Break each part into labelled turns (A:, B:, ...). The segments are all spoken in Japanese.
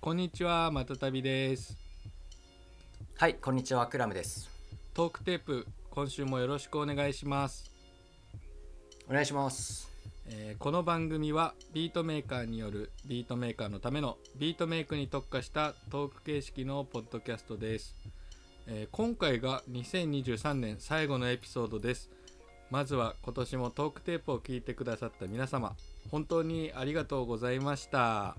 A: こんにちは、またたびです。
B: はい、こんにちは、クラムです。
A: トークテープ、今週もよろしくお願いします。
B: お願いします。
A: えーこの番組はビートメーカーによるビートメーカーのためのビートメイクに特化したトーク形式のポッドキャストです、えー今回が2023年最後のエピソードですまずは今年もトークテープを聞いてくださった皆様本当にありがとうございました、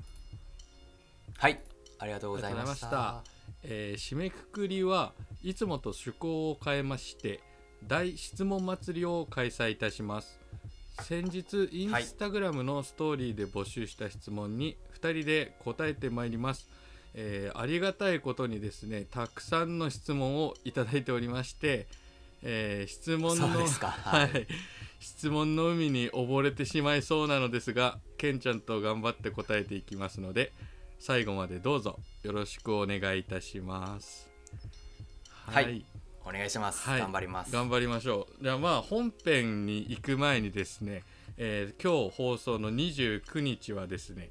B: はい、ありがとうございました。
A: あえー締めくくりはいつもと趣向を変えまして大質問祭りを開催いたします先日インスタグラムのストーリーで募集した質問に2人で答えてまいります、えーありがたいことにですねたくさんの質問をいただいておりまして、えー質問の
B: そうで すか
A: は
B: はい
A: い、質問の海に溺れてしまいそうなのですがケンちゃんと頑張って答えていきますので最後までどうぞよろしくお願いいたします
B: はいお願いします。
A: はい
B: 頑張ります。
A: 頑張りましょうじゃあまあ本編に行く前にですね、えー今日放送の29日はですね、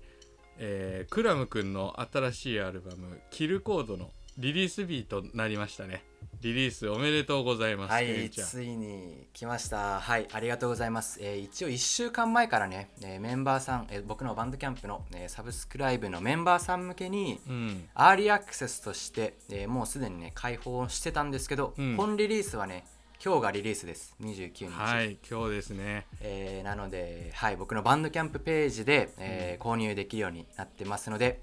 A: えークラムくんの新しいアルバム「キルコード」のリリース日となりましたねリリースおめでとうございます、
B: は
A: ケン
B: い、
A: ちゃん
B: ついに来ました。はい、ありがとうございます。えー一応1週間前からね、えーメンバーさん、えー僕のバンドキャンプの、えーサブスクライブのメンバーさん向けに、
A: うん
B: アーリーアクセスとして、えーもうすでにね、開放してたんですけど、
A: うん
B: 本リリースはね、今日がリリースです。29日。
A: はい今日ですね
B: えーなので、はい、僕のバンドキャンプページで、えー購入できるようになってますので、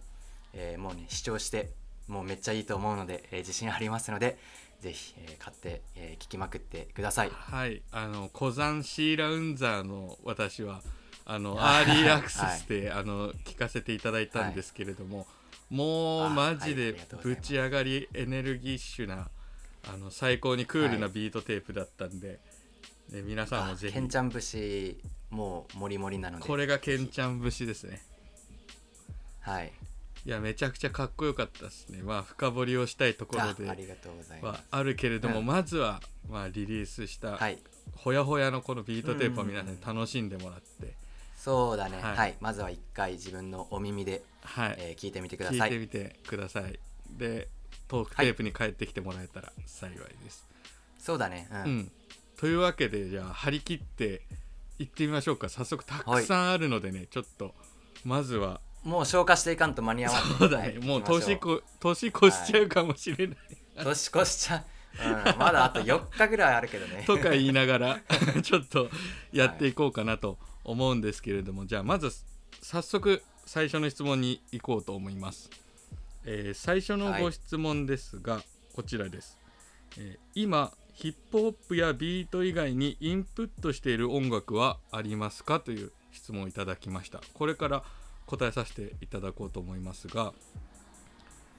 B: えーもうね視聴してもうめっちゃいいと思うので、えー自信ありますのでぜひ、えー買って、えー聞きまくってください
A: はいあのコザンシーラウンザーの私はあのアーリーアクセスで、あの聞かせていただいたんですけれども、もう
B: あ
A: マジ
B: はいあ
A: で
B: りがとうござい
A: ぶ
B: ます
A: ち上がりエネルギッシュなあの最高にクールな
B: はい
A: ビートテープだったんで、ね皆さんも
B: あ
A: ぜひ
B: けんちゃん節もうモリモリなので
A: これがケンちゃん節ですね
B: はい
A: いやめちゃくちゃかっこよかったですねまあ深掘りをしたいところ
B: あ
A: で
B: ありがとうございます
A: はあるけれども、
B: うん
A: まずは、まあ、リリースした
B: はい
A: ほやほやのこのビートテープを皆さんに
B: うん
A: 楽しんでもらって、
B: そうだね
A: は
B: はいい、まずは一回自分のお耳で、
A: はい、
B: えー聞いてみてくだ
A: 聞
B: さ
A: いて
B: い
A: みてくださいでトークテープに帰ってきてもらえたら幸いです、
B: そうだねうん、
A: うん、というわけでじゃあ張り切って行ってみましょうか早速たくさんあるのでね、ちょっとまずは
B: もう消化していかんと間に合わない
A: そうだね、
B: はい
A: もう
B: 行きまし
A: 年
B: ょ
A: 越年越しちゃうかもしれない、
B: 年越しちゃう、うん、まだあと4日ぐらいあるけどね
A: とか言いながらちょっとやっていこうかなと思うんですけれども、じゃあまず早速最初の質問に行こうと思います、えー最初のご質問ですが、こちらです、えー今ヒップホップやビート以外にインプットしている音楽はありますかという質問をいただきましたこれから答えさせていただこうと思いますが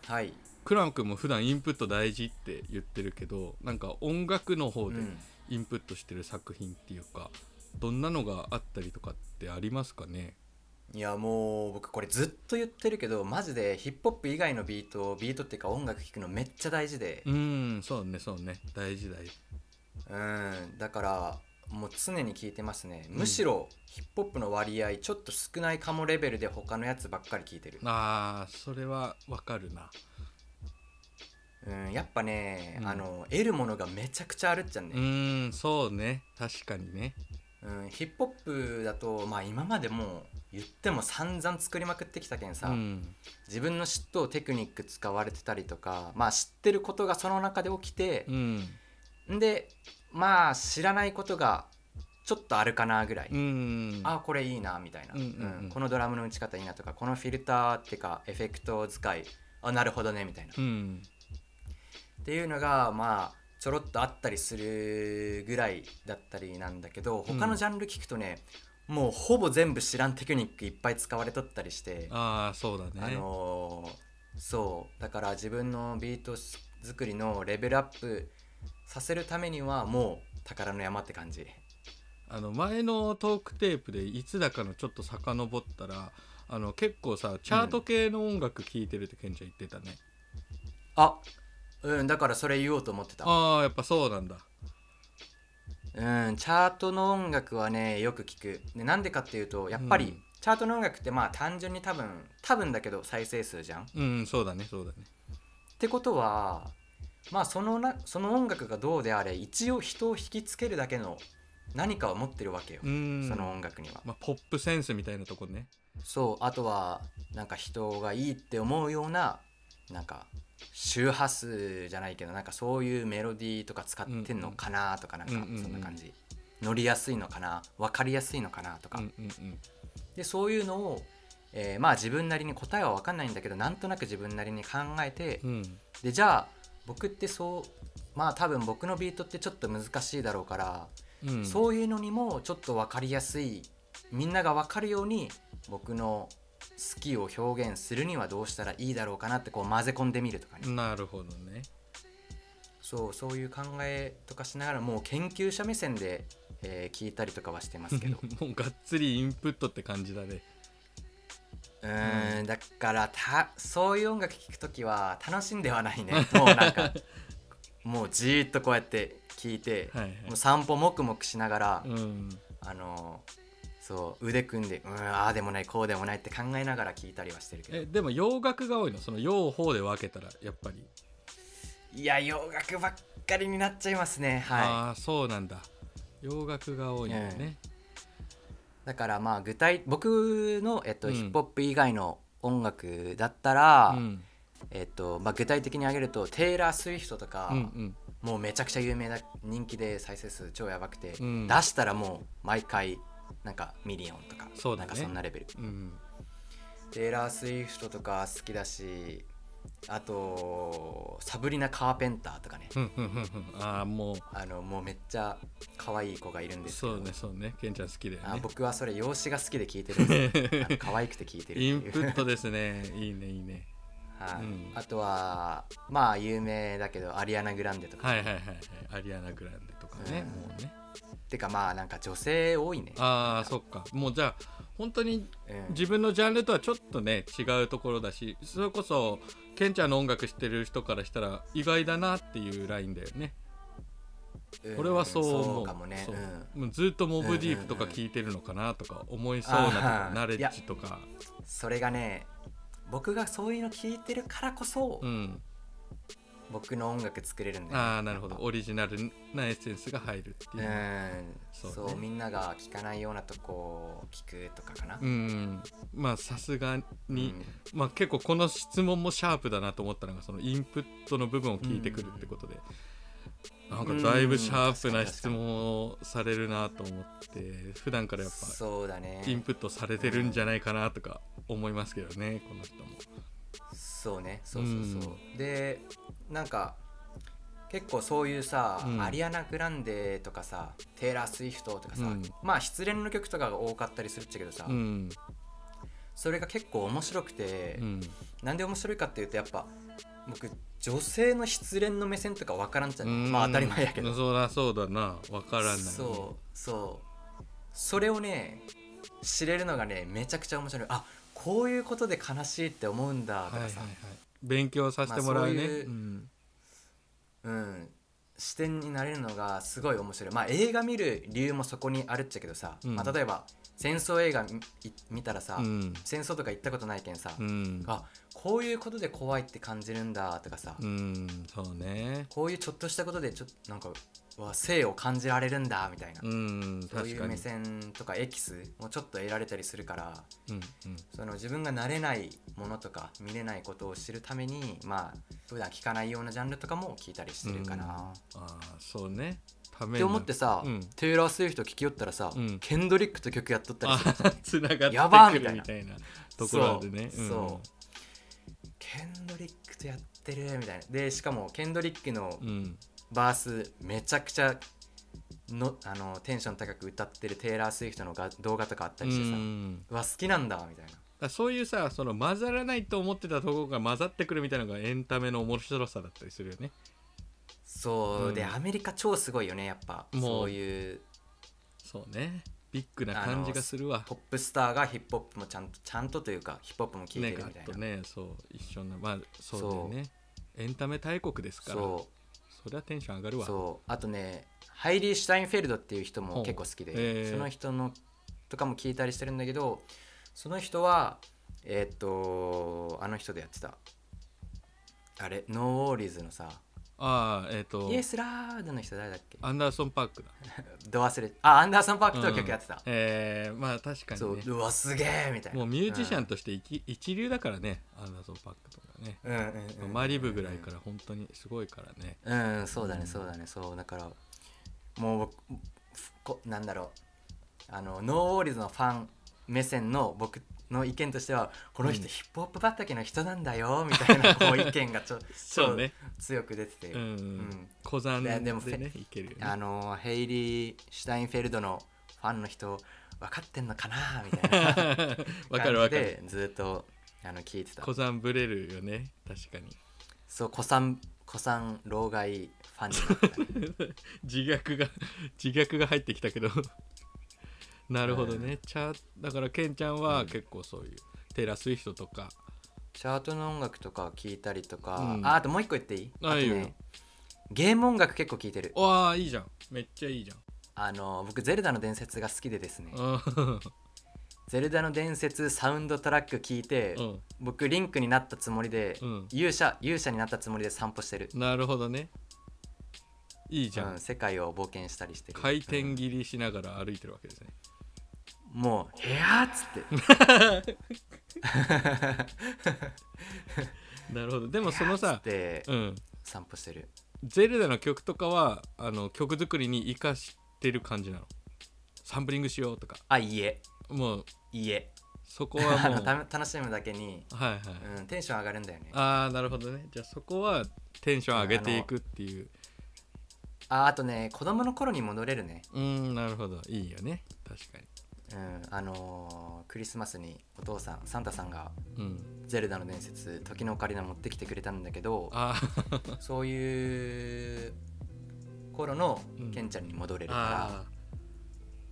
B: はい、
A: クラム君も普段インプット大事って言ってるけどなんか音楽の方
B: う
A: で
B: ん、
A: インプットしてる作品っていうかどんなのがあったりとかってありますかね
B: いやもう僕これずっと言ってるけどマジでヒップホップ以外のビートビートっていうか音楽聴くのめっちゃ大事で
A: うーんそうねそうね大事大事
B: うんだからもう常に聴いてますねむしろヒップホップの割合ちょっと少ないかもレベルで他のやつばっかり聴いてる、
A: あーそれはわかるな
B: うん、やっぱね、
A: うん
B: あの得るものがめちゃくちゃあるっちゃね
A: う、ーんそうね確かにね
B: うん、ヒップホップだとまあ今までもう言っても散々作りまくってきたけんさ、
A: うん
B: 自分の嫉妬をテクニック使われてたりとか、まあ、知ってることがその中で起きて
A: う、ん
B: ん、でまあ知らないことがちょっとあるかなぐらい、
A: うん
B: あこれいいなみたいな、
A: うんうんうん
B: このドラムの打ち方いいなとかこのフィルターってかエフェクト使いあなるほどねみたいな、
A: う
B: っ
A: ん
B: ていうのがまあちょろっとあったりするぐらいだったりなんだけど
A: うん
B: 他のジャンル聞くとね、もうほぼ全部知らんテクニックいっぱい使われとったりして。
A: ああそうだね
B: あのーそうだから自分のビート作りのレベルアップさせるためにはもう宝の山って感じ
A: あの前のトークテープでいつだかのちょっと遡ったらあの結構さチャート系の音楽聴いてるってケンちゃん言ってたね、
B: あうんだからそれ言おうと思ってたうん
A: ああやっぱそうなんだ
B: チャートの音楽はねよく聞くでなんでかっていうとやっぱ
A: う
B: り
A: ん
B: チャートの音楽ってまあ単純に多分多分だけど再生数じゃんっ
A: うんそうだねそうだね
B: てことはまあそのなその音楽がどうであれ一応人を引きつけるだけの何かを持ってるわけよ、
A: うん
B: その音楽には
A: まあ、ポップセンスみたいなとこね
B: そうあとはなんか人がいいって思うようななんか周波数じゃないけどなんかそういうメロディーとか使ってんのかなとかなんか
A: うんうんうん
B: そんな感じ乗りやすいのかな分かりやすいのかな
A: う
B: とか
A: んうんうん
B: でそういうのを、えーまあ自分なりに答えは分かんないんだけどなんとなく自分なりに考えて
A: うん
B: でじゃあ僕ってそうまあ多分僕のビートってちょっと難しいだろうから
A: うん
B: そういうのにもちょっと分かりやすいみんなが分かるように僕の好きを表現するにはどうしたらいいだろうかなってこう混ぜ込んでみるとかね、
A: なるほどね
B: そうそういう考えとかしながらもう研究者目線で、えー聞いたりとかはしてます けど
A: もうがっつりインプットって感じだね
B: うーんだからたそういう音楽聴くときは楽しんではな いねもうなんかもうじーっとこうやって聞いて、
A: はいはい
B: もう散歩もくもくしながら、
A: うん
B: あのそう腕組んでうんああでもないこうでもないって考えながら聞いたりはしてるけど
A: えでも洋楽が多いのその洋方で分けたらやっぱり、
B: いや洋楽ばっかりになっちゃいますねは
A: ああそうなんだ洋楽が多いんだね、
B: いだからまあ具体僕の、えっと
A: うん
B: ヒップホップ以外の音楽だったら、
A: うん
B: えっとまあ、具体的に挙げるとテイラー・スウィフトとか、
A: うん
B: もうめちゃくちゃ有名だ人気で再生数超やばくて、
A: うん
B: 出したらもう毎回なんかミリオンとか
A: そうだね
B: なんかそんなレベル
A: うんうん
B: テイラー・スウィフトとか好きだしあとサブリナ・カーペンターとかね
A: ふんふんふんふんああもう
B: あのもうめっちゃ可愛い子がいるんですけ
A: そ
B: ど
A: うねそうねケンちゃん好きだよ
B: あ
A: ね
B: 僕はそれ容姿が好きで聞いてるん ですよあの可愛くて聞いてるって
A: イ
B: い
A: ンプ
B: う、
A: ットですねいいねいいね
B: はい
A: うん
B: あとはまあ有名だけどアリアナ・グランデとか、
A: はいはいはいはいアリアナ・グランデとかね、
B: うん
A: もうね
B: てかまあなんか女性多いね、
A: ああそっかもうじゃあ本当に
B: うん
A: 自分のジャンルとはちょっとね違うところだしそれこそケンちゃんの音楽知ってる人からしたら意外だなっていうラインだよね
B: うん
A: 俺はそう思う,、
B: そうかもね
A: そう
B: うん
A: もうずっとモブディープとか聞いてるのかなとか思いそうなとこ
B: あー
A: ナレッジとか
B: それがね僕がそういうの聞いてるからこそ、
A: うん
B: 僕の音楽作れるんだよね、
A: ああなるほどオリジナルなエッセンスが入るって
B: う
A: い
B: ん
A: う、
B: そ,、
A: そううね
B: みんなが聞かないようなとこを聞くとかかな、
A: うん、まあさすがに、
B: うん
A: まあ、結構この質問もシャープだなと思ったのがそのインプットの部分を聞いてくるってことで、なんかだいぶシャープな質問をされるなと思って、普段からやっぱ
B: そうだね
A: インプットされてるんじゃないかなとか思いますけどねこの人も。
B: そうねそうそうそう、でなんか結構そういうさ、
A: うん
B: アリアナ・グランデとかさテイラー・スウィフトとかさ、
A: うん
B: まあ失恋の曲とかが多かったりするっちゃけどさ、
A: うん
B: それが結構面白くて、
A: うん、
B: なんで面白いかっていうとやっぱ僕女性の失恋の目線とか分からんじゃん、
A: うん
B: まあ当たり前やけど、
A: そりゃそうだなわからない
B: そうそうそれをね知れるのがねめちゃくちゃ面白いあこういうことで悲しいって思うんだと
A: はい
B: か
A: はい
B: さ、
A: はい、勉強させてもらうね、
B: まあそういう
A: うん
B: うん、視点になれるのがすごい面白い、まあ、映画見る理由もそこにあるっちゃけどさ、
A: うん
B: まあ、例えば戦争映画みい見たらさ、
A: うん
B: 戦争とか行ったことないけんさ、
A: うん
B: あこういうことで怖いって感じるんだとかさ、
A: うんそうね
B: こういうちょっとしたことでちょっとなんかうわ生を感じられるんだみたいな、
A: うん確か
B: そう
A: に
B: いう目線とかエキスもちょっと得られたりするから
A: うんうん
B: その自分が慣れないものとか見れないことを知るためにまあ普段聞かないようなジャンルとかも聞いたりしてるかな、
A: ああそうねために
B: って
A: なる
B: 思ってさ、
A: うん
B: テイラー・スウィフト聞きよったらさ、
A: うん
B: ケンドリックと曲やっとったりする
A: あつながって
B: やばー
A: く
B: みたい
A: る
B: な
A: みたいなところでね
B: そう,、
A: ん
B: そうケンドリックとやってるみたいなでしかもケンドリックの
A: うん
B: バースめちゃくちゃのあのテンション高く歌ってるテイラー・スウィフトのが動画とかあったりしてさ、う
A: うん
B: わ好きなんだみたいな
A: だからそういうさその混ざらないと思ってたところが混ざってくるみたいなのがエンタメの面白さだったりするよね
B: そう、
A: うん
B: でアメリカ超すごいよねやっぱ
A: もう
B: そういう
A: そうねビッグな感じがするわ
B: ポップスターがヒップホップもちゃんとちゃんとというかヒップホップも聴いて
A: ね
B: る
A: ガ
B: みたい
A: ッ
B: な、
A: とねそう一緒なまあそうだよねエンタメ大国ですからそ
B: そ
A: りゃテンション上がる
B: う
A: わ
B: そうあとねハイリー・シュタインフェルドっていう人
A: ほ
B: も
A: う
B: 結構好きで、
A: へー
B: その人のとかも聞いたりしてるんだけどその人はえーっとあの人でやってたあれノーウォーリーズのさ
A: ああえっ、と
B: イエスラードの人誰だっけ
A: アンダーソン・パークだ
B: ど忘れあアンダーソン・パークと
A: うん
B: 曲やってた、
A: えーまあ確か
B: そ
A: に
B: う
A: ね
B: うわすげえみたいな
A: もうミュージシャン
B: と、
A: として一,、一流だからねアンダーソン・パークとかね、
B: うんうんうんうん
A: マリブぐらいから本当にすごいからね
B: うんそうだね
A: うん
B: そうだねそうだからもう僕こなんだろうあのノーウォーリーズのファン目線の僕の意見としてはこの人
A: うん
B: ヒップホップ畑の人なんだよみたいなこう意見がちょ
A: そうね
B: 強く出てて、
A: うん、
B: ん
A: 小山
B: い
A: で
B: や
A: ね
B: でもフェ
A: いけるよ
B: あ
A: ね
B: のヘイリー・シュタインフェルドのファンの人分かってんのかなみたいな
A: わかるわかる
B: 感じでずっとあの聞いてた
A: 小山ブレるよね確かに
B: そう子さん子さん老害ファンになったね
A: 自虐が 自虐が入ってきたけど なるほどね、チャーだからケンちゃんは結構そういう、テイラー・スウィフトとか
B: チャートの音楽とか聞いたりとか、
A: うん
B: ああともう一個言っていい
A: あ
B: と
A: いいよ
B: ゲーム音楽結構聞いてる
A: わあいいじゃんめっちゃいいじゃん
B: あの僕「ゼルダの伝説」が好きでですね
A: うん
B: 「ゼルダの伝説」サウンドトラック聞いて、
A: うん
B: 僕リンクになったつもりで、
A: うん
B: 勇者勇者になったつもりで散歩してる、
A: なるほどねいいじゃん、
B: うん、世界を冒険したりしてる
A: 回転
B: うん
A: 切りしながら歩いてるわけですね
B: もう「へや!」っつって
A: なるほどでもその
B: へやっつ
A: さ
B: っ、て
A: うん、
B: 散歩してる
A: ゼルダの曲とかはあの曲作りに生かしてる感じなのサンプリングしようとか
B: あいいえ
A: もう
B: いいえ
A: そこ
B: あ
A: はもう
B: の
A: は
B: た
A: い
B: 楽しむだけに、
A: はい
B: うん、テンション上がるんだよね
A: ああなるほどねじゃあそこはテンション上げていくっていう
B: ああとね子供の頃に戻れるね
A: うーんなるほどいいよね確か
B: うんあのークリスマスにお父さんサンタさんが
A: にうん
B: 「ゼルダの伝説時のオカリナ」持ってきてくれたんだけど
A: あー
B: そういう頃の
A: うん
B: ケンちゃんに戻れる
A: あ
B: か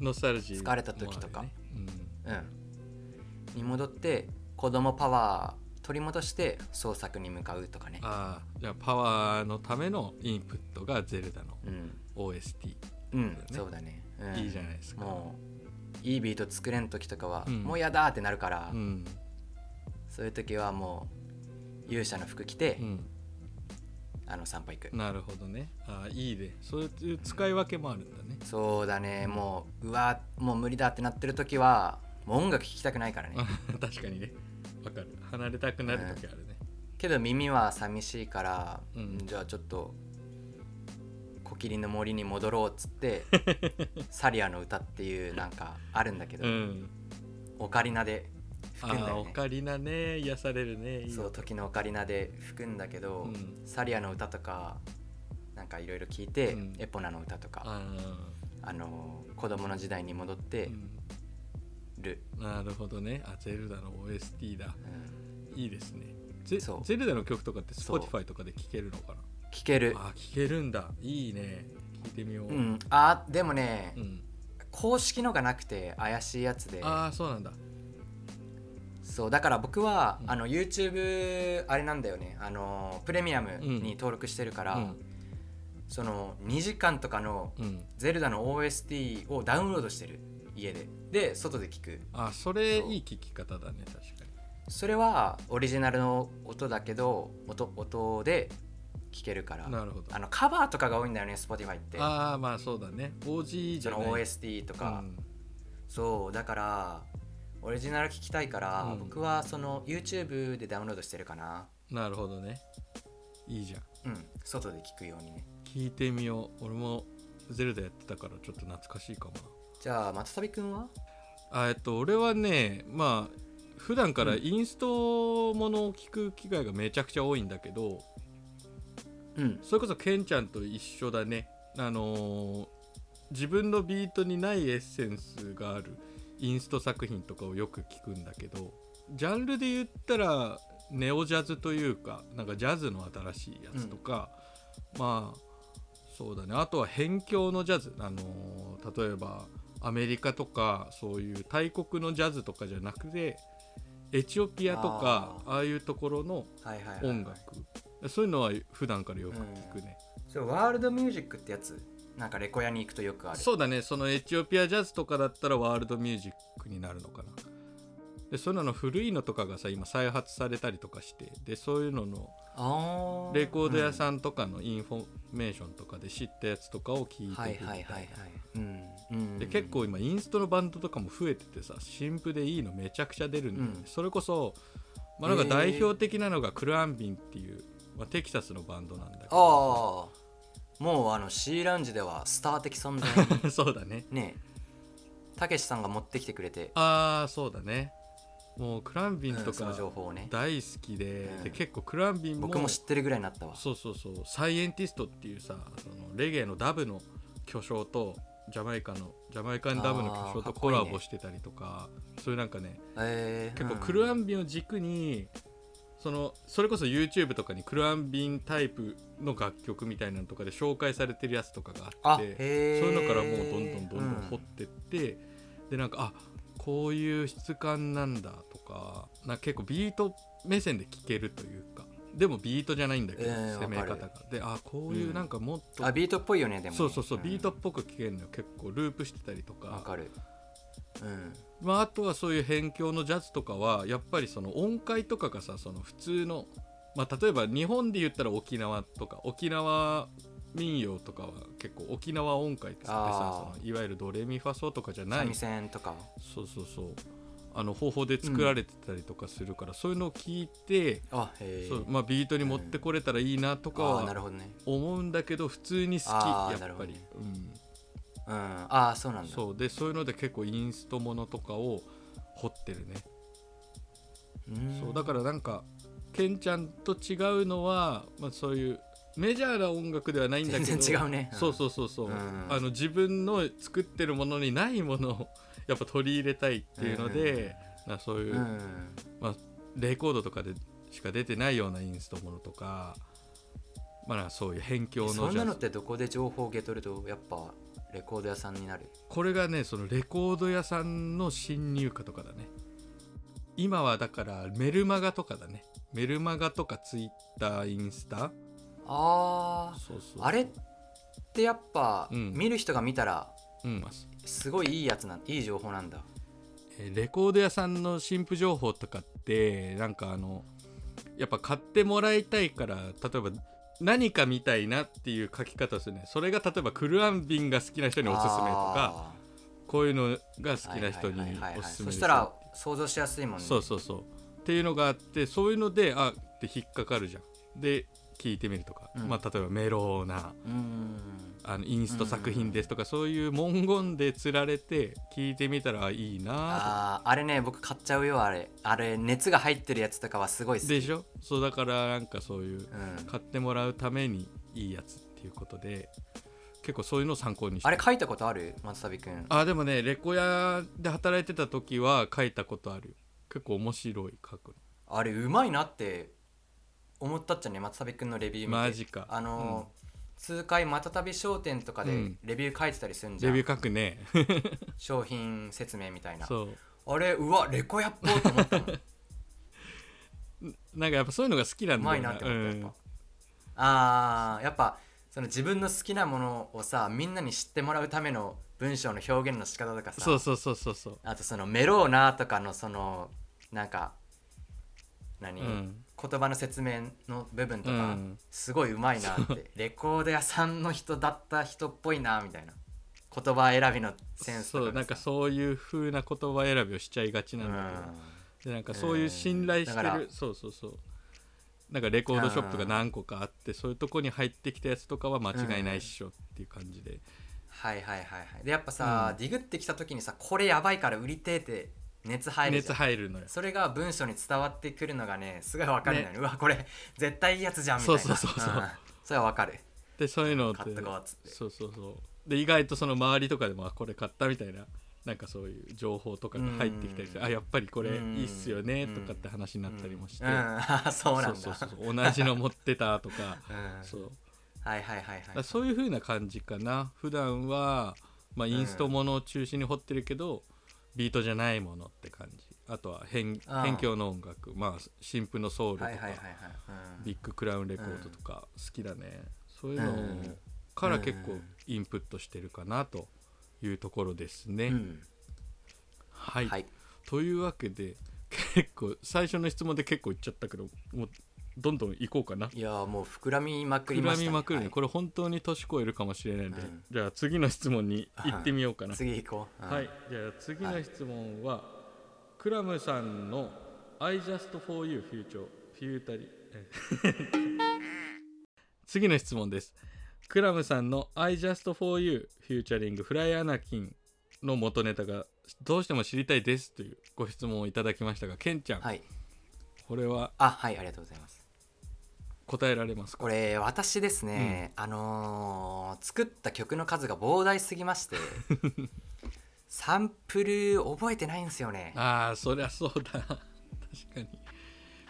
A: ーノスタルジー
B: 疲れた時とか
A: もあるよね
B: ら、うん、に戻って子供パワー取り戻して創作に向かうとかね
A: うん、ああじゃあパワーのためのインプットがゼルダの
B: うん、
A: OST
B: うん、
A: そ
B: そううだね、うん、
A: いいじゃないですか
B: もういいビート作れん時とかは、
A: うん
B: もうやだーってなるから、
A: うん
B: そういう時はもう勇者の服着て、
A: うん
B: あの散歩行く
A: なるほどねあーいいねそういう使い分けもあるんだね
B: そうだねもううわもう無理だってなってる時はもう音楽聴きたくないからね
A: 確かにねわかる離れたくなる時あるね
B: けど耳は寂しいから、
A: うん
B: じゃあちょっと「コキリの森に戻ろう」っつって サリアの歌っていうなんかあるんだけど、
A: うん
B: オカリナで
A: あ
B: 吹くんだ
A: あ
B: よ
A: オ
B: ね
A: カリナね癒されるねいいよ
B: そう時のオカリナで吹くんだけど、
A: うん
B: サリアの歌とかなんかいろいろ聞いて、
A: うん
B: エポナの歌とかあ
A: あ
B: の子供の時代に戻っ
A: ー
B: て
A: うん
B: る、
A: なるほどねあゼルダの OST だ
B: うん
A: いいですねゼ
B: そう
A: ゼルダの曲とかって
B: そう
A: Spotify とかで聴けるのかな
B: 聞ける
A: あ聴けるんだいいね聴いてみよう、
B: うん、あでもね、
A: うん
B: 公式のがなくて怪しいやつで
A: ああそうなんだ
B: そうだから僕は、
A: うん
B: あの YouTube あれなんだよねあのプレミアムに登録してるから、
A: うん
B: その2時間とかの
A: うん
B: ゼルダの OST をダウンロードしてる家でで外で聞く
A: あそれ
B: そう
A: いい聴き方だね確かに
B: それはオリジナルの音だけど音音で聞けるから
A: なるほど
B: あのカバーとかが多いんだよね Spotify って
A: ああまあそうだね OG じ
B: そ
A: ゃない
B: の OST とか、
A: うん
B: そうだからオリジナル聞きたいから、
A: うん
B: 僕はその YouTube でダウンロードしてるかな
A: なるほどねいいじゃん
B: うん外で聞くようにね
A: 聞いてみよう俺もゼルダやってたからちょっと懐かしいかも
B: じゃあまたたびくんは
A: なあえっと俺はねまあ普段から
B: うん
A: インストものを聞く機会がめちゃくちゃ多いんだけど
B: うん
A: それこそケンちゃんと一緒だねあのー自分のビートにないエッセンスがあるインスト作品とかをよく聞くんだけどジャンルで言ったらネオジャズというかなんかジャズの新しいやつとか、まあそうだねあとは辺境のジャズ、あのー例えばアメリカとかそういう大国のジャズとかじゃなくてエチオピアとかああいうところの
B: はいはい、はい、
A: 音楽そういうのは普段からよく聞くね。
B: そうワールドミュージックってやつなんかレコヤに行くとよくある
A: そうだねそのエチオピアジャズとかだったらワールドミュージックになるのかなでそういうのの古いのとかがさ今再発されたりとかしてでそういうのの
B: あ
A: レコード屋
B: ん、
A: さんとかのインフォメーションとかで知ったやつとかを聞
B: う
A: い
B: ん
A: て
B: はい
A: くみ
B: はい
A: た
B: はいはいい
A: な。
B: うんうん
A: で結構今インストのバンドとかも増えててさ新譜でいいのめちゃくちゃ出るんで、
B: うん
A: それこそ、まあ、なんか代表的なのがクランビンっていう、まあ、テキサスのバンドなんだけ
B: ああ
A: ど
B: もうあの C ラウンジではスター的存在 に
A: そうだね
B: ねたけしさんが持ってきてくれて
A: ああそうだねもうクランビン
B: う
A: と
B: んそ
A: か
B: の情報をね
A: 大好きで,、
B: うん
A: で結構クランビンも
B: 僕も知ってるぐらいになったわ
A: そうそうそうサイエンティストっていうさそのレゲエのダブの巨匠とジャマイカのジャマイカンダブの巨匠
B: あ
A: と
B: ーかっこ
A: コ
B: いいね
A: ラボしてたりとかそういうなんかね
B: えー
A: 結構
B: うん
A: クルアンビンを軸に、そのそれこそ YouTube とかにクルアンビンタイプの楽曲みたいなのとかで紹介されてるやつとかがあっ
B: あ
A: て
B: へー
A: そういうのからもうどんどんどんどん
B: うん
A: 掘ってって、でなんかあこういう質感なんだとかなんか結構ビート目線で聴けるというかでもビートじゃないんだけど、
B: えー
A: 攻め
B: わか
A: 方
B: る
A: がであこういうなんかもっと、
B: あビートっぽいよねでもね
A: そうそうそう、
B: ん
A: ビートっぽく聴けるのよ結構ループしてたりと
B: わかるうん
A: まあ、あとはそういう辺境のジャズとかはやっぱりその音階とかがさその普通の、まあ、例えば日本で言ったら沖縄とか沖縄民謡とかは結構沖縄音階って言ってさ
B: あー
A: そのいわゆるドレミファソとかじゃな
B: 三
A: い
B: 味線とか
A: そうそうそうあの方法で作られてたりとかするから、そういうのを聞いて、
B: あへえ
A: そうまあ、ビートに持ってこれたらいいなとか
B: あーなる
A: は
B: ほどね
A: 思うんだけど普通に好き
B: あー
A: や
B: なる
A: っ
B: ほ
A: ぱ
B: ど
A: り、
B: ね
A: うん、
B: うんああそうなんだ
A: そうでそういうので結構インストものとかを掘ってるね
B: うん
A: そうだからなんかケンちゃんと違うのは、まあ、そういうメジャーな音楽ではないんだけど
B: 全然違うねうん
A: そうそうそうそう、
B: うん
A: あの自分の作ってるものにないものを やっぱ取り入れたいっていうので、なそういう、
B: うん
A: まあ、レコードとかでしか出てないようなインストものとか,、まあ、なんかそういう辺境のジャ
B: そ
A: ズ
B: んなのってどこで情報を受け取るとやっぱレコード屋さんになる
A: これがねそのレコード屋さんの新入荷とかだね今はだからメルマガとかだねメルマガとかツイッターインスタ
B: あー
A: そうそう
B: あれってやっぱ、
A: うん
B: 見る人が見たら
A: うん
B: すごいいいやつなんいい情報なんだ
A: えーレコード屋さんの新婦情報とかってなんかあのやっぱ買ってもらいたいから例えば何か見たいなっていう書き方をするねそれが例えばクルアンビンが好きな人におすすめとか
B: あー
A: こういうのが好きな人に
B: はいはいはいはい
A: おすすめ
B: そ
A: で
B: し
A: す
B: たら想像しやすいもんね
A: そうそうそうっていうのがあってそういうのであって引っかかるじゃんで聞いてみるとか、
B: うん
A: まあ、例えばメローな
B: うーん
A: あのインスト作品ですとか、そういう文言でつられて聞いてみたらいいな
B: あーあれね僕買っちゃうよあれあれ熱が入ってるやつとかはすごい
A: と
B: 好き
A: でしょそうだからなんかそういう
B: うん、
A: 買ってもらうためにいいやつっていうことで結構そういうのを参考にして
B: あれ書いたことある松旅くん
A: あでもねレコ屋で働いてた時は書いたことあるよ結構面白い書く
B: あれうまいなって思ったっちゃね松旅くんのレビュー見て
A: マジか
B: あのー、数回またたび商店とか
A: う
B: で
A: ん
B: レビュー書いてたりするんじゃ
A: レ
B: ん、
A: ビュー書くね
B: 商品説明みたい な
A: そう
B: あれうわレコやっぽと思った もんう
A: なんかやっぱそういうのが好きなんだ
B: ま
A: よ
B: いなって思ったやっぱ、
A: うん
B: あーやっぱその自分の好きなものをさみんなに知ってもらうための文章の表現の仕方とかさ
A: そうそうそうそうそう
B: あとそのメローなとかのそのなんか何、
A: うん
B: 言葉の説明の部分とか、
A: うん
B: すごいうまいなってレコード屋さんの人だった人っぽいなみたいな言葉選びのセンスと
A: そ
B: か
A: うなんか
B: がさ
A: そういう風な言葉選びをしちゃいがちなんだけど、でなんかそういう信頼して
B: うんだか
A: る
B: ら
A: そうそうそうなんかレコードショップが何個かあってそういうとこに入ってきたやつとかは間違いないっしょっていう感じで、
B: はいはいはいはいでやっぱさ、
A: うん
B: ディグってきた時にさこれやばいから売りてえって熱入るじ
A: 熱
B: ゃん
A: 入るのよ
B: それが文章に伝わってくるのがねすごいわかるんだよねうわこれ絶対いいやつじゃんみたいな
A: そうそうそうそうん
B: それはわかる
A: でそういうのって
B: 買っとこうっつって
A: そうそうそうで意外とその周りとかでもあこれ買ったみたいななんかそういう情報とかが入ってきたりして、
B: うん
A: あやっぱりこれいいっすよね
B: うん
A: とかって話になったりもして、
B: うん、あそうなんだ
A: そうそうそう同じの持ってたとか
B: うん
A: そう
B: はいは
A: だ
B: いはい
A: か
B: は
A: ら
B: い
A: そういう風な感じかな普段はまあインストものを中心に掘ってるけど、ビートじゃないものって感じあとは辺
B: ああ
A: 辺境の音楽まあ新婦のソウルとか、
B: はいはいはいはい、うん
A: ビッグクラウンレコードとか好きだね、そういうの
B: うん
A: から結
B: う
A: 構
B: ん
A: インプットしてるかなというところですね、
B: うん
A: はい、
B: はい
A: というわけで結構最初の質問で結構言っちゃったけどもうどんどん行こうかない
B: やーもう膨らみまくり
A: 膨
B: ま
A: ら
B: した、ね、
A: みまくるね、
B: はい
A: これ本当に年越えるかもしれないんで、
B: うん
A: じゃあ次の質問に行ってみようかな、
B: 次行こう、うん
A: はい、じゃあ次の質問は、クラムさんの「I just for you future future」え 次の質問ですクラムさんの「I just for you futuring フライアナキン」の元ネタがどうしても知りたいですというご質問をいただきましたがケンちゃん、
B: はい
A: これは
B: あはいありがとうございます
A: 答えられますか
B: これ私ですね、あのー作った曲の数が膨大すぎ ましてサンプル覚えてないんですよね
A: ああそりゃそうだ確か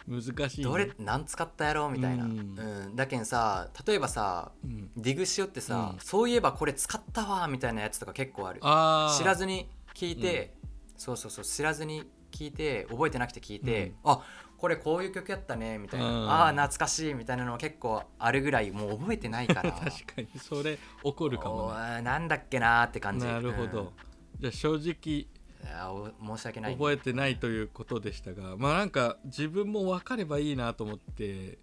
A: に難しい、ね、
B: どれ何使ったやろうみたいな、
A: う
B: うんんだけんさ例えばさ
A: うん
B: ディグしよってさ、
A: うん
B: そういえばこれ使ったわみたいなやつとか結構ある
A: あー
B: 知らずに聞いて、そうそうそう知らずに聞いて覚えてなくて聞いて、あこれこういう曲やったねみたいな、
A: うん
B: ああ懐かしいみたいなのも結構あるぐらいもう覚えてないから
A: 確かにそれ怒るかも
B: お
A: ね
B: ーなんだっけなーって感じ
A: なるほど、じゃあ正
B: うんいやーお申し訳な
A: 直
B: い
A: 覚えてないということでしたがまあなんか自分も分かればいいなと思って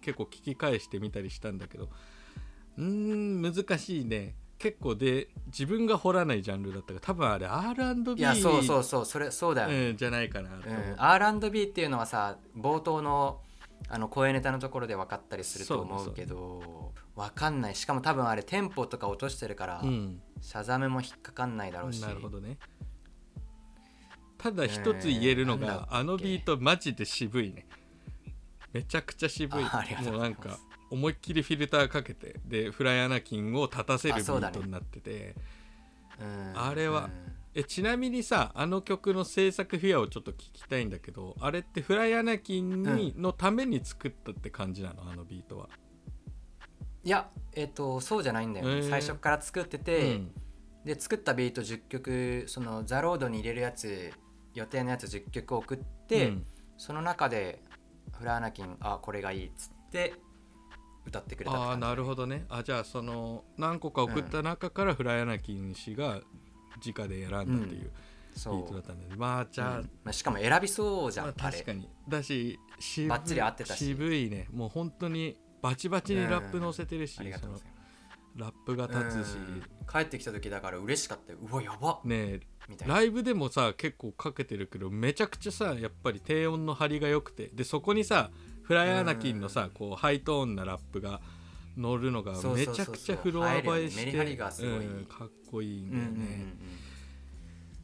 A: 結構聞き返してみたりしたんだけどうーん難しいね結構で自分が掘らないジャンルだったから多分あれ R&B
B: いやそうそうそうそれそうだよ、ね
A: うんじゃないかなと
B: う
A: 思
B: ん
A: う、
B: R&B っていうのはさ冒頭のあの声ネタのところで分かったりすると思うけど分かんないしかも多分あれテンポとか落としてるから、
A: うん
B: シャザメも引っかかんないだろうし
A: なるほどねただ一つ言えるの
B: えーなんだ
A: が
B: っ、け
A: あのビートマジで渋いねめちゃくちゃ渋い
B: あありが
A: も
B: とう
A: う
B: ご
A: な
B: ざい
A: ん
B: ます
A: か思いっきりフィルターかけてでフライアナキンを立たせるビ
B: あそう
A: ー
B: だね
A: トになってて、
B: うん
A: あれはえちなみにさあの曲の制作フィアをちょっと聞きたいんだけどあれってフライアナキンに、のために作ったって感じなのあのビートは、
B: いやえっ、とそうじゃないんだよね、
A: えー
B: 最初から作ってて、
A: うん
B: で作ったビート10曲そのザ・ロードに入れるやつ予定のやつ10曲送って、
A: うん
B: その中でフラーナキンあこれがいいっつって歌ってくれたって
A: ああ
B: 感じ
A: なるほどねあじゃあその何個か送った中からフライアナキン氏が直で選んだっていう
B: そ
A: ビートだったんで、まあじゃあ、
B: うんまあ、しかも選びそうじゃん、
A: まあ、
B: あ、れ
A: 確かにだし渋い
B: バッチリ合ってたし
A: 渋いねもう本当にバチバチにラップ乗せてるし、
B: ありが
A: そ
B: とうご
A: の
B: ざいま
A: ラップが
B: す
A: 立つし、
B: うん帰ってきた時だから嬉しかったようわやば
A: ねえ
B: みたいな
A: ライブでもさ結構かけてるけどめちゃくちゃさやっぱり低音の張りが良くてでそこにさフライアナキンのさ、こうハイトーンなラップが乗るのが
B: そうそう
A: め
B: そうそう
A: ちゃくちゃフロア映えして
B: 入るよねメリハリがすごい
A: うんかっこいいん
B: う
A: だ
B: ん
A: よ
B: うん
A: ね、
B: うんうん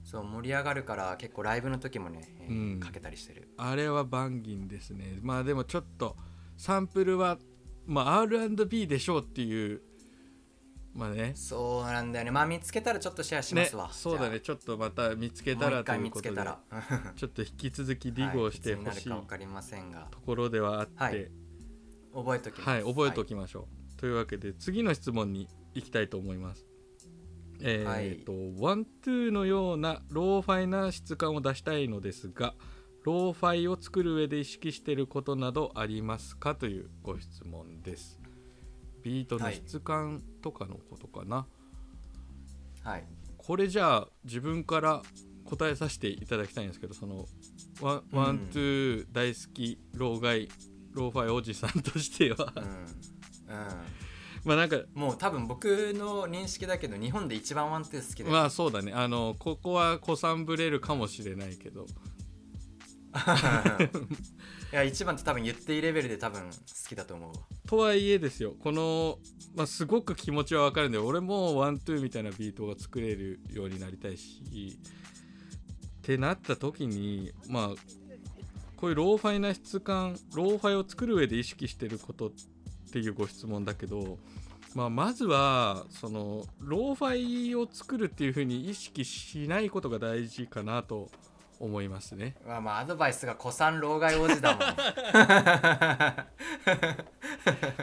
B: そう盛り上がるから結構ライブの時もね、えー
A: うん
B: かけたりしてる
A: あれは万銀ですねまあでもちょっとサンプルは、まあ、R&B でしょうっていうまあね
B: そうなんだよねまあ見つけたらちょっとシェアしますわ、
A: ね、そうだねちょっとまた見つけ
B: じゃ
A: た
B: あもう
A: ら
B: 一
A: と
B: 回
A: いう
B: 見
A: こ
B: つ
A: と
B: け
A: で
B: たら うん
A: ちょっと引き続きディグをしてほ
B: はい、いつ
A: しい
B: になるか分かりませんが
A: ところではあって、は
B: はいい覚えときます
A: 覚えておきましょう、というわけで次の質問に行きたいと思いますえー
B: はい
A: とワントゥーのようなローファイな質感を出したいのですがローファイを作る上で意識してることなどありますかというご質問ですビートの質感とかのことかな、
B: はい、はい
A: これじゃあ自分から答えさせていただきたいんですけどそのワンワン、ツー大好き老害ローファイおじさんとしては
B: うん
A: まあなんか
B: うん、もう多分僕の認識だけど日本で一番ワンツー好きだよ、
A: まあそうだねあのここは子さんぶれるかもしれないけど
B: いや一番って多分言っていいレベルで多分好きだと思うわ
A: とはいえですよこの、まあ、すごく気持ちはわかるんで俺もワントゥーみたいなビートが作れるようになりたいしってなった時にまあこういうローファイな質感ローファイを作る上で意識してることっていうご質問だけど、まあ、まずはそのローファイを作るっていうふうに意識しないことが大事かなと思いますね。
B: まあまあアドバイスが古参老害王子だも ん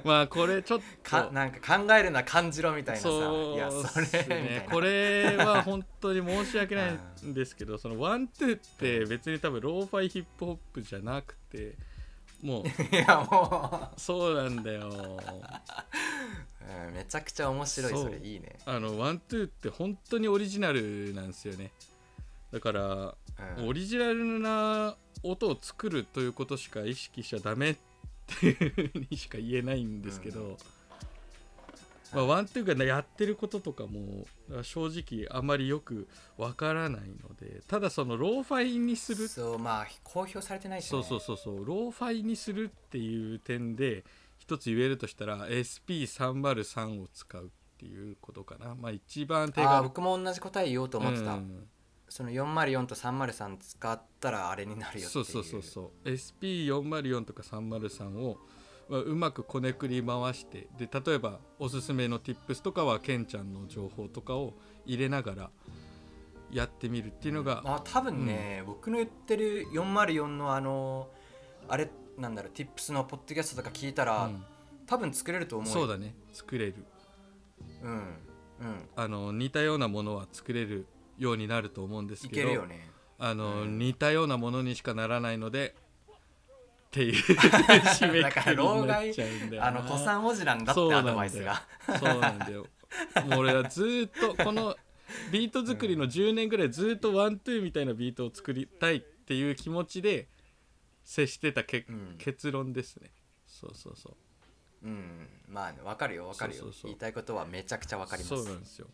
A: まあこれちょっ
B: か
A: と
B: なんか考えるな感じろみたいなさ
A: そう
B: いやそれ
A: っす
B: みたい
A: ね
B: な
A: これは本当に申し訳ないんですけどそのワントゥーって別に多分ローファイヒップホップじゃなくてもう
B: いやも
A: そうなんだよ
B: う、うんめちゃくちゃ面白い
A: そう
B: それいいね
A: あのワントゥーって本当にオリジナルなんですよねだから
B: うん
A: オリジナルな音を作るということしか意識しちゃダメっていうふうにしか言えないんですけど、まあ、ワンっていうかねやってることとかも正直あまりよくわからないのでただそのローファイにする
B: そうまあ公表されてないし、ね、
A: そうそうそうそうローファイにするっていう点で一つ言えるとしたら SP303 を使うっていうことかなまあ一番手
B: あー
A: 軽
B: 僕も同じ答え言おうと思ってた、
A: うん
B: その404と303使ったらあれになるよって
A: そ
B: いうう
A: そうそうそう SP404 とか303をまあうまくこねくり回してで例えばおすすめの Tips とかはケンちゃんの情報とかを入れながらやってみるっていうのが、
B: まあ多分ね、僕の言ってる404のあのあれなんだろう Tips のポッドキャストとか聞いたら、
A: うん
B: 多分作れると思うよ
A: そうだね作れる
B: うんうん
A: あの似たようなものは作れるようになると思うんです
B: い
A: け
B: け
A: ど
B: るよね
A: あの、
B: うん
A: 似たようなものにしかならないのでっていう 締め
B: だ
A: く
B: か
A: く
B: ら
A: りに
B: 老
A: なっ
B: 害
A: ちゃうんだよな
B: あの古参おじなんだっ
A: そう
B: て
A: な
B: ア
A: んだよ
B: ドバイスが
A: そうなんだよもう俺はずーっとこのビート作りの10年ぐらいずーっとワントゥーみたいなビートを作りたいっていう気持ちで接してたけ、
B: うん
A: 結論ですねそうそうそう
B: うんまあねわかるよわかるよ
A: そうそうそう
B: 言いたいことはめちゃくちゃわかります
A: そうなんですよ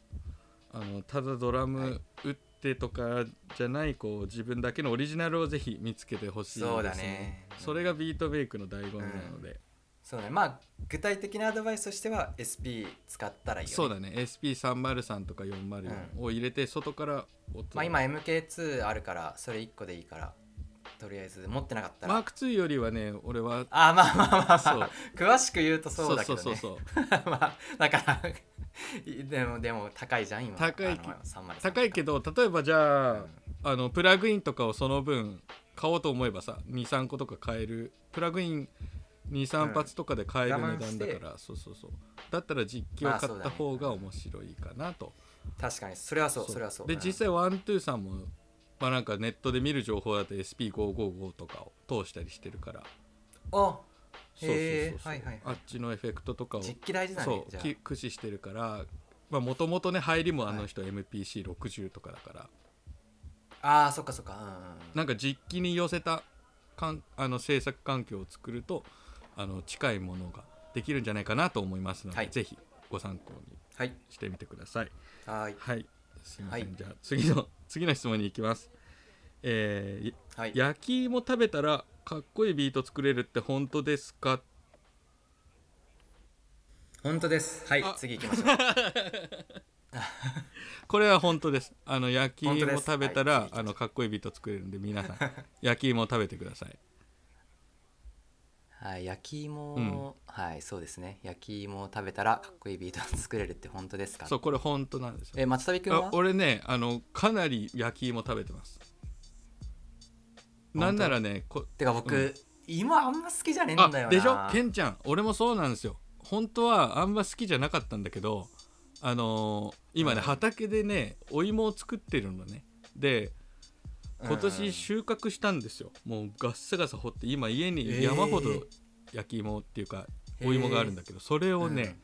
A: あのただドラム打ってとかじゃないこう自分だけのオリジナルをぜひ見つけてほしいです、
B: そうだね
A: それがビートメイクの醍醐味なので、
B: そうねまあ具体的なアドバイスとしては SP 使ったらいいよね
A: そうだね SP303 とか404を入れて外から音を、
B: まあ、今 MK2 あるからそれ1個でいいからとりあえず持ってなかったら、
A: マーク2よりはね俺は
B: あまあまあまあまあ、
A: そう
B: 詳しく言うとそうだけど
A: そう
B: ね
A: そうそう
B: まあだからいでもでも高いじゃん今
A: 高い
B: あの303
A: 高いけど例えばじゃあ,、
B: うん
A: あのプラグインとかをその分買おうと思えばさ23個とか買えるプラグイン
B: うん
A: 23発とかで買える
B: 我
A: 値
B: 慢し
A: 段
B: て
A: だから、そうそうそうだったら実機を
B: まあ
A: 買
B: そう
A: っ
B: だ
A: た
B: ね
A: 方が面白いかなと、
B: 確かにそれはそうそれはそう
A: で
B: うん
A: 実際ワントゥーさんもまあなんかネットで見る情報だと SP555 とかを通したりしてるから
B: あ
A: そうそう
B: へ
A: そ
B: ー
A: うそう
B: はいはいはい
A: あっちのエフェクトとかを
B: 実機大事だね
A: そう
B: じゃあ
A: き駆使してるからもともとね入りもあの人 MPC60 とかだから、
B: あーそっかそっかうんうんうん
A: なんか実機に寄せたかんあの制作環境を作るとあの近いものができるんじゃないかなと思いますので、
B: はい
A: ぜひご参考に
B: はい
A: してみてください。
B: はい
A: はい、すいません、
B: はい
A: じゃあ次の次の質問に行きます。えー
B: はい
A: 焼き芋食べたらかっこいいビート作れるって本当ですか？
B: 本当ですはい
A: あ
B: 次行きまし ょう
A: これは本当です。あの焼き
B: 本当
A: 芋
B: です
A: 食べたら、
B: はい
A: あのかっこいいビート作れるんで皆さん 焼き芋食べてくださ い。
B: はい焼き芋、
A: うん
B: はいそうですね焼き芋を食べたらかっこいいビートを作れるって本当ですか
A: そうこれ本当なんですよ。
B: え松旅君
A: あ
B: は
A: 俺ねあのかなり焼き芋食べてますなんならねこ
B: てか僕、
A: うん
B: 今あんま好きじゃねえんだよ
A: あ
B: な
A: でしょケンちゃん俺もそうなんですよ本当はあんま好きじゃなかったんだけどあのー今ね、
B: うん
A: 畑でねお芋を作ってるのねで今
B: うんう
A: 年
B: ん
A: 収穫したんですよ、もうガッサガサ掘って今家に山ほど
B: えー
A: 焼き芋っていうか、
B: えー
A: お芋があるんだけどそれをね、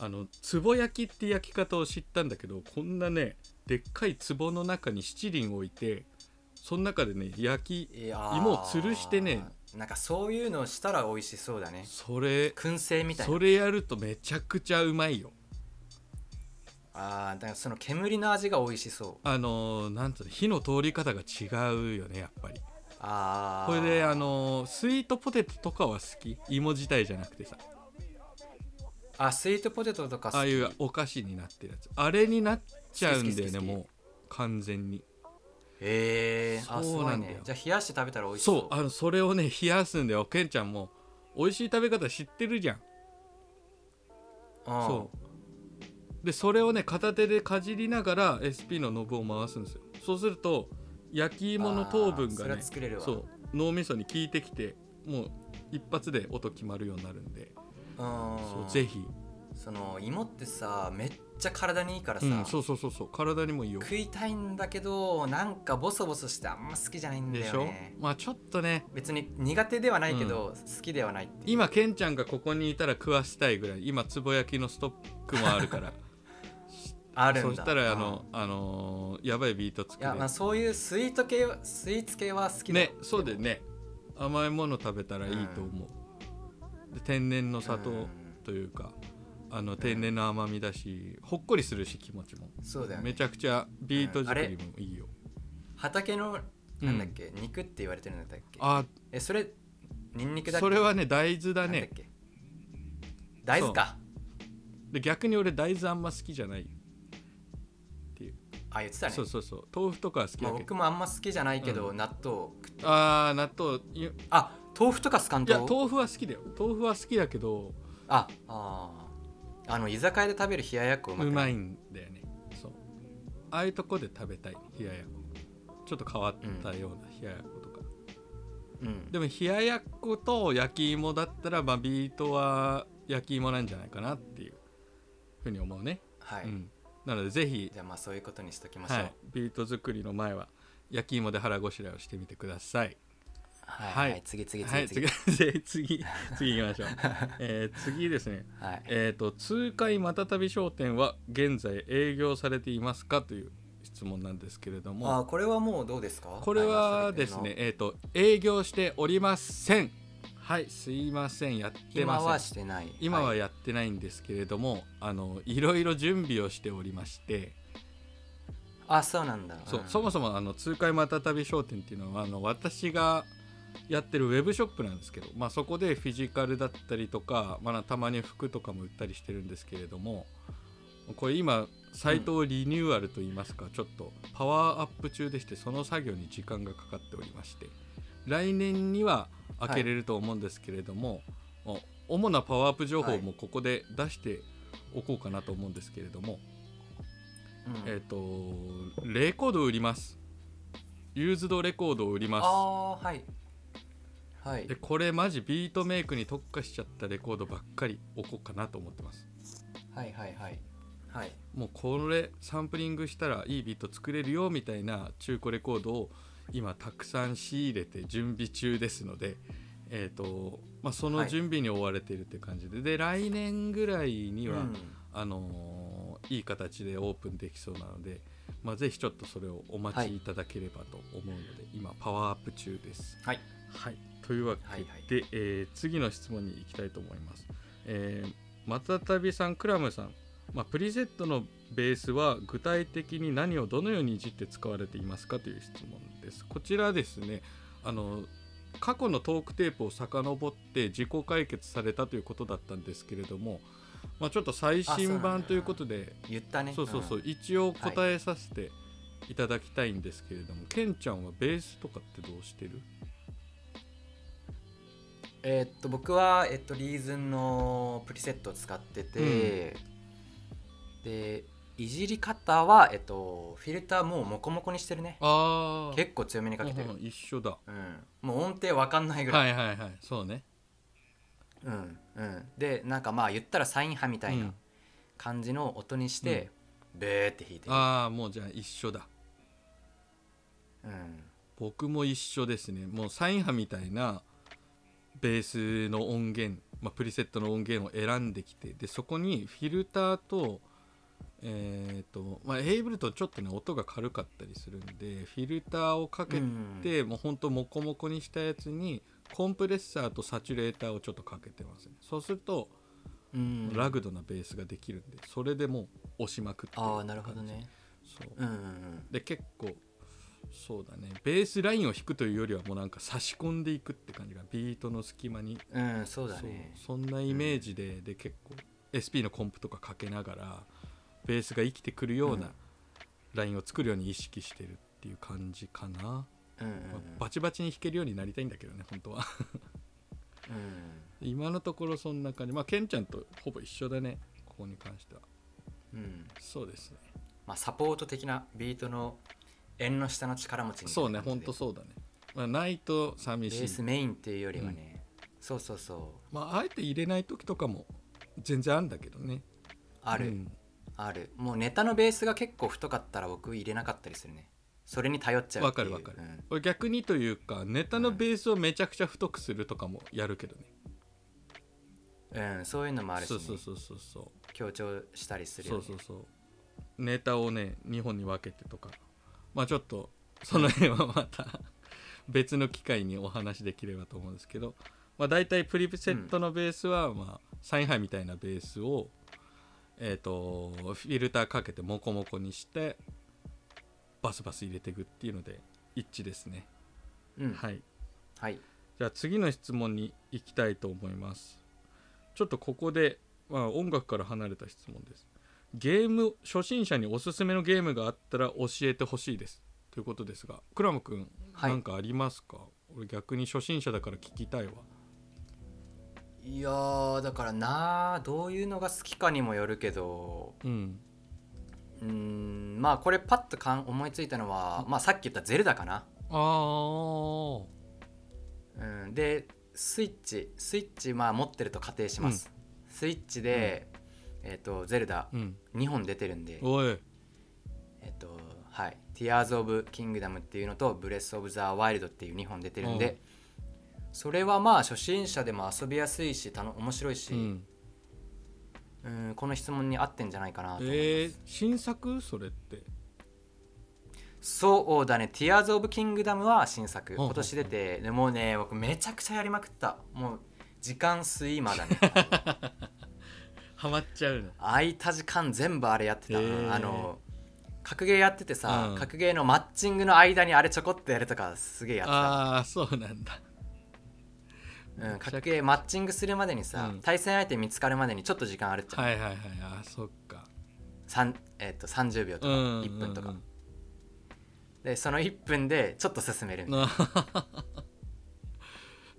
A: あの壺焼きって焼き方を知ったんだけどこんなねでっかい壺の中に七輪を置いてその中でね焼き
B: いやー
A: 芋を吊るしてね
B: なんかそういうのしたら美味しそうだね
A: それ
B: 燻製みたいな
A: それやるとめちゃくちゃうまいよ
B: あーだからその煙の味が美味しそう
A: あのーなんつうの火の通り方が違うよねやっぱり
B: ああ
A: これであのースイートポテトとかは好き芋自体じゃなくてさ
B: あスイートポテトとか好き
A: ああいうお菓子になってるやつあれになっちゃうんだよね
B: 好き好き好き
A: もう完全に
B: へえあす
A: そう
B: ご
A: ないんだよ
B: ねじゃあ冷やして食べたら美味しそう
A: そうあのそれをね冷やすんだよケンちゃんも美味しい食べ方知ってるじゃん
B: うん
A: そうでそれをね片手でかじりながら SP のノブを回すんですよそうすると焼き芋の糖分
B: あーそ
A: が
B: れ
A: ね
B: は作れるわ
A: そう脳みそに効いてきてもう一発で音決まるようになるんで、
B: うん
A: そうぜひ、
B: その芋ってさめっちゃ体にいいからさ、
A: うん、そうそうそうそう体にもいいよ
B: 食いたいんだけどなんかボソボソしてあんま好きじゃないんだ
A: でし
B: よ
A: ょ
B: ね
A: まあちょっとね
B: 別に苦手ではないけど、好きではないっていう
A: 今ケンちゃんがここにいたら食わせたいぐらい今つぼ焼きのストックもあるから
B: あるんだ
A: そしたらあの、あのーやばいビート
B: い
A: 作れ
B: や、
A: る
B: まあ、そういうスイート系はスイーツ系は好きだ
A: ねそうだよね甘いもの食べたらいいと思う、で天然の砂糖
B: うん
A: というか、あの天然の甘みだしほっこりするし気持ちも、
B: そうだよね
A: めちゃくちゃビート作りもいいよ、
B: 畑の
A: うん
B: なんだっけ、肉って言われてるんだっけ
A: あ
B: えそれニンニクだっけ
A: それはね大豆だ
B: なんだっ
A: ね
B: け大豆か
A: で逆に俺大豆あんま好きじゃないよ
B: あ言ってたね
A: そうそうそう豆腐とかは好きだ
B: ま
A: け
B: あ、
A: ど
B: 僕もあんま好きじゃないけど、
A: う
B: 納豆食って
A: あー納豆い
B: あ豆腐とかスカン
A: いや
B: と
A: 豆腐は好きだよ豆腐は好きだけど
B: ああーあの居酒屋で食べる冷ややっこう
A: う
B: まく
A: ま
B: ない
A: いんだよねそうああいうとこで食べたい冷ややっこちょっと変わったような冷ややっことか、
B: うん
A: でも冷ややっこと焼き芋だったら、まあ、ビートは焼き芋なんじゃないかなっていうふうに思うね、
B: はい、
A: うん、なのでぜひ
B: じ、ゃあまあそういうことにしときましょう
A: はい、ビート作りの前は焼き芋で腹ごしらえをしてみてください
B: はい、
A: は
B: はいい次次
A: はい
B: 次次
A: 次次次次行き ましょう、えー次ですね
B: はい、
A: えー、と通海またたび商店は現在営業されていますかという質問なんですけれど
B: あ
A: も
B: これはもうどうですか
A: これはですね、えー、と営業しておりませんはいすいませんやって
B: 今
A: ま
B: は
A: せん
B: してない
A: 今は
B: はい
A: やってないんですけれども、あのいろいろ準備をしておりまして
B: あそうなんだ
A: そう
B: うん
A: そもそもあの通海またたび商店っていうのはあの私がやってるウェブショップなんですけど、まあ、そこでフィジカルだったりとか、まあ、たまに服とかも売ったりしてるんですけれどもこれ今サイトをリニューアルといいますか、ちょっとパワーアップ中でしてその作業に時間がかかっておりまして来年には開けれると思うんですけれども、もう主なパワーアップ情報もここで出しておこうかなと思うんですけれども、
B: うん
A: えっ、とレコードを売りますユーズドレコードを売りま
B: あーはいはい
A: すでこれマジビートメイクに特化しちゃったレコードばっかり置こうかなと思ってます
B: はいはいはいはい
A: もうこれサンプリングしたらいいビート作れるよみたいな中古レコードを今たくさん仕入れて準備中ですのでえっ、とまあその準備に追われているって感じで、で来年ぐらいには、
B: うん
A: あのーいい形でオープンできそうなので、まあ、ぜひちょっとそれをお待ちいただければと思うので、今パワーアップ中です。
B: はい
A: はい、というわけで、
B: はいはい
A: えー次の質問に行きたいと思います。えーまたたびさんクラムさん、まあ、プリセットのベースは具体的に何をどのようにいじって使われていますかという質問です。こちらですねあの過去のトークテープを遡って自己解決されたということだったんですけれども、まあ、ちょっと最
B: あそうな
A: 新
B: んだ
A: 版ということで
B: 言ったね
A: そうそうそう、
B: ん
A: 一応答えさせていただきたいんですけれども、ケンちゃんはベースとかってどうしてる
B: えーっと僕は、えっと、リーズンのプリセットを使ってて、でいじり方は、えっと、フィルターもうモコモコにしてるね
A: あ
B: 結構強めにかけてる、
A: 一緒だ
B: うん、もう音程わかんないぐらい、
A: はいはいはいそうね
B: うんうん、でなんかまあ言ったらサイン派みたいうなん感じの音にして、ベーって弾いてる、
A: ああもうじゃあ一緒だ
B: うん、
A: 僕も一緒ですねもうサイン波みたいなベースの音源、まあ、プリセットの音源を選んできてでそこにフィルターとえっ、とまあエイブルトンちょっとね音が軽かったりするんでフィルターをかけて、もうほんとモコモコにしたやつにコンプレッサーとサチュレーターをちょっとかけてますねそうすると
B: うん、
A: ラグドなベースができるんでそれでもう押しまくって
B: ああなるほどね
A: そう
B: うんうんうん
A: で結構そうだねベースラインを弾くというよりはもうなんか差し込んでいくって感じがビートの隙間に
B: うん、そうだね
A: そうそんなイメージで、で結構 SP のコンプとかかけながらベースが生きてくるよう
B: う
A: なんラインを作るように意識してるっていう感じかな、
B: うんうん
A: まあバチバチに弾けるようになりたいんだけどね本当は
B: うん、
A: 今のところそんな感じまあケンちゃんとほぼ一緒だねここに関しては
B: うんうん
A: そうですね
B: まあ、サポート的なビートの縁の下の力持ちみたいな
A: そうね
B: 感
A: 本
B: じで
A: 当そうだね、まあ、ないと寂
B: ベ
A: しい
B: ースメインっていうよりはね、そうそうそう
A: まあ、あえて入れない時とかも全然あんだけどね
B: ある、
A: うん
B: あるもうネタのベースが結構太かったら僕入れなかったりするねそれに頼っちゃうっていう
A: わかるわか
B: る、
A: 俺逆にというかネタのベースをめちゃくちゃ太くするとかもやるけどね、
B: うんうんそういうのもあるし、
A: そ
B: ね、
A: うそうそうそうそう
B: 強調したりする
A: そ
B: よ、
A: う
B: ね、
A: そうそうネタをね2本に分けてとかまあちょっとその辺はまた 別の機会にお話できればと思うんですけど、まあ、大体プリセットのベースは、まあ、サインハイみたいなベースを、えー、とフィルターかけてモコモコにしてバスバス入れていくっていうので一致ですね、
B: うん
A: はい
B: はい
A: じゃあ次の質問に行きたいと思いますちょっとここで、まあ、音楽から離れた質問ですゲーム初心者におすすめのゲームがあったら教えてほしいですということですがクラム君
B: はい
A: 何かありますか、俺逆に初心者だから聞きたいわ
B: いやーだからなーどういうのが好きかにもよるけど
A: うん
B: うーんまあこれパッとかん思いついたのは、まあ、さっき言った「ゼルダ」かな、
A: あー
B: うん、でスイッチスイッチまあ持ってると仮定します、スイッチで、えっ、と「ゼルダ
A: うん」
B: 2本出てるんで
A: おい
B: えっ、とはい「Tears of Kingdom」っていうのと「Breath of the Wild」っていう2本出てるんで、それはまあ初心者でも遊びやすいしたの面白いし、
A: う
B: うん
A: ん、
B: この質問に合ってんじゃないかなと思います、
A: えー、新作それって
B: そうだね「Tears of Kingdom」は新
A: ほ
B: 作
A: うほう
B: 今年出てでもうね僕めちゃくちゃやりまくったもう時間スイマーだ ね
A: ハマっちゃうの
B: 空いた時間全部あれやってた、
A: へー
B: あの格ゲーやっててさ、
A: うん
B: 格ゲーのマッチングの間にあれちょこっとやるとかすげえやっ
A: ああそうなんだ
B: てた、うん、格ゲーマッチングするまでにさ、
A: うん
B: 対戦相手見つかるまでにちょっと時間あるっちゃん、
A: はいはいはいあーそっか
B: さんえっと30秒と
A: う
B: か
A: ん
B: 1分とか、
A: うん
B: でその1分でちょっと進めるみたいな
A: な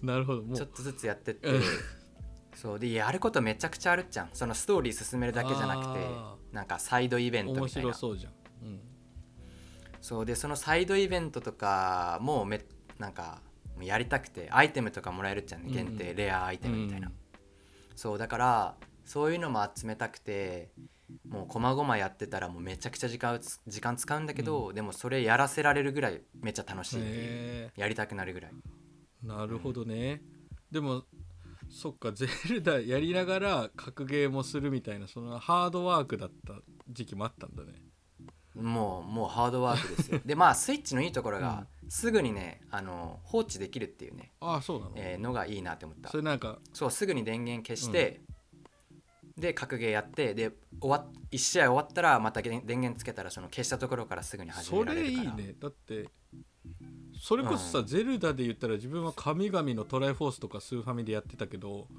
A: なるほども
B: ちょっ
A: う
B: とずつやってって
A: うん
B: そうでやることめちゃくちゃあるっちゃんそのストーリー進めるだけじゃなくて
A: あ
B: なんかサイドイベント
A: 面
B: みたい
A: 白
B: な
A: そうじゃん、うん、
B: そうでそのサイドイベントとかもめなんかもうやりたくてアイテムとかもらえるっちゃんね
A: うんうん
B: 限定、レアアイテムみたいな、
A: うん
B: そうだからそういうのも集めたくてもうこまごまやってたらもうめちゃくちゃ時間うつ時間使うんだけど、でもそれやらせられるぐらいめっちゃ楽しいっていう
A: へ
B: やりたくなるぐらい
A: ーなるほどねでもそっかゼルダやりながら格ゲーもするみたいなそのハードワークだった時期もあったんだね
B: もうもうハードワークで すよでまあスイッチのいいところが、すぐにねあの放置できるっていうね、
A: ああそうなの、
B: えーのがいいなって思った
A: それなんか
B: そうすぐに電源消して、で格ゲーやってで終わ1試合終わったらまた電電源つけたらその消したところからすぐに始
A: そ
B: められ
A: れ
B: る
A: い
B: か
A: い
B: ら
A: ねだってそれこそさ、
B: うん
A: ゼルダで言ったら自分は神々のトライフォースとかスーファミでやってたけど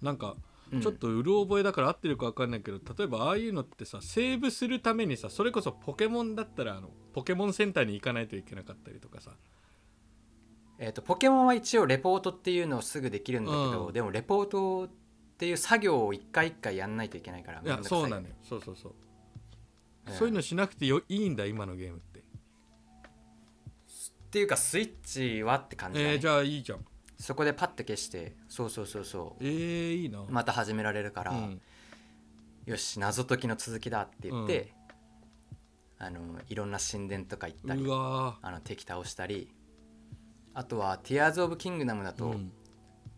A: なんか
B: うん
A: ちょっとうる覚えだから合ってるか分かんないけど例えばああいうのってさセーブするためにさそれこそポケモンだったらあのポケモンセンターに行かないといけなかったりとかさ
B: えー、とポケモンは一応レポートっていうのをすぐできるんだけど、
A: うん
B: でもレポートっていう作業を一回一回やんないといけないから
A: い
B: めん
A: や
B: どくさい
A: そうなのよそうそうそう、
B: ええ
A: そういうのしなくてよいいんだ今のゲームって、
B: っていうかスイッチはって感じだね、
A: えー、じゃあいいじゃん
B: そこでパッと消してそうそうそうそう
A: えー、いいな、
B: また始められるから、
A: うん、
B: よし謎解きの続きだって言って、あのいろんな神殿とか行ったり
A: うわ
B: あの敵倒したりあとは「Tears of Kingdom」だ
A: ー、
B: と、
A: うん、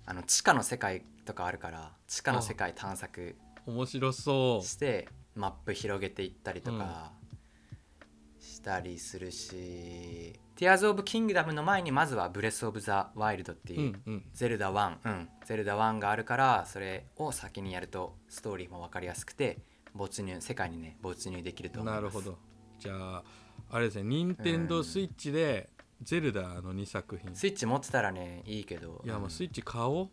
B: あの地下の世界とかあるから地下の世界探索
A: 面白そ
B: してマップ広げていったりとかしたりするし「Tears of Kingdom」の前にまずは「Breath of the Wild」って
A: うう
B: いうん
A: うん
B: ゼルダ1、うん、ゼルダ1があるからそれを先にやるとストーリーも分かりやすくて没入世界にね没入できると思いま
A: な
B: す
A: るほどじゃああれですね任天堂スイッチでゼルダの2作品、
B: スイッチ持ってたらねいいけど
A: いやもうスイッチ買お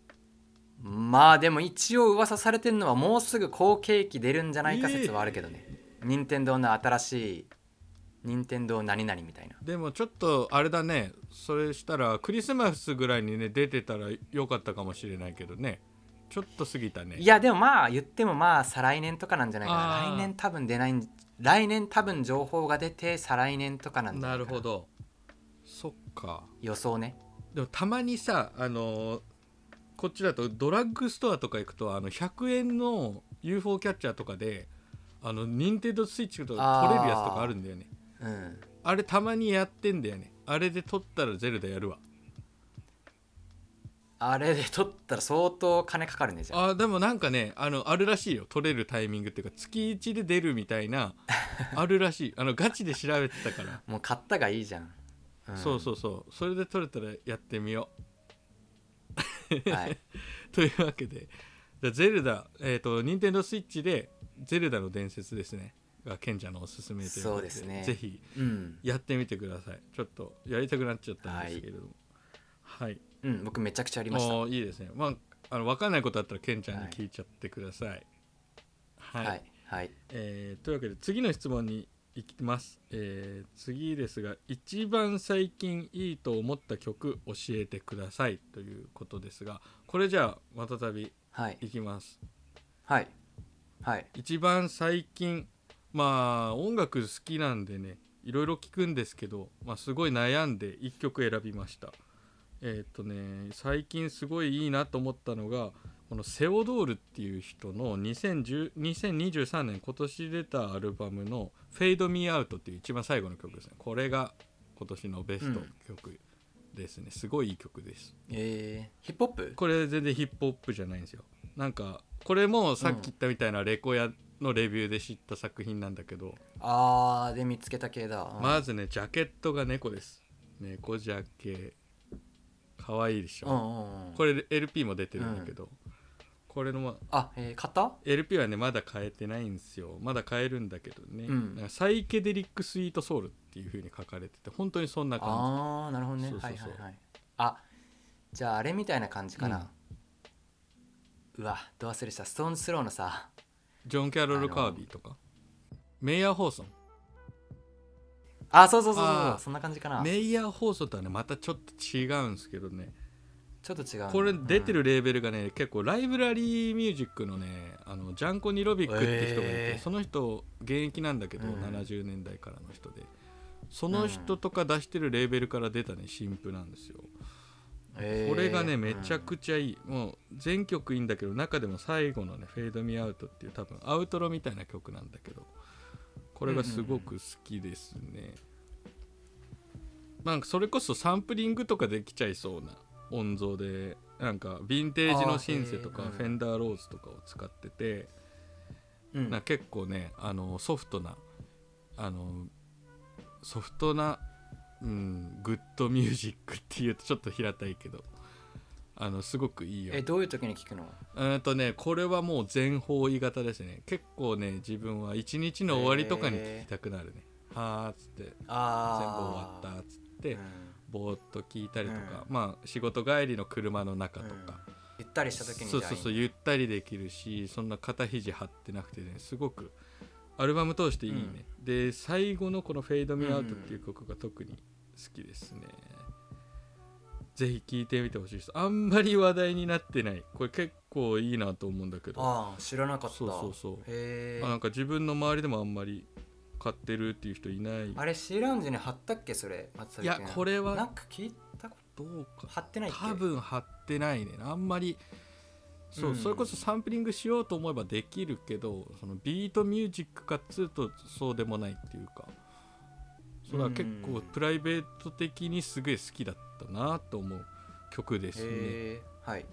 A: う
B: まあでも一応噂されてるのはもうすぐ後継機出るんじゃないか説はあるけどね、任天堂の新しい任天堂何々みたいな
A: でもちょっとあれだねそれしたらクリスマスぐらいにね出てたらよかったかもしれないけどねちょっと過ぎたね
B: いやでもまあ言ってもまあ再来年とかなんじゃないか
A: あー
B: な来年多分出ないん来年多分情報が出て再来年とかなんじゃ
A: ないる
B: か
A: ほどそっか
B: 予想ね
A: でもたまにさあのーこっちだとドラッグストアとか行くとあの100円の UFO キャッチャーとかであの任天堂スイッチとか取れるやつとかあるんだよね
B: うん
A: あれたまにやってんだよねあれで取ったらゼルダやるわ
B: あれで取ったら相当金かかるねじゃあ
A: あでもなんかねあのあるらしいよ取れるタイミングっていうか月1で出るみたい なあるらしいあのガチで調べてたから、
B: もう買ったがいいじゃん、ん
A: そうそうそうそれで取れたらやってみよ
B: うはい、
A: う というわけでじゃあゼルダえっ、と任天堂スイッチで「ゼルダの伝説」ですねが賢者のおすすめということで
B: そうですね
A: ぜひ
B: うん
A: やってみてくださいちょっとやりたくなっちゃったんですけれどもはい、
B: うん、僕めちゃくちゃありました
A: もういいですねまああの分かんないことあったらケンちゃんに聞いちゃってくださいはい、
B: はいはい
A: えーというわけで次の質問に行きます、えー次ですが一番最近いいと思った曲教えてくださいということですがこれじゃあまたたび
B: はい
A: 行きます
B: はいはい
A: 一番最近まあ音楽好きなんでねいろいろ聞くんですけど、まあ、すごい悩んで1曲選びましたえーっ、とね最近すごいいいなと思ったのがこのセオドールっていう人の2010 2023年今年出たアルバムの「Fade Me Out」っていう一番最後の曲ですねこれが今年のベスト曲ですね、すごいいい曲です
B: えー、ヒップホップ
A: これ全然ヒップホップじゃないんですよなんかこれもさっき言ったみたいなレコヤのレビューで知った作品なんだけど、
B: あーで見つけた系だ、うん
A: まずねジャケットが猫です猫ジャケかわいいでし
B: うんう
A: ょ、
B: んうん
A: これ LP も出てるんだけど、これの、ま、
B: あえー、買った
A: LP はねまだ買えてないんですよまだ買えるんだけどね、
B: うん
A: なんかサイケデリックスイートソウルっていう風に書かれてて本当にそんな感
B: ああなるほどね
A: そうそうそう
B: はいはいはいあじゃああれみたいな感じかな、うわど忘れしたストーンズスローのさ
A: じジョン・キャロル・カービーとかメイヤー・ホーソン
B: あそうそうそうそ
A: あ
B: う
A: ー
B: そんな感じかな
A: メイヤー放送とはねまたちょっと違うんですけどね
B: ちょっと違うね
A: これ出てるレーベルがね、結構ライブラリーミュージックのねあのジャンコ・ニロビックって人がいて、
B: えー
A: その人現役なんだけど、
B: うん
A: 70年代からの人でその人とか出してるレーベルから出たね新譜なんですよ、
B: うんえー
A: これがねめちゃ
B: ち
A: くちゃいい、もう全曲いいんだけど中でも最後のね「フェード・ミ・アウト」っていう多分アウトロみたいな曲なんだけどこれがすごく好きですね、まあそれこそサンプリングとかできちゃいそうな音像でなんかヴィンテージのシンセとか
B: あーへーうん
A: フェンダーローズとかを使ってて、
B: ゃ、うん
A: なんか結構ねあのソフトなあのソフトな、うん、グッドミュージックっていうとちょっと平たいけどあのすごくいいよ
B: えどういう時に聞くの
A: うんとねこれはもう全方位型ですね結構ね自分は一日の終わりとかに聞きたくなるね、はあっつって全部終
B: あ
A: わ
B: あ
A: ったっつって、
B: うん
A: ぼーっと聞いたりとか、まあ仕事帰りの車の中とか、
B: うんゆったりした時に
A: そうそうそう
B: う
A: ゆったりできるしそんな肩肘張ってなくてねすごくアルバム通していいね、で最後のこの「フェイド・ミ・アウト」っていう曲が特に好きですね、ぜひ聴いてみてほしいですあんまり話題になってないこれ結構いいなと思うんだけど
B: ああ知らなかった
A: そうそうそう
B: へ
A: あな
B: え
A: んか自分の周りでもあんまり買ってるっていう人いない
B: あれシーラウンジに貼ったっけそれ松
A: いやこれは
B: なんか聞いたこ
A: どうか
B: と貼ってないっけ
A: 多分貼ってないねあんまりそう、
B: うん
A: それこそサンプリングしようと思えばできるけどそのビートミュージックかっつうとそうでもないっていうかそれは結
B: う
A: 構
B: ん
A: プライベート的にすげえ好きだったなと思う曲ですね。
B: へーはい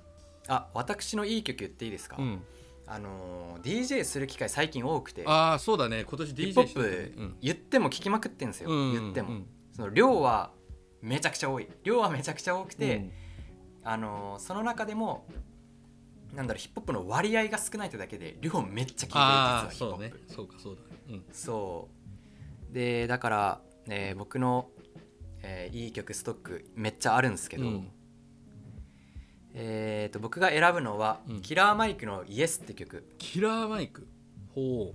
B: あ私のいい曲言っていいですか、
A: うん、
B: あのー DJ する機会最近多くて
A: ああそうだね今年
B: ヒッ
A: DJ
B: プホッ
A: してたね
B: プ言っても聞きまくってんですよ、
A: うん、
B: 言っても、
A: うんうん
B: その量はめちゃくちゃ多い量はめちゃくちゃ多くて、
A: うん
B: あのーその中でもなんだろうヒップホップの割合が少ないってだけで量めっちゃ聞いてる実
A: ああ
B: はヒップ
A: そ
B: ホ
A: う
B: ッ
A: ね
B: プ
A: そうかそうだね、うん、
B: そうでだから、えー僕の、えーいい曲ストックめっちゃあるんですけど、
A: うん
B: えー、と僕が選ぶのは、
A: うん
B: キラーマイクの「イエスって曲、
A: キラーマイクほ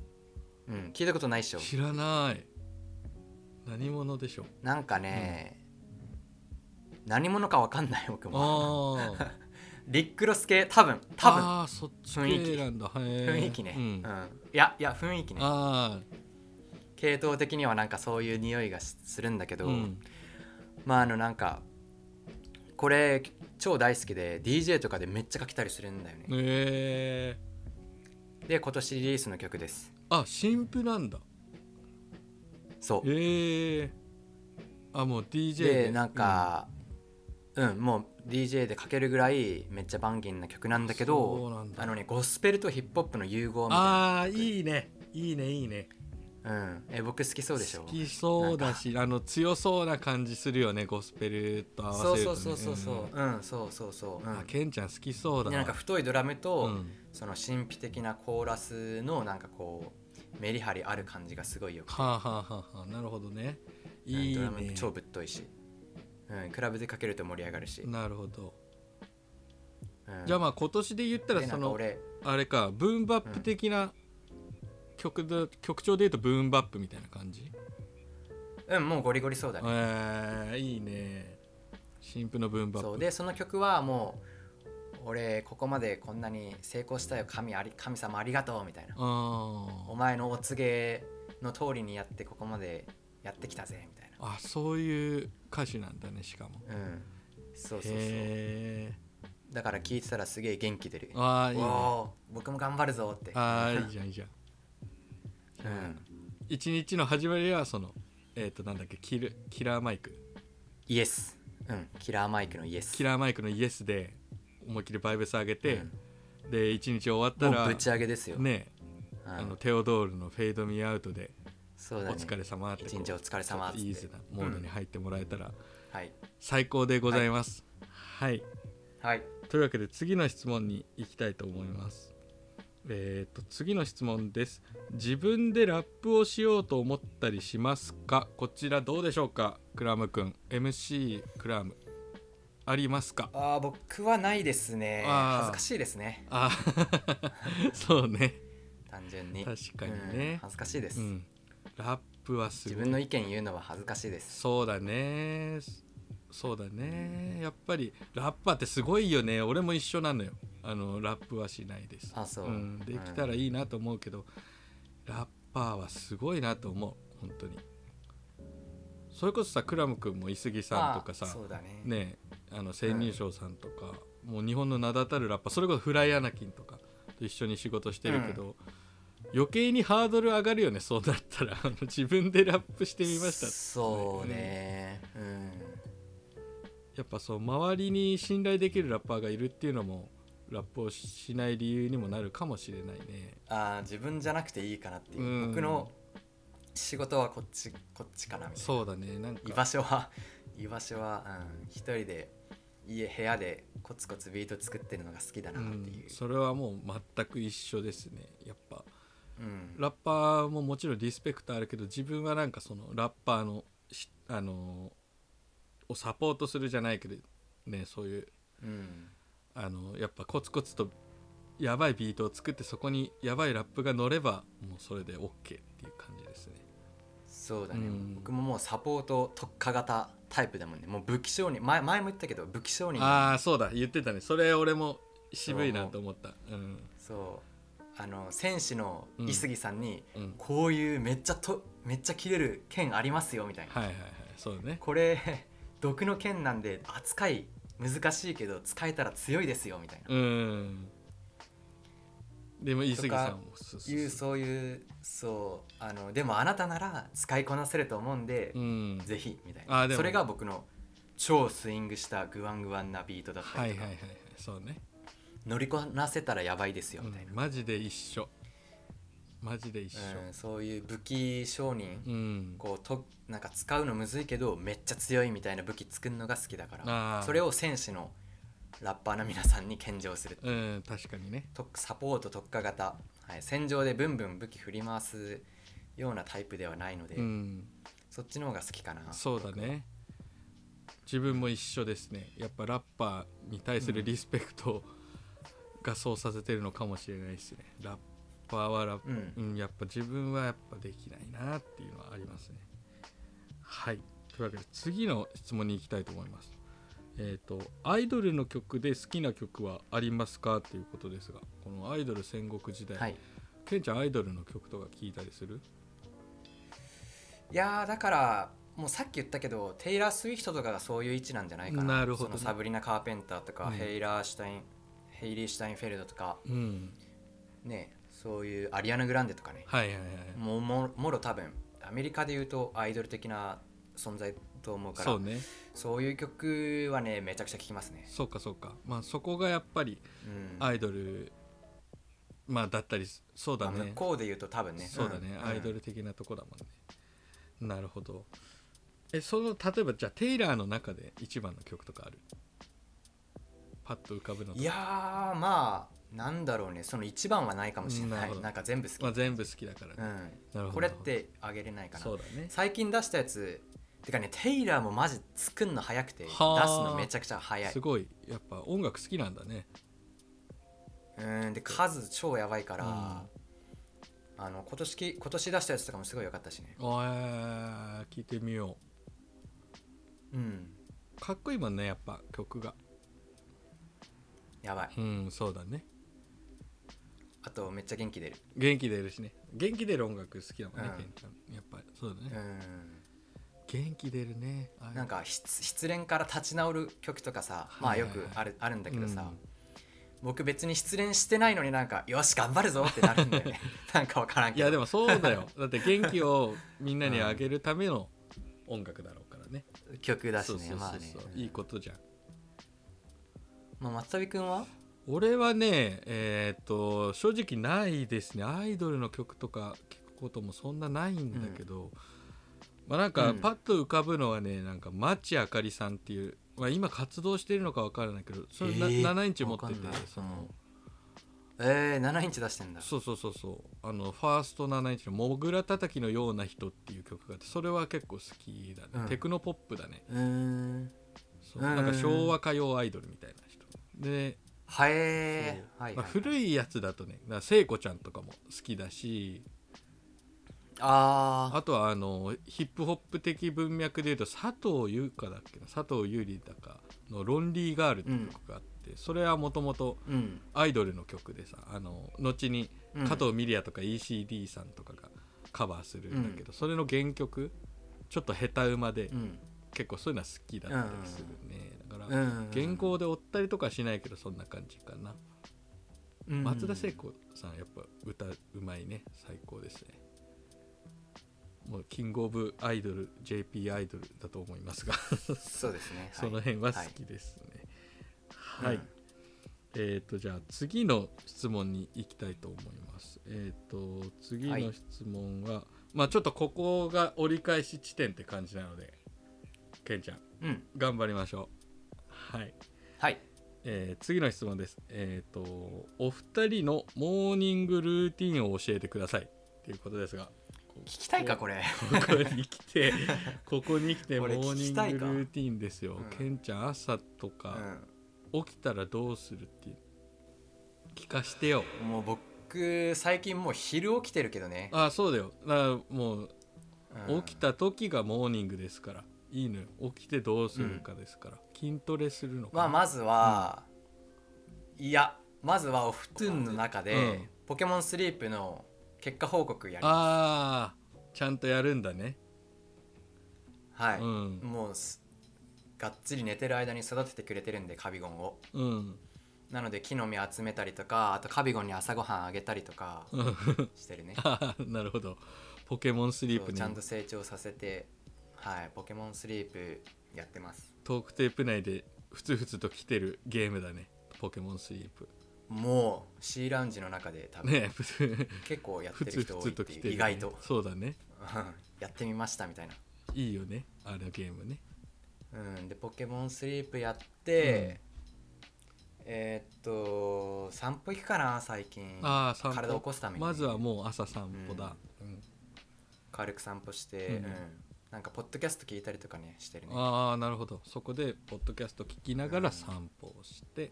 B: うん、聞いたことないっし
A: う
B: ょ
A: 知らない何者でしょう
B: なんかね、何者かわかんない僕も
A: ああ
B: リックロス系多分多分
A: ああそっち
B: 雰囲気
A: 系なんだ雰
B: 雰囲気ね、
A: う
B: うん
A: ん、
B: いやいや雰囲気ね
A: あ
B: 系統的にはなんかそういう匂いがしするんだけ
A: あ
B: ど、
A: うん
B: まああのなんかこれ超大好きで DJ とかでめっちゃ書きたりするんだよね、
A: えー、
B: で今年リリースの曲です
A: あ新婦なんだ
B: そう
A: ええー、あもう DJ で
B: でなんか、うんもう DJ でかけるぐらいめっちゃバンギンな曲なんだけど
A: そうなんだ
B: あのねゴスペルとヒップホップの融合みたいな
A: ああいいねいいねいいね
B: うん、え僕好きそうでしょ
A: 好きそうだしあの強そうな感じするよねゴスペルと合わ
B: そ
A: せ
B: う
A: る
B: そ
A: と、
B: う
A: ね、
B: そうそうそううんそうそうそう、う
A: うんあ
B: ん、
A: ケンちゃん好きそうだ
B: でなんか太いドラムと、
A: うん
B: その神秘的なコーラスのなんかこうメリハリある感じがすごいよくて
A: はあ、はあはあはあ、なるほどね
B: うん
A: いい
B: ド
A: ね
B: ラム超ぶっといし、うん、クラブでかけると盛り上がるし、
A: なるほど
B: うん
A: じゃあまあ今年で言ったら
B: で
A: そ
B: なんか
A: の
B: 俺
A: あれかブーンバップ的な曲だ、曲調で言うとブーンバップみたいな感じ
B: うんもうゴリゴリそうだね
A: えー、いいね新婦のブーンバップ
B: そうでその曲はもう俺ここまでこんなに成功したよ神あり神様ありがとうみたいな
A: あ
B: お
A: ー
B: 前のお告げの通りにやってここまでやってきたぜみたい
A: あそういう歌詞なんだねしかも
B: なうんそうそうそう
A: へえ
B: だから聴いてたらすげえ元気出る
A: あーいいね
B: おー僕も頑張るぞって
A: あーいいじゃんいいじゃん
B: うん、
A: 一日の始まりはそのえっ、となんだっけキルキラーマイク
B: イエス、うん、キラーマイクのイエス
A: キラーマイクのイエスで思いっきりバイブス上げて、
B: うん
A: で一日終わった
B: もう
A: ら
B: ぶち上げですよ、
A: ね
B: うん
A: あのテオドールのフェードミーアウトで
B: そう
A: お
B: だね
A: 疲れ様ってこう
B: 一日お疲れ様っつって
A: いいぜなモードに入ってもらえたら
B: はい
A: 最高でございますはい、
B: はい
A: というわけで次の質問に行きたいと思いますえっ、と次の質問です自分でラップをしようと思ったりしますかこちらどうでしょうかクラムくん MC クラムありますか
B: あー僕はないですね
A: あー
B: 恥ずかしいですね
A: あ そうね
B: 単純に
A: 確かにね
B: うん恥ずかしいです、
A: うんラップはす
B: 自
A: ごい
B: 分の意見言うのは恥ずかしいです
A: そうだねそうだねやっぱりラッパーってすごいよね俺も一緒なのよあのラップはしないです
B: あそう、
A: ん、できたらいいなと思うけど、ラッパーはすごいなと思う本当にそれこそさクラム君もイスギさんとかさ
B: あーそうだね
A: ねあの千人賞さんとか、もう日本の名だたるラッパーそれこそフライアナキンとかと一緒に仕事してるけど、余計にハードル上がるよねそうなったらあの自分でラップしてみました
B: そうねうん、
A: やっぱそう周りに信頼できるラッパーがいるっていうのもラップをしない理由にもなるかもしれないね
B: あー自分じゃなくていいかなっていう、
A: うん
B: 僕の仕事はこっちこっちかなみたいな
A: そうだねなん
B: 居
A: か
B: 場所は居場所は、うん、一人で家部屋でコツコツビート作ってるのが好きだ
A: う
B: なって
A: ん
B: いう、
A: それはもう全く一緒ですねやっぱ
B: うん
A: ラッパーももちろんリスペクトあるけど自分はなんかそのラッパーのしあのーをサポートするじゃないけどねそういう
B: うん
A: あのやっぱコツコツとやばいビートを作ってそこにやばいラップが乗ればもうそれで OK っていう感じですね
B: そうだね、
A: うん
B: 僕ももうサポート特化型タイプだもんねもう武器商人前前も言ったけど武器商人
A: ああそうだ言ってたねそれ俺も渋いなと思ったうん
B: そうあの戦士の伊杉さんに、
A: うん
B: こういうめっちゃとめっちゃ切れる剣ありますよみたいな、
A: はいはいはいそうね
B: これ毒の剣なんで扱い難しいけど使えたら強いですよみたいな、
A: うんでも言い過ぎさんもすす
B: いうそういうそうあのでもあなたなら使いこなせると思うんで、
A: うん
B: ぜひみたい
A: あ
B: な
A: でも
B: それが僕の超スイングしたグワングワンなビートだった
A: はい
B: り
A: はい
B: とか、
A: はいはいそうね、
B: 乗りこなせたらやばいですよ
A: う
B: みたい
A: ん
B: な、、
A: マジで一緒マジで一緒
B: うんそういう武器商人、
A: うん、
B: こうとなんか使うのむずいけどめっちゃ強いみたいな武器作るのが好きだか
A: あ
B: ら
A: ー
B: それを戦士のラッパーの皆さんに献上する
A: うん、確かにね
B: とサポート特化型、はい、戦場でブンブン武器振り回すようなタイプではないので、
A: うん
B: そっちの方が好きかな
A: そうだね自分も一緒ですねやっぱラッパーに対するリスペクトがそうさせてるのかもしれないですねラッパーはラッパー
B: うん
A: うん、やっぱ自分はやっぱできないなっていうのはありますねはいというわけで次の質問に行きたいと思いますえっ、とアイドルの曲で好きな曲はありますかということですがこのアイドル戦国時代、
B: はい
A: ケンちゃんアイドルの曲とか聞いたりする
B: いやーだからもうさっき言ったけどテイラー・スウィフトとかがそういう位置なんじゃないかな
A: なるほどね
B: そのサブリナ・カーペンターとか、
A: うん
B: ヘイラー・シュタインヘイリー・シュタインフェルドとか
A: うん
B: ねそういうアリアナ・グランデとかね
A: はいはいはい
B: もうももろ多分アメリカで言うとアイドル的な存在と思うから
A: そ
B: そうう,、
A: ね
B: いう曲はねめちゃくちゃ聴きますね、
A: そうかそうかまあそこがやっぱり
B: うん
A: アイドルまあだったりそうだ
B: まあ
A: ね
B: 向こうで言うと多分ね
A: そうだね、
B: ん
A: アイドル的なとこだもんね、なるほどえその例えばじゃあテイラーの中で一番の曲とかあるパッと浮かぶのとか
B: いやーまあなんだろうねその一番はないかもしれ
A: な
B: な
A: るほ
B: い
A: ど
B: なんか全部好き、
A: まあ、全部好きだからね、なるほ
B: うん、
A: ど
B: これってあげれないかな
A: そうだね
B: 最近出したやつてかねテイラーもマジ作んの早くて出す
A: はー
B: のめちゃくちゃ早い
A: すごいやっぱ音楽好きなんだね
B: うんで数超やばいから、
A: うん
B: あの今年き今年出したやつとかもすごい良かったしね
A: あー聞いてみよ
B: うん
A: うかっこいいもんねやっぱ曲が
B: やばい
A: うんそうだね
B: あとめっちゃ元気出る
A: 元気出るしね元気出る音楽好きだもんね、
B: うん
A: ケンちゃんやっぱりそうだね、
B: うん
A: 元気出るねああいう
B: なんか失失恋から立ち直る曲とかさま
A: は
B: あ
A: い
B: よ
A: はいはい
B: くあるあるんだけどさ、
A: うん
B: 僕別に失恋してないのになんかよし頑張るぞってなるんだ よねなんかわからん
A: い
B: けど
A: やでもそうだよだって元気をみんなにあげるための音楽だろうからね、
B: 曲 だし
A: そう
B: ね
A: そう
B: ま
A: そ
B: あ
A: う
B: ね
A: そう、
B: うん
A: いいことじゃん
B: まあ松旅君は
A: 俺はねえーっと正直ないですねアイドルの曲とか聞くこともそんなないんだけど、まあなんか
B: うん
A: パッと浮かぶのはねなんか町あかりさんっていう、まあ、今活動してるのか分からないけどそれな、
B: えー
A: 7インチ持ってて
B: わかんない
A: その、
B: うんえー、7インチ出してんだ
A: そうそうそうそうあのファースト7インチの「もぐらたたきのような人」っていう曲があってそれは結構好きだね、
B: うん
A: テクノポップだね
B: うーん
A: そう
B: うんうん
A: な
B: うん
A: んか昭和歌謡アイドルみたいな人で、
B: はえ
A: そう
B: ー、はいはい、
A: まあ、古いやつだとねだから聖子ちゃんとかも好きだし
B: あー
A: あとはあのヒップホップ的文脈でいうと佐藤優香だっけな佐藤優里だかの「ロンリーガール」っていう曲があって、それはもともと
B: うん
A: アイドルの曲でさあの後に
B: うん
A: 加藤ミリアとか ECD さんとかがカバーするんだけど、それの原曲ちょっと下手馬で、
B: うん
A: 結構そういうのは好きだったりするね、だから、
B: うん
A: 原稿で追ったりとかはしないけどそんな感じかな、
B: うん
A: 松田聖子さんやっぱ歌うまいね最高ですねもうキングオブアイドル JP アイドルだと思いますが
B: そうですね、はい
A: その辺は好きですねはい、
B: うん
A: えっ、とじゃあ次の質問に行きたいと思いますえっ、と次の質問は、まあちょっとここが折り返し地点って感じなのでケンちゃん
B: うん
A: 頑張りましょうはい
B: はい
A: えー次の質問です。えっ、と、お二人のモーニングルーティンを教えてくださいということですが、
B: 聞きたいかこれ
A: ここに来 て、ここに来てモ
B: これ
A: ー
B: 聞
A: ニ
B: き
A: ン
B: たいか
A: グルーティンですよ。
B: うん
A: ケンちゃん、朝とか、起きたらどうするっていう聞かしてよ。
B: うんもう僕最近もう昼起きてるけどね、
A: あ、そうだよ。だからもう、
B: うん
A: 起きた時がモーニングですから、いいのよ。起きてどうするかですから、筋トレするのかな。
B: まあまずは、いやまずはお布団の中で、
A: うん
B: ポケモンスリープの結果報告やりま
A: あーちゃんとやるんだね。
B: すはい、
A: うん
B: もうすがっつり寝てる間に育ててくれてるんでカビゴンを
A: うん。
B: なので木の実集めたりとかあとカビゴンに朝ごはんあげたりとか
A: うん
B: してるね
A: あーなるほどポケモンスリー
B: そ
A: プ
B: う
A: に
B: ちゃんと成長させてはいポケモンスリープやってます
A: トークテープ内でふつふつと来てるゲームだねポケモンスリープ
B: もう C ラウンジの中で多分、
A: ね ふつ
B: 結構やっ
A: ふ
B: て
A: つ
B: る
A: ふ
B: 人多い
A: つ
B: って
A: と
B: い
A: 来
B: う、
A: てる、ね、
B: 意外と
A: そうだね
B: やってみましたみたいない
A: いよねあのゲームね
B: うん、でポケモンスリープやって、えーっと散歩行くかな最近
A: ああ散歩
B: 体起こすためにね、
A: まずはもう朝散歩だ、うん
B: 軽く散歩して、
A: うん
B: うんなんかポッドキャスト聞いたりとかねしてるね
A: ああなるほどそこでポッドキャスト聞きながら散歩をして、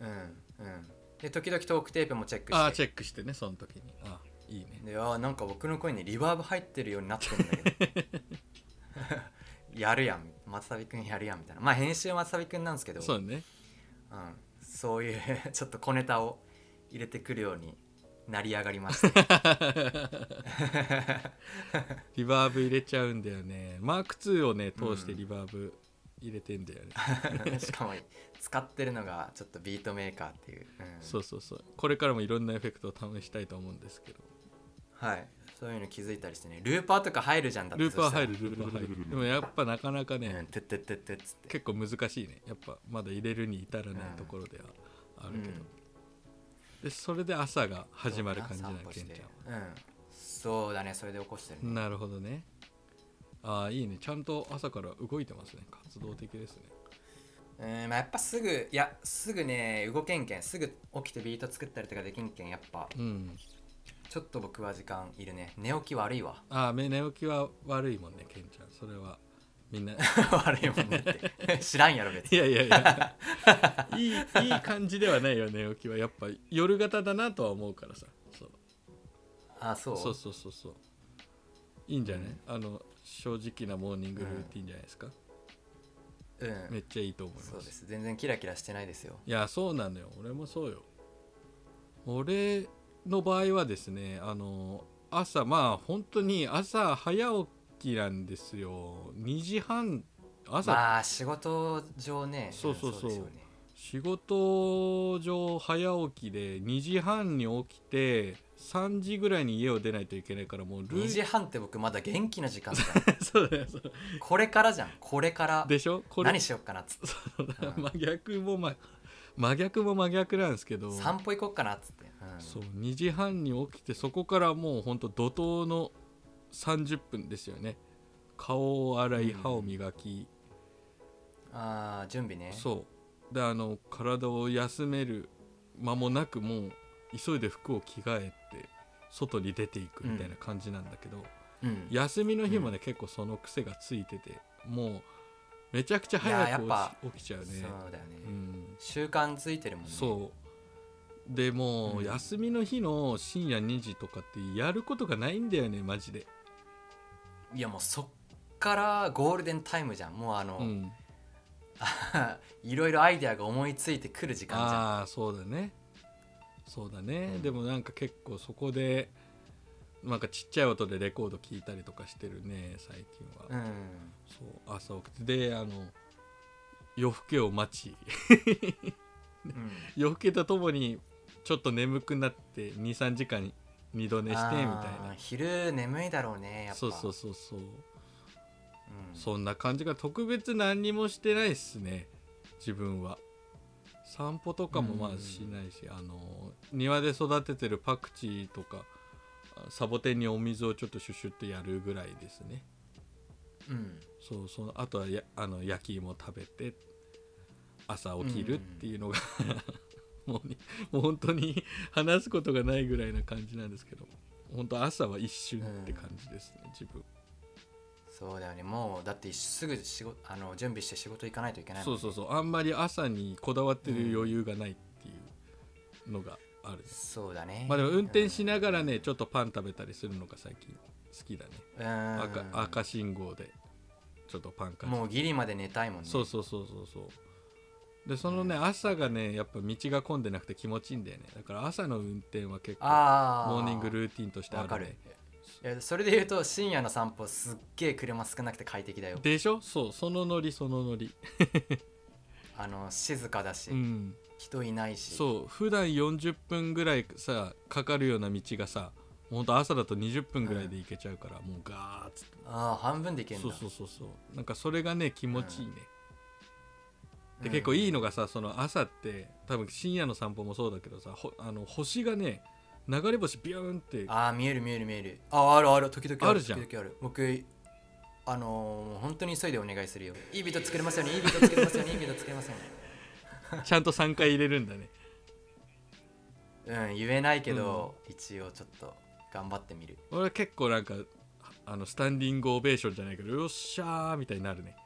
B: うんうんで時々トークテープもチェックして
A: ああチェックしてねその時にあーいいね
B: であーなんか僕の声にリバーブ入ってるようになってるんだけど やるやん松旅くんやるやんみたいなまあ編集は松旅くんなんですけど
A: そうね
B: うん、そういう ちょっと小ネタを入れてくるようになり上がりま した
A: リバーブ入れちゃうんだよねマーク2をね通してリバーブ入れてんだよね、
B: しかも使ってるのがちょっとビートメーカーっていう、うん
A: そうそうそうこれからもいろんなエフェクトを試したいと思うんですけど
B: はいそういうの気づいたりしてねルーパーとか入るじゃんだって
A: ルーパー入
B: る
A: るルーパー入るでもやっぱなかなかね、
B: うんてってってってっつって
A: 結構難しいねやっぱまだ入れるに至らないところではあるけど、でそれで朝が始まる感じな
B: うんん散歩
A: け
B: し
A: んち
B: て
A: ゃ
B: うんそうだねそれで起こしてるね
A: んなるほどねああいいねちゃんと朝から動いてますね活動的ですね
B: うんまあやっぱすぐいやすぐね動けんけんすぐ起きてビート作ったりとかできんけんやっぱ
A: うん
B: ちょっと僕は時間いるね寝起き悪いわ
A: ああ目寝起きは悪いもんねけんちゃんそれはみんな い
B: 悪いもんだって 知らんやろ別に
A: やいやいや いいいい感じではないよ寝起きはやっぱ夜型だなとは思うからさそう
B: あそう
A: そうそうそうそういいんじゃない、あの正直なモーニングルーティンじゃないですか、
B: う
A: めっ
B: ん
A: ちゃいいと思います
B: そうです全然キラキラしてないですよ
A: いやそうなのよ俺もそうよ俺の場合はですねあの朝まあ本当に朝早起きなんですよ2時半朝、
B: まあ仕事上ね
A: そうそうそうん
B: ですよね
A: 仕事上早起きで2時半に起きて3時ぐらいに家を出ないといけないからもうルー
B: 2時半って僕まだ元気な時間じゃん
A: そうだよそうだよ
B: これからじゃんこれから
A: でしょこれ
B: 何しよっかなっつってうん
A: 真逆も、ま、真逆も真逆なんですけど
B: 散歩行こっかなっつって、うん
A: そう2時半に起きてそこからもうほんと怒涛の30分ですよね顔を洗い
B: うん
A: 歯を磨き、
B: あー準備ね
A: そうであの体を休める間もなくもう急いで服を着替えて外に出ていくみたいな感じなんだけど、
B: うん、
A: 休みの日もね、
B: う
A: 結構その癖がついててもうめちゃくちゃ
B: いや
A: 早
B: や
A: く
B: っ
A: 起
B: ぱ
A: き起きちゃうね
B: そうだよね、
A: うん
B: 習慣ついてるもんね
A: そうでもう、
B: うん
A: 休みの日の深夜2時とかってやることがないんだよねマジで、
B: いやもうそっからゴールデンタイムじゃんもうあの、
A: うん、
B: いろいろアイデアが思いついてくる時間じゃん
A: ああーそうだねそうだね、
B: うん
A: でもなんか結構そこでなんかちっちゃい音でレコード聴いたりとかしてるね最近は、
B: うん
A: そう朝起きてであの夜更けを待ち
B: うん
A: 夜更けとともにちょっと眠くなって23時間に二 度寝してみたい
B: あー
A: な
B: 昼眠いだろうねやっぱ
A: そうそうそうそう
B: うん
A: そんな感じが特別何にもしてないっすね自分は散歩とかもま
B: う
A: あ
B: ん
A: しないし、あの庭で育ててるパクチーとかあサボテンにお水をちょっとシュシュってやるぐらいですね
B: うん
A: そうそうあとはやあの焼き芋食べて朝起きるっていうのが、 もうにもう本当に 話すことがないぐらいな感じなんですけど本当朝は一瞬って感じですね、自分
B: そうだよねもうだってすぐ仕事あの準備して仕事行かないといけないも
A: そ
B: ん
A: うそうそうあんまり朝にこだわってる余裕がないっていうのがある、
B: そうだね
A: まあでも運転しながらねちょっとパン食べたりするのが最近好きだね、
B: うん
A: 赤赤信号でちょっとパン買
B: もうギリまで寝たいもんね
A: そうそうそうそうそうでそのね、朝がねやっぱ道が混んでなくて気持ちいいんだよねだから朝の運転は結構
B: ああ
A: モーニング
B: ー
A: ルーティンとしてあ
B: わか
A: る,、
B: る
A: ね、
B: いやそれで言うと深夜の散歩すっげえ車少なくて快適だよ
A: でしょそうそのノリそのノリ
B: あの静かだし、
A: うん
B: 人いないし
A: そう普段40分ぐらいさかかるような道がさほんと朝だと20分ぐらいで行けちゃうから、もうガーッつって
B: ああ半分でいけるん
A: そ
B: だ
A: うそうそうそうなんかそれがね気持ちいいね、で
B: うん
A: 結構いいのがさその朝って多分深夜の散歩もそうだけどさほあの星がね流れ星ビューンって
B: ああ見える見える見えるああるある時々ある
A: あるじゃん
B: 時々ある僕あのー、もう本当に急いでお願いするよいいビート作れますようにいいビート作れますようにいいビート作れますよ
A: ちゃんと3回入れるんだね
B: うにうん言えないけど、一応ちょっと頑張ってみる
A: 俺は結構なんかあのスタンディングオベーションじゃないけどよっしゃーみたいになるね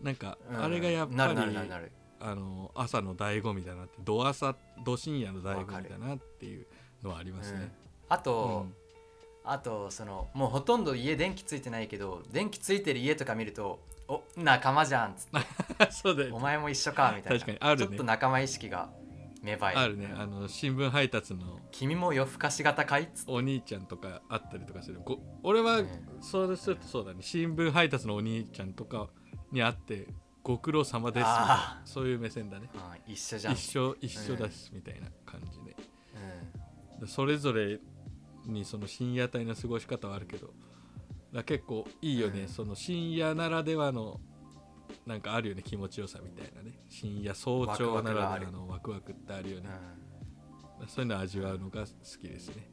A: なんか
B: うん
A: あれがやっぱり、
B: なるなるなるなる
A: あの朝の醍醐味だなってど朝ど深夜の醍醐
B: わか
A: 味だ
B: る
A: なっていうのはあります
B: うん
A: ね、
B: あ
A: う
B: と、
A: ん
B: あとそのもうほとんど家電気ついてないけど電気ついてる家とか見るとお仲間じゃんっつっ て
A: そうだよ
B: お
A: ね
B: 前も一緒かみたいな
A: 確かにあるね
B: ちょっと仲間意識が芽生え
A: あるねあの新聞配達の
B: 君も夜更かし型かいっつって
A: お兄ちゃんとかあったりとかするこ俺は
B: うん
A: そうするとそうだね新聞配達のお兄ちゃんとかに会ってご苦労様ですみたいな
B: あ
A: そういう目線だね
B: あ一緒じゃん
A: 一緒一緒だしみたいな感じで
B: うん
A: それぞれにその深夜帯の過ごし方はあるけどだから結構いいよね、
B: うん
A: その深夜ならではのなんかあるよね気持ちよさみたいなね深夜早朝ならではのワクワクってあるよねそういうの味わうのが好きですね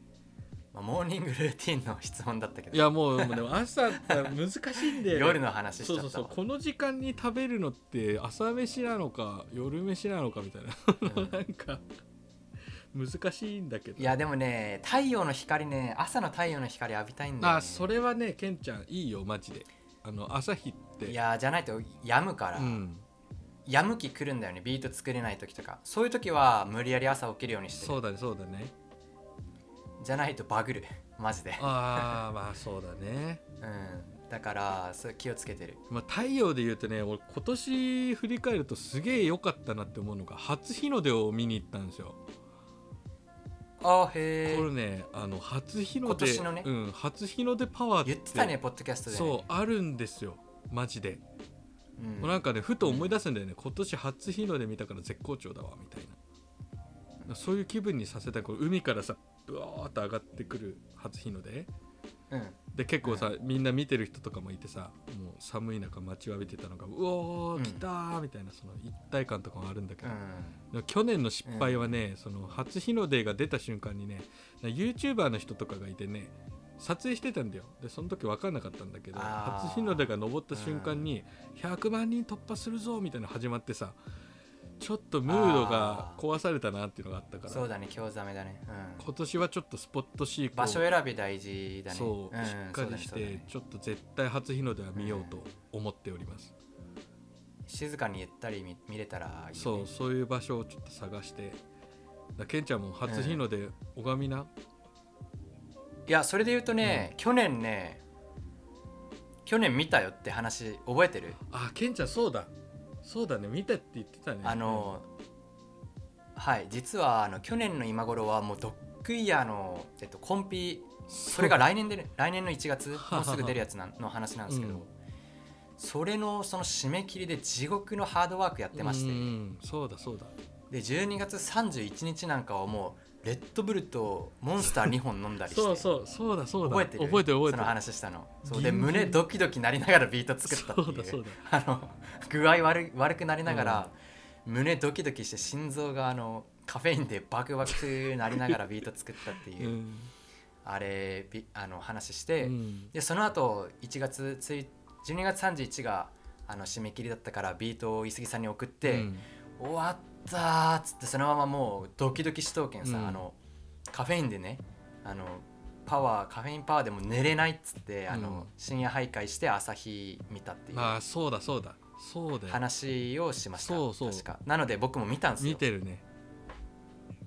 B: まあ、モーニングルーティンの質問だったけど
A: いやもうでも朝って難しいんだよね
B: 夜の話しち
A: そ
B: ゃっ
A: う
B: た
A: そう
B: わ
A: そうこの時間に食べるのって朝飯なのか夜飯なのかみたいな
B: う ん
A: なんか難しいんだけど
B: いやでもね太陽の光ね朝の太陽の光浴びたいんだよ、ね、
A: あそれはねケンちゃんいいよマジであの朝日って
B: いやじゃないとやむから、
A: うん
B: やむき来るんだよねビート作れない時とかそういう時は無理やり朝起きるようにして
A: そ
B: る
A: うだねそうだね
B: じゃないとバグる マジで、
A: ああ まあそうだね、
B: うん、だからそう気をつけてる
A: まあ、太陽で言うとね俺今年振り返るとすげえ良かったなって思うのが初日の出を見に行ったんですよ
B: あ
A: こ
B: へ
A: れ
B: え
A: ねあの初日の出
B: 今年のね
A: うん、初日の出パワーって
B: 言ってたねポッドキャストで、ね、
A: そうあるんですよマジで、
B: う、ん、
A: もうなんかねふと思い出すんだよね、今年初日の出見たから絶好調だわみたいなそういう気分にさせたいこう海からさブワーッと上がってくる初日の出
B: うん
A: で結構さ、みんな見てる人とかもいてさもう寒い中待ちわびてたのがうお
B: う
A: ー
B: ん
A: 来たーみたいなその一体感とかもあるんだけ
B: う
A: ど、
B: ん
A: でも去年の失敗はね、その初日の出が出た瞬間にね YouTuber の人とかがいてね撮影してたんだよでその時分かんなかったんだけど
B: あー
A: 初日の出が昇った瞬間に100万人突破するぞみたいなの始まってさちょっとムードが壊されたなっていうのがあったか
B: そう
A: ら
B: だね興ざめだね、うん、
A: 今年はちょっとスポットシークを
B: 場所選び大事だね
A: そう、
B: ん
A: しっかりし
B: そう
A: て
B: だねそうだね
A: ちょっと絶対初日の出は見ようと思っております、
B: 静かにゆったり見見れたらいい、ね、
A: そうそういう場所をちょっと探してだケンちゃんも初日の出拝みな、
B: いやそれで言うとね、去年ね去年見たよって話覚えてる、
A: あケンちゃんそうだそうだね見たって言ってたね
B: あのはい実はあの去年の今頃はもうドッグイヤーの、えっと、コンピそれが来年でね来年の1月もうすぐ出るやつなんの話なんですけど、
A: うん
B: それのその締め切りで地獄のハードワークやってまして、
A: うんうんそうだそうだ
B: で12月31日なんかはもうレッドブルとモンスター2本飲んだりして
A: そうそうそうだそうだ
B: 覚えてる
A: 覚えてる覚えてる
B: その話したのそう
A: ギ
B: で
A: ンギン
B: 胸ドキドキなりながらビート作ったって
A: そう
B: い
A: だ
B: う
A: そうだ
B: あの具合悪い悪くなりながら、胸ドキドキして心臓があのカフェインでバクバクなりながらビート作ったっていうう、
A: ん、
B: あれびあの話して、
A: うん
B: でその後1月つい12月31があの締め切りだったからビートを伊杉さんに送って、
A: うん
B: 終わったーっつってそのままもうドキドキしとうけんさ、
A: うん
B: あのカフェインでねあのパワーカフェインパワーでも寝れないっつって、あ
A: うん
B: の深夜徘徊して朝日見たっていう
A: まあそうだそうだそうだよ
B: 話をしました、
A: そうそう
B: 確かなので僕も見たんですよ
A: 見てるね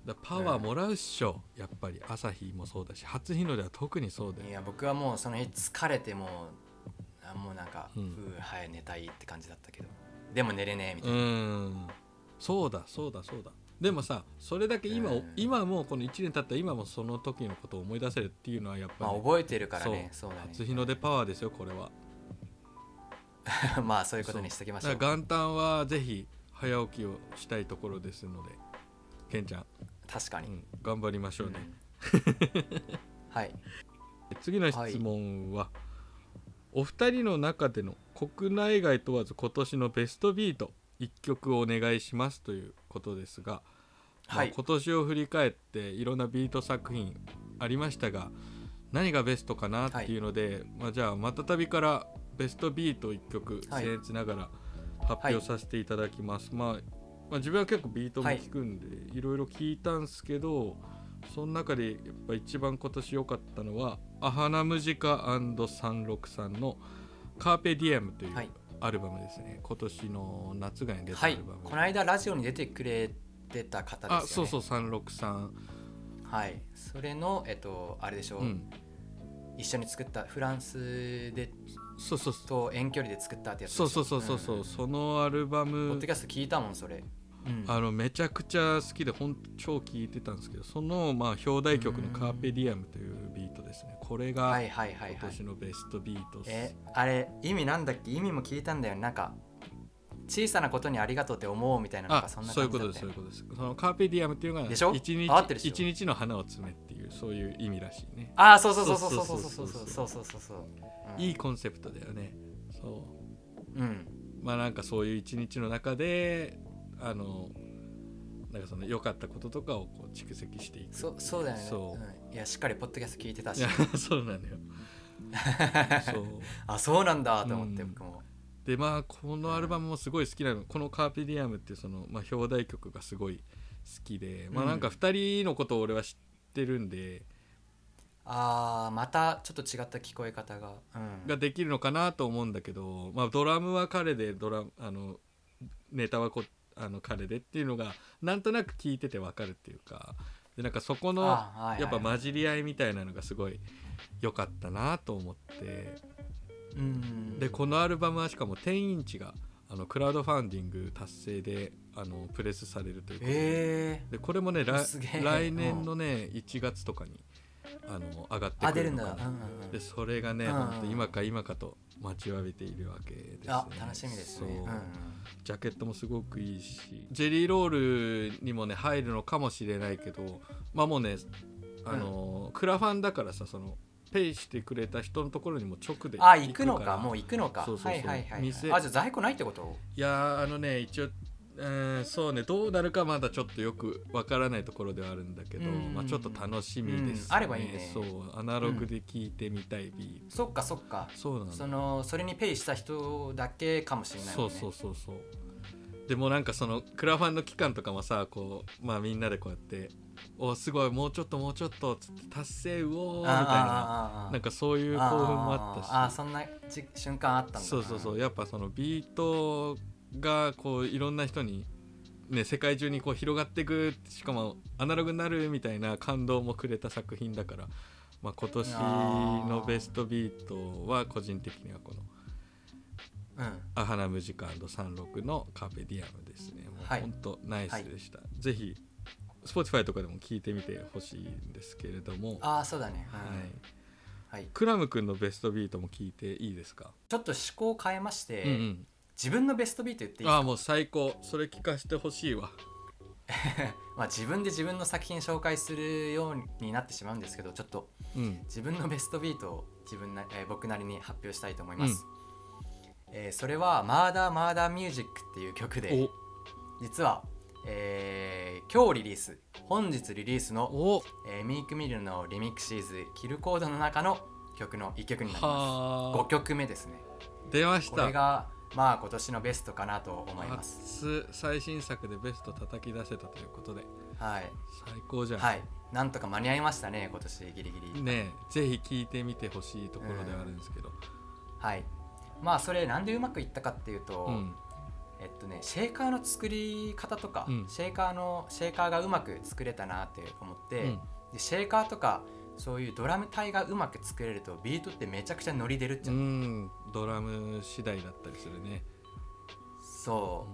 A: だパワーもらうっしょ、やっぱり朝日もそうだし初日の出は特にそうだよ
B: いや僕はもうその日疲れてもうあもうなんか、
A: う
B: うんーはい寝たいって感じだったけどでも寝れねえみた
A: う
B: いな、
A: んそうだそうだそうだでもさそれだけ今、
B: うん
A: 今もうこの1年経った今もその時のことを思い出せるっていうのはやっぱ
B: まあ
A: り、
B: 覚えてるからねそう
A: 初日の出パワーですよこれは
B: だね まあそういうことにしときましょ
A: だ
B: う
A: から元旦はぜひ早起きをしたいところですのでケンちゃん、
B: 確か
A: う
B: に、
A: ん、頑張りましょうね、
B: うんはい
A: 次の質問は、お二人の中での国内外問わず今年のベストビート1曲をお願いしますということですが、
B: はい、
A: まあ今年を振り返っていろんなビート作品ありましたが何がベストかなっていうので、まあ、じゃあまたたびからベストビート1曲
B: はい
A: 僭越ながら発表させていただきます、まあ、まあ自分は結構ビートも聞くんで、い、ろいろ聞いたんすけどその中でやっぱ一番今年良かったのはアハナムジカ363の「カーペディエム」という
B: はい
A: アルバムですね、今年の夏がに出た
B: は
A: アル
B: い
A: バム、、
B: この間ラジオに出てくれてた方ですよ
A: あ
B: ね
A: そうそう363
B: はいそれのえっとあれでしょう、
A: うん
B: 一緒に作ったフランスで
A: そうそうそう
B: と遠距離で作ったってやつでし
A: そ
B: ょ
A: うそうそうそうそう、
B: ん
A: そのアルバ
B: ポ
A: ム
B: ッドキャスト聞いたもんそれ、うん
A: あのめちゃくちゃ好きで本当超聴いてたんですけどそのまあ表題曲の
B: う
A: 「
B: ん
A: カーペディアム」というビートですねこれが
B: はいはいはい
A: 今
B: はい
A: 年のベストビートっす
B: えあれ意味なんだっけ意味も聞いたんだよねなんか小さなことにありがとうって思うみたいななんか
A: あ
B: そ
A: そ
B: んな
A: うい
B: 感
A: う
B: じ
A: こ
B: だ
A: と
B: っ
A: で
B: た
A: す
B: よ
A: そういうことです
B: ね
A: そのカーペディアムっていうのが
B: でしょ
A: 一日
B: 合ってるでしょ
A: 一日の花を摘めっていうそういう意味らしいね
B: ああそうそうそうそうそうそうそうそうそうそうそううん
A: いいコンセプトだよねそう
B: うん
A: まあなんかそういう一日の中であのなんかその良かったこととかをこう蓄積していく
B: そそうだよね
A: そ
B: うんいやしっかりポッドキャスト聞いてた
A: い
B: し
A: や そう なのよそう
B: あそうなんだと思って
A: うん
B: 僕も
A: でまあこのアルバムもすごい好きなのこの「カーペディアム」っていうその、まあ、表題曲がすごい好きでまあなんか
B: うん
A: 2人のことを俺は知ってるんで、
B: あーまたちょっと違った聞こえ方がうん
A: ができるのかなと思うんだけど、まあ、ドラムは彼でドラあのネタはこあの彼でっていうのがなんとなく聞いててわかるっていうかでなんかそこの
B: あはいはいはい
A: やっぱ混じり合いみたいなのがすごい良かったなと思って
B: うん
A: でこのアルバムはしかも「天インチ」があのクラウドファンディング達成であのプレスされるということで,、
B: え
A: でこれもね来
B: すげえ
A: 来年のね1月とかにあの上がって
B: ー、あ
A: く
B: 出
A: る
B: るん
A: の
B: だ
A: か
B: うん
A: な
B: うんうん
A: でそれがね、
B: うん
A: 本当今か今かと待ちわびているわけです、ね、
B: あ楽しみです
A: そ
B: ね
A: う
B: うんうん
A: ジャケットもすごくいいしジェリーロールにもね入るのかもしれないけどまあもうねあのー、クラファンだからさそのペイしてくれた人のところにも直で
B: あ行くの
A: ら
B: かもう行くのか
A: そうそうそう
B: はいはいはいはい
A: 店
B: あじゃあ在庫ないってこと
A: いやーあのね一応うんそうねどうなるかまだちょっとよくわからないところではあるんだけど、
B: うん
A: まあ、ちょっと楽しみです、ね
B: うんあればいいね
A: そうアナログで聞いてみたいビー
B: そっかそっか
A: ト、そうなの
B: そのそれにペイした人だけかもしれない
A: そ
B: もん
A: う
B: ね
A: そうそうそうでもなんかそのクラファンの期間とかもさこうまあみんなでこうやって「おすごいもうちょっともうちょっと」つって「達成うおー」みたいな
B: あーあーあーあー
A: なんかそういう興奮もあったし
B: あーあーそんなじ瞬間あったんだ
A: そうそうそう
B: や
A: やっぱそのビートがこういろんな人に、ね、世界中にこう広がっていくしかもアナログになるみたいな感動もくれた作品だから、まあ、今年のベストビートは個人的にはこの
B: うん
A: アハナムジカ36のカーペディアムですね。もう
B: はい
A: 本当ナイスでした。ぜひ Spotify とかでも聞いてみてほしいんですけれども、は
B: ああそうだねうん
A: い、
B: はい
A: クラム君のベストビートも聞いていいですか？
B: ちょっと思考を変えまして、
A: うんうん。
B: 自分のベストビート言っていいです
A: あ
B: か
A: あもう最高。それ聞かせてほしいわ。
B: まあ、自分で自分の作品紹介するようになってしまうんですけどちょっと
A: うん。
B: 自分のベストビートを自分な、えー僕なりに発表したいと思います、えーそれは「マーダーマーダーミュージック」っていう曲で
A: お
B: 実は、えー今日リリース本日リリースの、
A: お
B: えーミークミルのリミックスシリーズ「キルコード」の中の曲の1曲になります
A: は
B: 5
A: あ
B: 曲目ですね
A: 出まし
B: こ
A: た
B: れがまあ今年のベストかなと思います
A: 初最新作でベスト叩き出せたということで
B: はい、
A: 最高じゃん、
B: はい、なんとか間に合いましたね今年ギリギリ
A: ねえぜひ聞いてみてほしいところではあるんですけど、
B: はいまあそれなんでうまくいったかっていうと、
A: うん
B: えっとねシェーカーの作り方とか、
A: うん
B: シェーカーのシェーカーがうまく作れたなって思って、
A: うん
B: でシェーカーとかそういうドラム体がうまく作れるとビートってめちゃくちゃノリ出るっち
A: う
B: ゃう、
A: ん、ドラム次第だったりするね
B: そ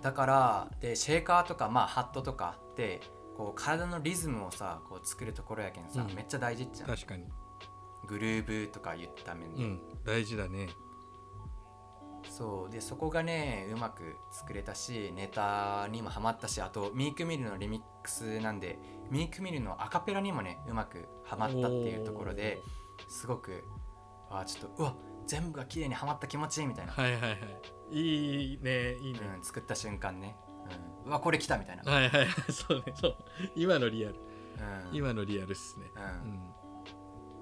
B: うだからでシェーカーとかまあハットとかってこう体のリズムをさこう作るところやけんさ、
A: うん
B: めっちゃ大事っちゃう
A: 確かに、
B: グルーブとか言っために、
A: うん、大事だね
B: そうでそこがねうまく作れたしネタにもハマったしあとミークミルのリミックスなんでミークミルのアカペラにもねうまくハマったっていうところですごくあーちょっとうわ全部が綺麗にはまった気持ちいいみたいな、
A: はいはいはいいいねいいね、
B: うん、作った瞬間ね、うん、うわこれ来たみたいな、
A: はいはいそうねそう今のリアル
B: うん、
A: 今のリアルっすね、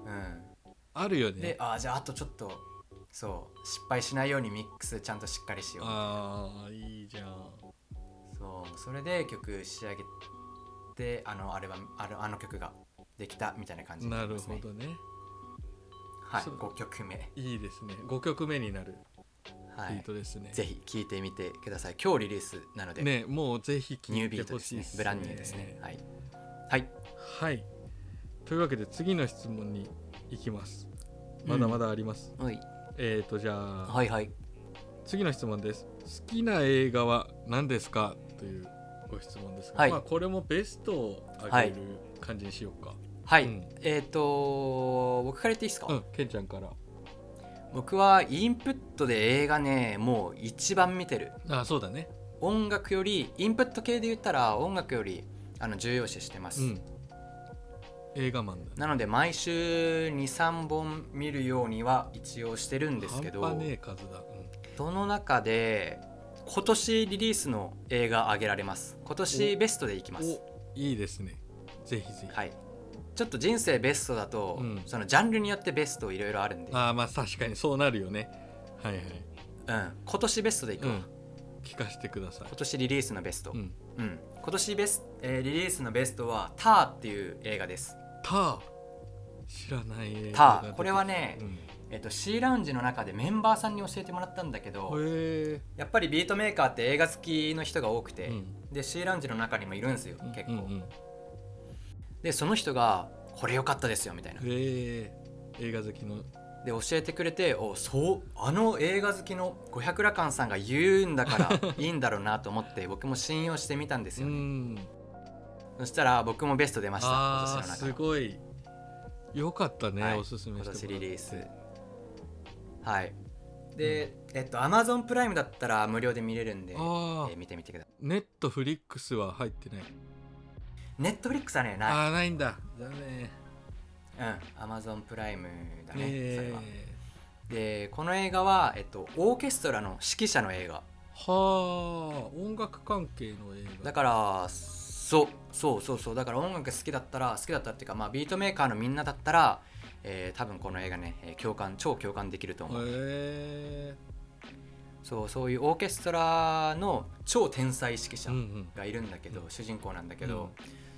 B: う、
A: うんん、
B: うん
A: あるよね
B: であーじゃああとちょっとそう失敗しないようにミックスちゃんとしっかりしよう
A: あーいいじゃん
B: そうそれで曲仕上げてあのアルバムあのあの曲ができたみたいな感じにな
A: な
B: りま
A: る
B: すね
A: ほどね
B: はい
A: そう
B: 5曲目、
A: いいですね5曲目になる
B: は
A: ビー
B: い
A: ト、ですね、
B: ぜひ聴いてみてください今日リリースなので、
A: ねもうぜひ
B: ニ
A: 聞
B: ュー
A: い
B: ビ
A: て
B: ート
A: ほ
B: です
A: しい
B: ね
A: っす
B: ブランニューですねはい、はい、
A: はいというわけで次の質問に行きますまだまだあります、
B: おい
A: えーとじゃあ、
B: はいはい
A: 次の質問です好きな映画は何ですかというご質問ですが、
B: はい
A: まあこれもベストを上げる感じにしようか、
B: はい、
A: うん
B: えっ、と僕から言っていいですか、
A: うんケンちゃんから
B: 僕はインプットで映画ねもう一番見てる
A: あそうだね
B: 音楽よりインプット系で言ったら音楽よりあの重要視してます、
A: うん映画マンだね
B: なので毎週23本見るようには一応してるんですけど
A: 半端ねえ数だ、うん
B: その中で今年リリースの映画あげられます今年ベストでいきます
A: おいいですねぜひぜひ、
B: はいちょっと人生ベストだと、
A: うん
B: そのジャンルによってベストいろいろあるんで、うん、
A: ああまあ確かにそうなるよねはいはい
B: 今年ベストでいく
A: う
B: わ、
A: ん聞かせてください
B: 今年リリースのベスト、う
A: うんん
B: 今年ベス、えーリリースのベストは「ター」っていう映画です、
A: ター知らない映画が出てき
B: ター
A: た
B: これはね
A: うん
B: えっと、シーラウンジの中でメンバーさんに教えてもらったんだけど、
A: へえ
B: やっぱりビートメーカーって映画好きの人が多くて、
A: うん
B: でシーラウンジの中にもいるんですよ結構、
A: うんうんうん
B: でその人が「これ良かったですよ」みたいな
A: へえ映画好きの
B: で教えてくれておそうあの映画好きの五百羅漢さんが言うんだから いいんだろうなと思って僕も信用してみたんです
A: う
B: よね、
A: ん
B: そしたら僕もベスト出ました
A: ああ
B: 今年の
A: す
B: 中
A: ごいよかったね、
B: はい
A: おすすめしても
B: 今
A: らって
B: 年リリースはいで、えっとアマゾンプライムだったら無料で見れるんで、え
A: ああ
B: ー見てみてください
A: ネットフリックスは入ってない、
B: ネットフリックスはねない
A: ああないんだだね
B: うんアマゾンプライムだね、それ
A: え
B: はでこの映画は、えっと、オーケストラの指揮者の映画
A: ー、はあ音楽関係の映画
B: だからそうそうそうそうだから音楽好きだったら好きだったっていうか、まあ、ビートメーカーのみんなだったら、えー多分この映画ねえー共感超共感できると思う、
A: へえ
B: そうそういうオーケストラの超天才指揮者
A: うんうん
B: がいるんだけど、主人公なんだけ
A: うん
B: ど、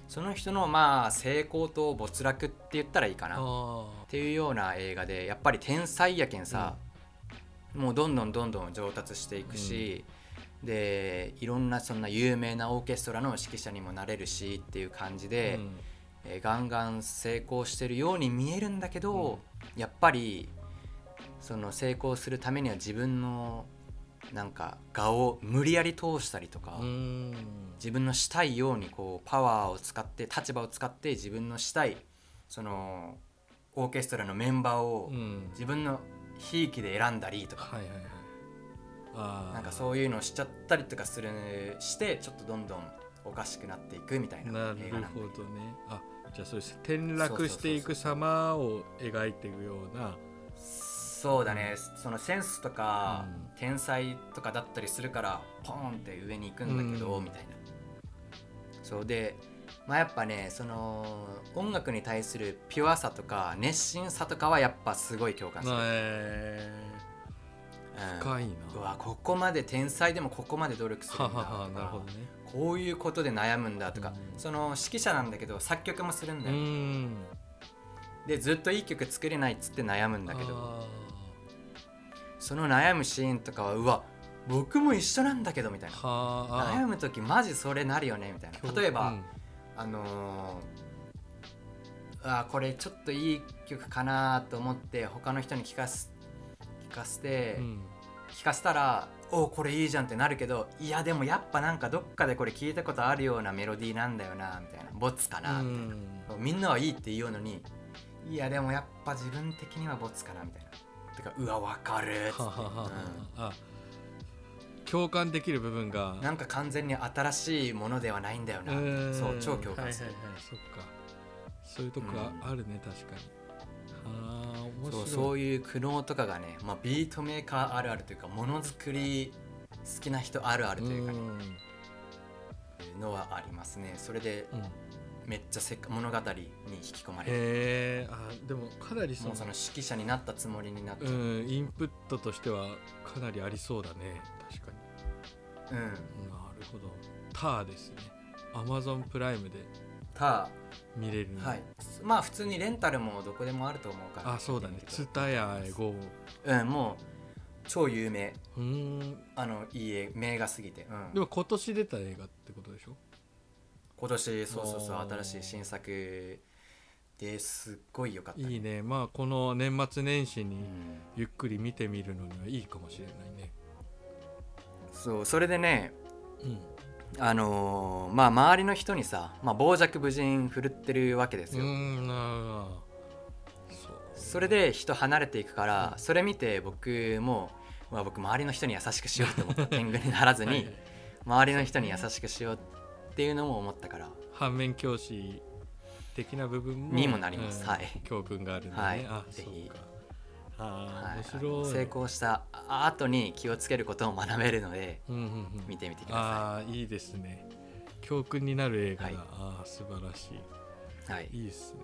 B: その人のまあ成功と没落って言ったらいいかなっ
A: あ
B: ていうような映画でやっぱり天才やけんさ、もうどんどんどんどん上達していくし、でいろんなそんな有名なオーケストラの指揮者にもなれるしっていう感じ
A: あ
B: で、
A: うん
B: えーガンガン成功してるように見えるんだけど、やっぱりその成功するためには自分のなんか顔を無理やり通したりとか、
A: うん
B: 自分のしたいようにこうパワーを使って立場を使って自分のしたいそのオーケストラのメンバーを
A: うん
B: 自分のひいきで選んだりとか、
A: はいはいはいああ
B: なんかそういうのをしちゃったりとかするしてちょっとどんどんおかしくなっていくみたいな
A: な
B: 映画
A: る
B: なんで
A: ほどねあじゃあそうです転落していく様を描いていくような
B: そうだねそのセンスとか、
A: うん
B: 天才とかだったりするからポーンって上に行くんだけど、
A: うん
B: みたいなそうでまあやっぱねその音楽に対するピュアさとか熱心さとかはやっぱすごい共感する、
A: え
B: う
A: ー、
B: ん
A: 深いな
B: うわここまで天才でもここまで努力する
A: は
B: んだとか
A: ははなるほどね
B: こういうことで悩むんだとか、
A: うん
B: その指揮者なんだけど作曲もするんだ
A: う
B: よ、
A: ん
B: でずっといい曲作れないっつって悩むんだけど
A: あ
B: その悩むシーンとかはうわ僕も一緒なんだけどみたい
A: ー
B: な
A: は
B: 悩
A: あ
B: む時マジそれなるよねみたい
A: 今
B: な
A: 日
B: 例えば、
A: うん
B: あのーあーこれちょっといい曲かなと思って他の人に聞かす聞かせて、
A: うん
B: 聞かせたら「おうこれいいじゃん」ってなるけどいやでもやっぱなんかどっかでこれ聞いたことあるようなメロディーなんだよなみたいなボツかな、
A: うん
B: みんなはいいって言うのにいやでもやっぱ自分的にはボツかなみたいなてかうわわかるっつって
A: はははは
B: うん
A: あ共感できる部分が
B: なんか完全に新しいものではないんだよな
A: うん
B: そう超共感する、
A: はいはいはいそっかそういうとこがあるね、確かにはあ面
B: そ
A: 白いう
B: そういう苦悩とかがね、まあ、ビートメーカーあるあるというかものづくり好きな人あるあるというかね、
A: ん
B: のはありますねそれで
A: うん
B: めっちゃせっ物語に引き込まれる
A: へえあでもかなりそ
B: も
A: の
B: うその指揮者になったつもりになっちゃう、
A: うんインプットとしてはかなりありそうだね確かに
B: うん、
A: なるほどターですねアマゾンプライムで
B: た
A: 見れるの
B: はいまあ普通にレンタルもどこでもあると思うから
A: あそうだね
B: 見てみると
A: ツタヤエゴー
B: うんもう超有名
A: うーん
B: あのいい絵名画すぎて、う
A: で
B: ん、
A: も今年出た映画ってことでしょ
B: 今年そうそうそ
A: あ
B: う
A: ー
B: 新しい新作ですっごい良かったね
A: いいねまあこの年末年始
B: う
A: に
B: ん
A: ゆっくり見てみるのにはいいかもしれないね
B: そうそれでね
A: うん
B: あのーまあ周りの人にさ、まあ、傍若無人振るってるわけです
A: う
B: よ、
A: ーんなあそう
B: それで人離れていくからそれ見て僕も、まあ、僕周りの人に優しくしようと 思った天狗にならず
A: はい
B: に周りの人に優しくしようっていうのも思ったから
A: 反面教師的な部分も
B: にもなります
A: うん
B: はい
A: 教訓があるんだね、
B: はい
A: あ
B: ぜひ
A: そうかあ
B: は
A: ー
B: い
A: 面白い
B: 成功した後に気をつけることを学べるので
A: うんうんうん
B: 見てみてくださ
A: ああいいですね教訓になる映画だ、
B: はい
A: ああ素晴らし
B: い。はい
A: いいいですね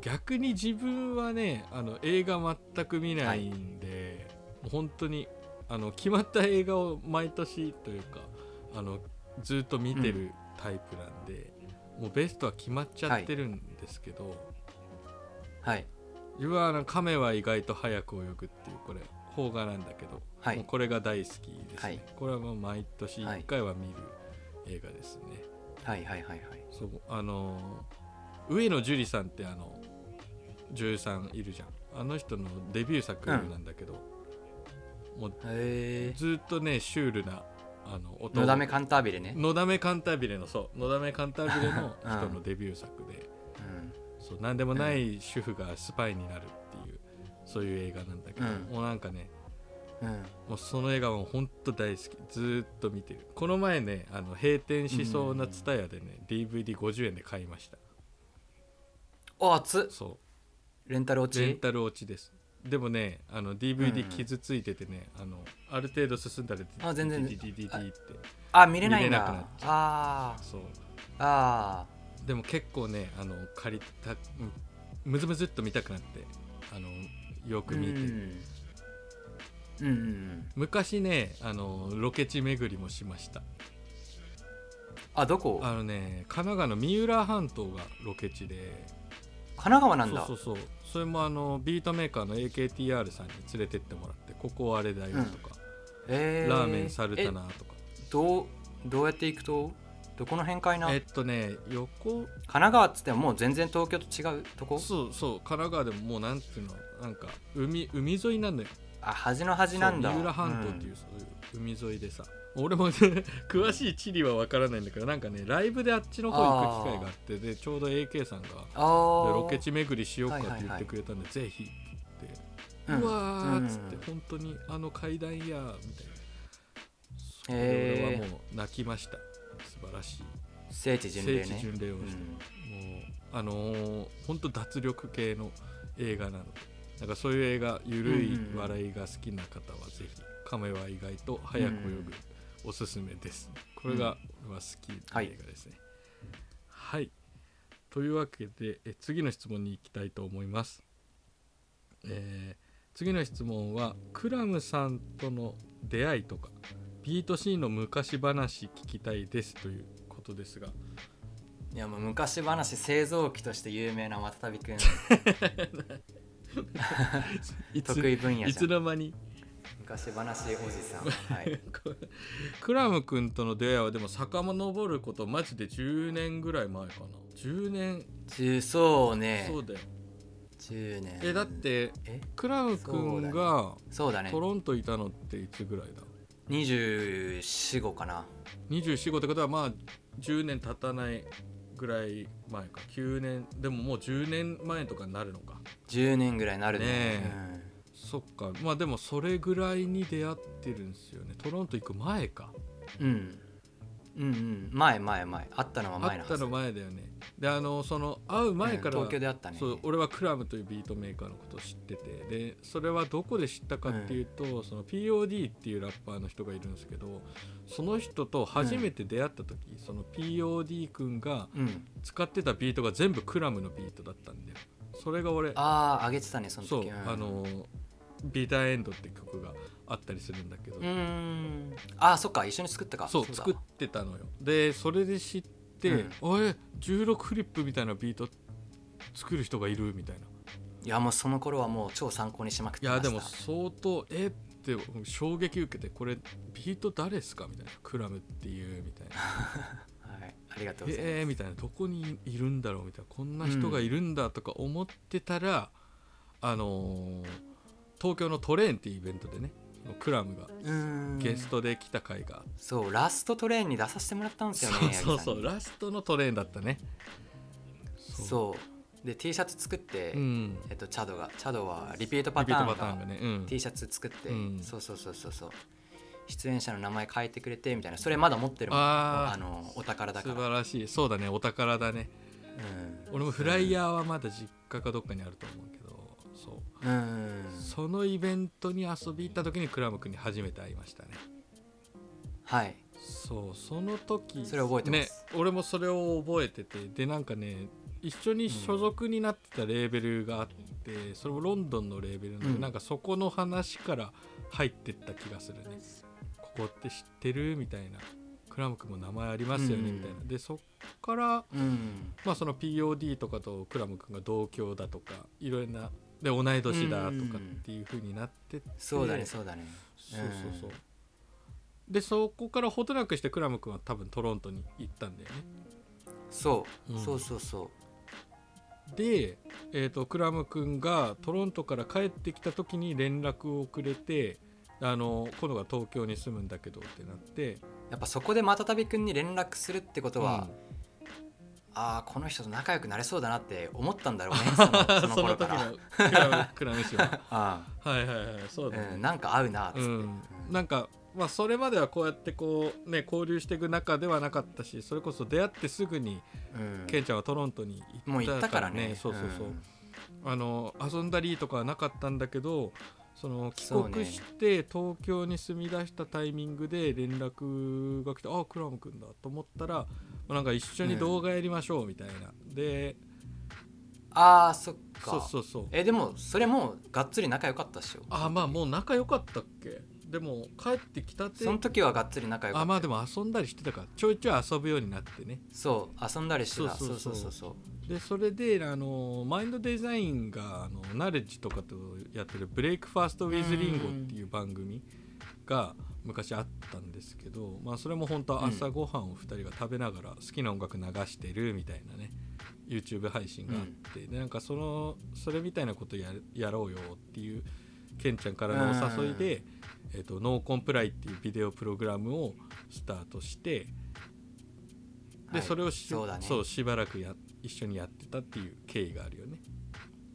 A: 逆に自分はねあの映画全く見ないんで、もう本当にあの決まった映画を毎年というかあのずっと見てるタイプなんで、もうベストは決まっちゃってるんですけど、
B: はい
A: 自分はあの「亀は意外と早く泳ぐ」っていうこれ邦画なんだけど、
B: はい
A: もうこれが大好きですね、
B: はい
A: これはもう毎年
B: はい
A: 1回は見る映画ですね、
B: はいはいはいはい
A: そうあのー上野樹里さんってあの女優さんいるじゃんあの人のデビュー作なんだけど、もう
B: へえ
A: ずっとねシュールなあの音
B: のだめカンタービレね、
A: のだめカンタービレのそうのだめカンタービレ の人
B: う
A: の
B: ん
A: デビュー作で、
B: うん、
A: そう何でもない主婦がスパイになるっていう、そういう映画なんだけど、
B: うん
A: もうなんかね
B: うん、
A: もうその映画は本当大好きずーっと見てるこの前ねあの閉店しそうなツタヤでね、DVD50 円で買いました
B: おつ
A: そ
B: レンタル
A: う
B: 落
A: レン
B: ち
A: タル落ちですでもねあの
B: う
A: DVD
B: ん
A: 傷ついててね、あのある程度進んだら
B: あ全然
A: ディディディディディって
B: あ見れないん
A: 見れな
B: だ
A: くなっち
B: あ
A: そう
B: ーあ
A: でも結構ねあの借りたうんむずむずっと見たくなってあのよ
B: ー
A: く見て、
B: うんうんうん
A: 昔ねあのロケ地巡りもしました
B: あどこ
A: あのね神奈川の三浦半島がロケ地で
B: 神奈川なんだ
A: そうそうそうそれもあのビートメーカーの AKTR さんに連れてってもらってここあれだよとか、
B: えー
A: ラーメンサルタナとか
B: えどうどうやって行くとどこの辺かいな
A: えっ
B: 神
A: とね横
B: 奈川っつってももう全然東京と違うとこ
A: そうそう神奈川でももうなんていうのなんか海海沿いなんだよ
B: あ端の端なんだ
A: そう三浦半島っていううそういう海沿いでさ、俺も、ね、 詳しい地理は分からないんだけどなんかねライブであっちの方行く機会があってでちょうど AK さんが
B: んあー
A: でロケ地巡りしようかって言
B: は
A: っ
B: いはいは
A: て
B: い
A: くれたんで、ぜひって言って、う
B: うん
A: わーっつって、
B: うん
A: 本当にあの階段やみたいなそれ
B: へ
A: で
B: ー
A: 俺はもう泣きました素晴らしい
B: 聖地巡礼ね
A: 聖地巡礼をして、もうあのー、本当脱力系の映画なのでなんかそういう映画ゆるい
B: うんうんうん
A: 笑いが好きな方はぜひ「亀は意外と早く泳
B: うん
A: ぐ」おすすめですこれが俺は好きな映画ですねはい、というわけでえ次の質問に行きたいと思いますえー次の質問はクラムさんとの出会いとかビートシーンの昔話聞きたいですということですが
B: うんいやもう昔話製造機として有名な渡辺君
A: いつ
B: 得意分野
A: い
B: じゃ
A: つ
B: ん
A: の間に
B: 昔話おじさん はい
A: これ クラム君との出会いはでも遡ることマジで10年ぐらい前かな10年、
B: 10そうね
A: そうだよ
B: 10年
A: えだって
B: え
A: クラム君が
B: そうだね
A: トロントいたのっていつぐらいだ
B: 245かな
A: 245ってことはまあ10年経たないぐらい前か9年でももう10年前とかになるのか
B: 10年ぐらいになるね
A: ねそっかまあでもそれぐらいに出会ってるんですよねトロント行く前か
B: うん、うん、うんうん前前前あったのは前
A: 会
B: の
A: っ
B: はず
A: たの前だよねであのその会う前から、
B: うん東京であったね
A: そう俺はクラムというビートメーカーのことを知っててでそれはどこで知ったかっていうと、その POD っていうラッパーの人がいるんですけどその人と初めて出会った時、その POD 君が
B: うん
A: 使ってたビートが全部クラムのビートだったんだよそれが俺
B: ああ上げてたねその時
A: そう、
B: ん
A: あのビターエンドって曲があったりするんだけど、
B: うーんああそっか一緒に作ったか
A: そう
B: だ
A: 作ってたのよでそれで知って、あれ16フリップみたいなビート作る人がいるみたいない
B: やもうその頃はもう超参考にしまくっ
A: い
B: てま
A: や
B: した
A: でも相当えって衝撃受けてこれビート誰ですかみたいなクラムっていうみたいな
B: はい、ありがとうございます、
A: えーみたいなどこにいるんだろうみたいなこんな人がいるんだとか思ってたら、あのー東京のトレーンっていうイベントでねクラムが
B: うーん
A: ゲストで来た回があって
B: そうラストトレインに出させてもらったんですよね
A: そうそうそ
B: 八木さん
A: う
B: に
A: ラストのトレーンだったね
B: そうで T シャツ作って、
A: うん
B: えっと、チャドがチャドはリピートパ
A: リピ
B: タ
A: ー
B: ー
A: ト
B: ン
A: パ
B: が
A: ターンがね、うん、
B: T シャツ作って、
A: うん
B: そうそうそうそうそう出演者の名前変えてくれてみたいなそれまだ持ってるもん
A: あ
B: あ
A: ー
B: のお宝だか
A: 素
B: ら
A: 晴らしいそうだねお宝だね俺もフライヤーはまだ実家かどっかにあると思うけどそう
B: うん、うん、
A: そのイベントに遊び行った時にクラム君に初めて会いましたね
B: はい
A: そうその時
B: それ覚えてます
A: ね、俺もそれを覚えててでなんかね一緒に所属になってたレーベルがあって、それもロンドンのレーベルなんで、
B: うん
A: なんかそこの話から入ってった気がするねここって知ってるみたいなクラム君も名前ありますよね、
B: うん
A: みたいなでそっから
B: うん
A: まあ、その POD とかとクラム君が同郷だとかいろんなで同い年だとかっていう風になってって
B: そうだねそうだね
A: そうそうそうでそこからほどなくしてクラム君は多分トロントに行ったんだよね
B: そう、
A: うん
B: そうそうそう
A: で、えー、とクラム君がトロントから帰ってきた時に連絡をくれてあの今度が東京に住むんだけどってなって
B: やっぱそこでまたたびくんに連絡するってことは、
A: うん
B: ああこの人と仲良くなれそうだなって思ったんだろうね そのその
A: その
B: 頃
A: 時
B: から
A: のクラムクラム氏は
B: あ
A: はいはいはいそうだね、
B: うん、なんか合うなっつって、
A: うん、なんか、まあ、それまではこうやってこう、ね、交流していく中ではなかったしそれこそ出会ってすぐに
B: うん
A: ケンちゃんはトロントに行った
B: もう行ったからね
A: そうそうそう、
B: ん
A: あの遊んだりとかはなかったんだけどその帰
B: そうね
A: 国して東京に住み出したタイミングで連絡が来て、あクラム君だと思ったらなんか一緒に動画やりましょうみたいな、で
B: ああそっか
A: そうそうそう
B: えでもそれもうがっつり仲良かったっしょ
A: あまあもう仲良かったっけでも帰ってきたて
B: その時はがっつり仲良かった
A: あまあでも遊んだりしてたからちょいちょい遊ぶようになってね
B: そう遊んだりしてた
A: そ
B: そう
A: そ
B: うそうう
A: そ
B: そううそう
A: でそれであのマインドデザインがあのナレッジとかとやってる「ブレイクファースト・ウィズ・リンゴ」っていう番組が昔あったんですけど、まあ、それも本当は朝ごはんを2人が食べながら好きな音楽流してるみたいなね YouTube 配信があって、でなんかそのそれみたいなことややろうよっていうケンちゃんからのお誘いで「えっとノーコンプライ」っていうビデオプログラムをスタートして。で、
B: はい
A: それをし
B: そうだね
A: そうしばらくや一緒にやってたっていう経緯があるよね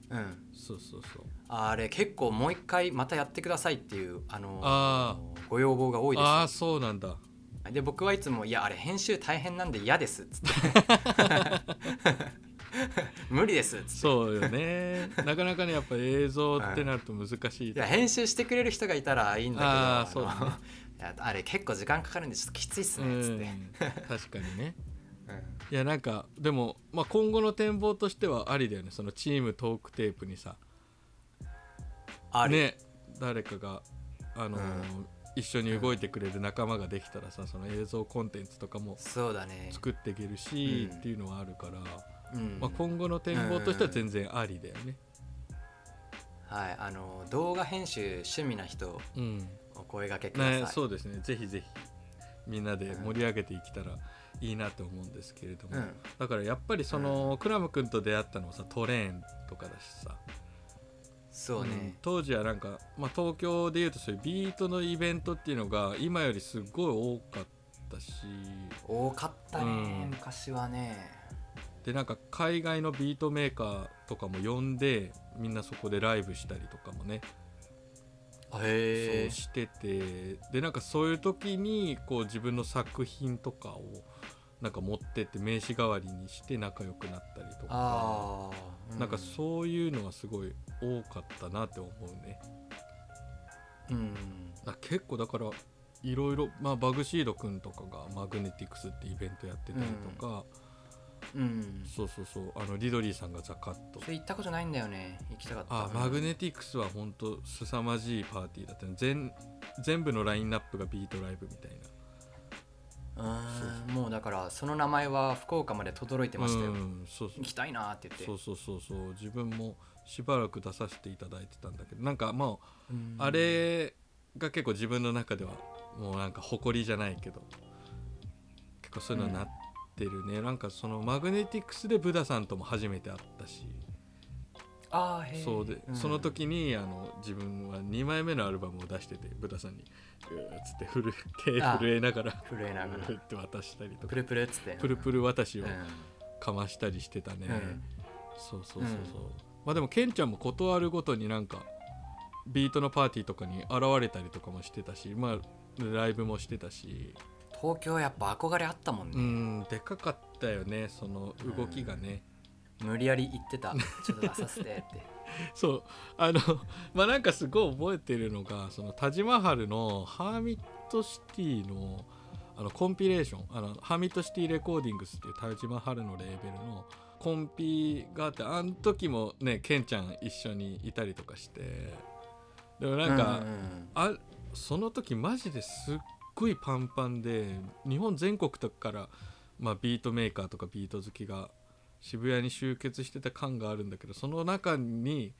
B: うん
A: そうそうそう
B: あれ結構もう一回またやってくださいっていうあの
A: あ
B: ご要望が多いで
A: ああ
B: す
A: そうなんだ
B: よで僕はいつも「いやあれ編集大変なんで嫌です」っつって 無理ですっつって
A: そうよ ねなかなかねやっぱ映像ってなると難しい
B: いや編集してくれる人がいたらいいんだけど
A: あーそうだね
B: のいやあれ結構時間かかるんでちょっときついっす
A: う
B: ねっつっ
A: ん
B: て、
A: 確かにね
B: うん
A: いやなんかでも、まあ、今後の展望としてはありだよねそのチームトークテープにさ
B: あれ、
A: ね誰かがあのー一緒に動いてくれる仲間ができたらさその映像コンテンツとかも
B: そうだね、
A: 作っていけるし、
B: うん
A: っていうのはあるから、
B: うん
A: まあ、今後の展望としては全然ありだよね。
B: はい、あの動画編集趣味な人
A: うん
B: お声掛けください、
A: ね、そうですねぜひぜひみんなで盛り上げていけたらいいなと思うんですけれども、
B: うん
A: だからやっぱりその、クラム君と出会ったのもさトレーンとかだしさ、
B: そう
A: うん
B: ね、
A: 当時はなんか、まあ、東京でいうとそういうビートのイベントっていうのが今よりすごい多かったし
B: 多かったね、
A: うん
B: 昔はね
A: でなんか海外のビートメーカーとかも呼んでみんなそこでライブしたりとかもねそ
B: へ
A: うしててでなんかそういう時にこう自分の作品とかをなんか持ってって名刺代わりにして仲良くなったりとか
B: ああ
A: なんかそういうのはすごい多かったなって思うね
B: うん、うん、
A: だ結構だからいろいろ、まあ、バグシードくんとかがマグネティクスってイベントやってたりとか、
B: うん
A: そうそうそうあのリドリーさんがザカット
B: それ行ったことないんだよね行きたかった
A: あマグネティクスは本当凄まじいパーティーだったね全全部のラインナップがビートライブみたいな
B: うんもうだからその名前は福岡まで轟いてましたよ、
A: うん、そうそう
B: 行きたいなーって言って
A: そうそうそうそう自分もしばらく出させていただいてたんだけどなんかまあ、
B: うん
A: あれが結構自分の中ではもうなんか誇りじゃないけど結構そういうのになってるね、なんかそのマグネティクスでブダさんとも初めて会ったし、
B: あーへー
A: そうで、
B: ん
A: その時にあの自分は2枚目のアルバムを出しててブダさんに「うー」っつって震え手
B: あ
A: 震えながら
B: 震えながら
A: うーって渡したりと
B: プ
A: か
B: ルプルっつって
A: プルプル渡し
B: う
A: を
B: ん
A: かましたりしてたね、
B: うん
A: そうそうそうそう、まあでもケンちゃんも事あるごとになんかビートのパーティーとかに現れたりとかもしてたしまあライブもしてたし
B: 東京やっぱ憧れあったもんね、
A: うんでかかったよねその動きがね、
B: 無理やり言ってたちょっと出させてって
A: そうあの まあなんかすごい覚えてるのがその田島春のハーミットシティのあのコンピレーションあのハーミットシティレコーディングスっていう田島春のレーベルのコンピがあってあの時もねケンちゃん一緒にいたりとかしてでも なんか、
B: うんうん
A: あその時マジですっごいパンパンで日本全国とかから、まあ、ビートメーカーとかビート好きが渋谷に集結してた感があるんだけどその中に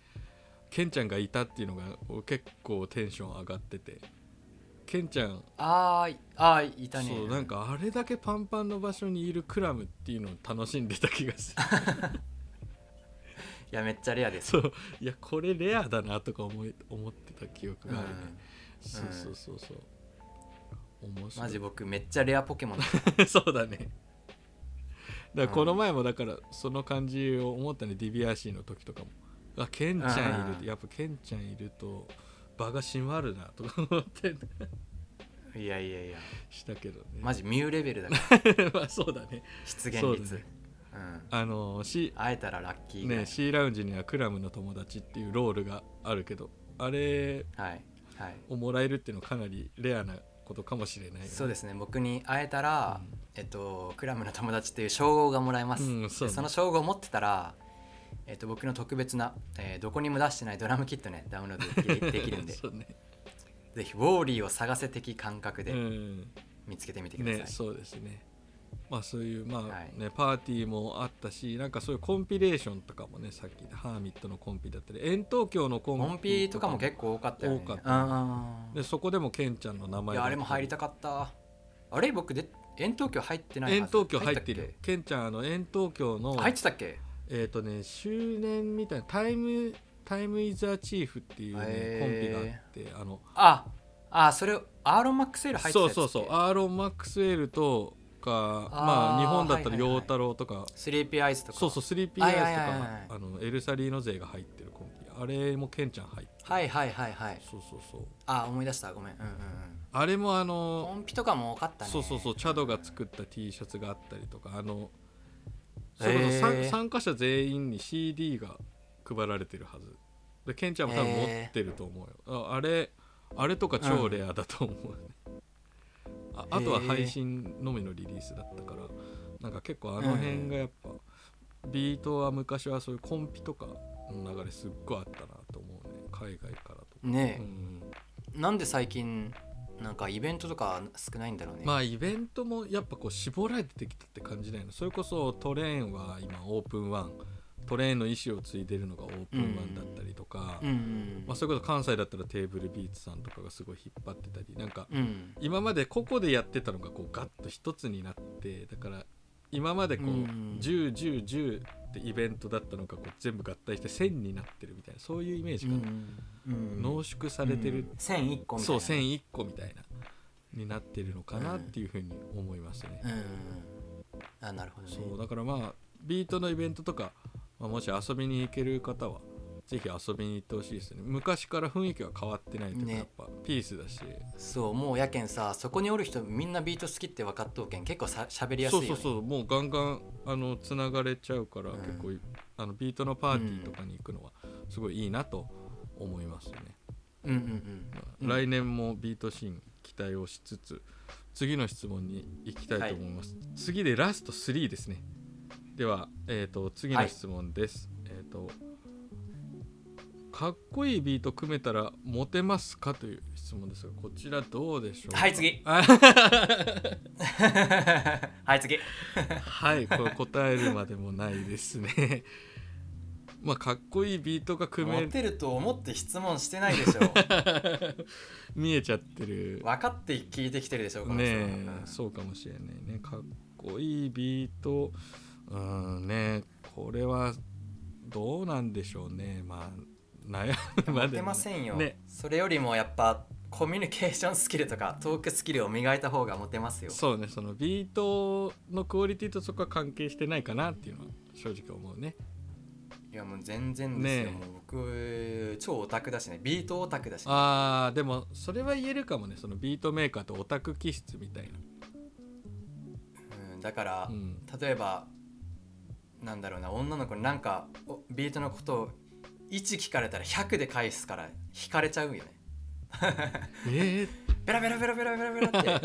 A: ケンちゃんがいたっていうのが俺結構テンション上がっててケンちゃん
B: あーいあーいたね
A: そうなんかあれだけパンパンの場所にいるクラムっていうのを楽しんでた気が する
B: いやめっちゃレアです
A: そういやこれレアだなとか思い思ってた記憶があるね、そうそうそうそう面
B: うん
A: 白い
B: マジ僕めっちゃレアポケモン だ
A: そうだね。だからこの前もだからその感じを思ったね、ディビアシーの時とかも。あケンちゃんい
B: うん
A: るやっぱケンちゃんいると場が閉まるなとか思って
B: いやいやいや
A: したけどね。
B: マジミュウレベルだから
A: まあそうだね。
B: 出現
A: そうだ
B: 率う、
A: ね
B: ん、
A: あの C
B: 会えたらラッキーぐらい、
A: ね C ラウンジにはクラムの友達っていうロールがあるけど、あれ
B: はいはい
A: をもらえるっていうのはかなりレアなことかもしれないよね、
B: そうですね僕に会えたら、えっと、クラムの友達という称号がもらえます、
A: うんそうね
B: でその称号を持ってたら、えっと、僕の特別な、えーどこにも出してないドラムキットねダウンロードできできるん で
A: そうね。
B: ぜひウォーリーを探せ的感覚
A: う
B: で
A: ん。
B: 見つけてみてください、
A: ね、そうですね。まあそういう、まあ
B: はい
A: ね、パーティーもあったしなんかそういうコンピレーションとかもねさっきハーミットのコンピだったり円東京のコンピ
B: モンピーとかも結構多かったよね
A: 多かった
B: た
A: でそこでもケンちゃんの名
B: い
A: 前
B: やあれも入りたかったあれ僕で遠東京入ってない
A: 円
B: はず
A: 東京入って
B: た
A: る
B: け
A: ケンちゃんあの円東京の
B: 入ってたっけ
A: えっ、とね周年みたいなタイムタイムイザーチーフっていう、ね
B: へー
A: コンピがあってあの
B: ああそれアーロン・マックスエール入ってた
A: そ
B: や
A: う
B: つっけ
A: そうそうアーロン・マックスウェルとか
B: あー
A: まあ日本だった
B: は
A: ら
B: いはいはい
A: 陽太郎とか、
B: スリーピーアイズとか
A: そうそうスリーピーアイズと
B: はいはいはいはい
A: かあのエルサリーノ勢が入ってるコンビあれもケンちゃん入ってる
B: はいはいはいはい
A: そうそうそう
B: あ思い出したごめんうんうんうん
A: あれもあ
B: コ
A: の
B: ンピとかも多かったね
A: そうそうそうチャドが作った T シャツがあったりとかあのそれこそ
B: へ
A: 参
B: ー
A: 参加者全員に CD が配られてるはずでケンちゃんも多分持
B: へー
A: ってると思うよああれあれとか超レアだと思うね、ああとは
B: へー
A: 配信のみのリリースだったからなんか結構あの辺がやっぱ、ビートは昔はそういうコンピとかの流れすっごいあったなと思うね海外からと、
B: ね
A: う
B: え、
A: ん、
B: なんで最近なんかイベントとか少ないんだろうね、
A: まあイベントもやっぱこう絞られてきたって感じないのそれこそトレーンは今オープンワントレーンの意思を継いでるのがオープンワンだったりとか、
B: うんうん
A: まあ、それこそ関西だったらテーブルビーツさんとかがすごい引っ張ってたりなんか
B: うん
A: 今まで個々でやってたのがこうガッと一つになってだから今までこう
B: うん
A: 101010ってイベントだったのがこう全部合体して1000になってるみたいなそういうイメージ
B: うん
A: が
B: うん
A: 濃縮されてる
B: うん、線一個みたい
A: そう
B: な
A: 1001個みたいなになってるのかなっていうふうに思いますね。
B: うんうんうんあなるほどね
A: そうだからまあビートのイベントとか、まあ、もし遊びに行ける方はぜひ遊びに行ってほしいですね昔から雰囲気は変わってないというか、
B: ね
A: やっぱピースだし
B: そうもうやけんさそこにおる人みんなビート好きって分かっとうけん結構さしゃべりやすい
A: そ
B: よ、
A: う
B: ね、
A: そうそうもうガンガンあのつながれちゃうから、
B: うん
A: 結構いあのビートのパーティーとかに行くのはすごいいいなと思いますね、
B: うんう んうん
A: まあ
B: うん
A: 来年もビートシーン期待をしつつ次の質問に行きたいと思います、次でラスト3ですねでは、えー、と次の質問です、えっ、とかっこいいビート組めたらモテますかという質問ですがこちらどうでしょうか
B: はい次
A: あ
B: はい次
A: はいこれ答えるまでもないですね まあかっこいいビートが組め
B: モ
A: る
B: テると思って質問してないで しょ
A: 見えちゃってる
B: 分かって聞いてきてるでしょこの
A: ね
B: 人
A: え、そうかもしれないねかっこいいビートうんねこれはどうなんでしょうねまあ悩むま
B: モ
A: で
B: テ
A: も
B: ませんよ、
A: ね
B: それよりもやっぱコミュニケーションスキルとかトークスキルを磨いた方がモテますよ
A: そうねそのビートのクオリティとそこは関係してないかなっていうのは正直思うね
B: いやもう全然ですよ、
A: ねえ
B: もう僕超オタクだしねビートオタクだし、ね、
A: あーでもそれは言えるかもねそのビートメーカーとオタク気質みたい
B: うんだか
A: な、
B: ら、
A: うん、
B: 例えばなんだろうな女の子になんかおビートのことを1聞かれたら100で返すから引かれちゃうよね
A: えー、
B: ベラベラベラベラベラベ ラって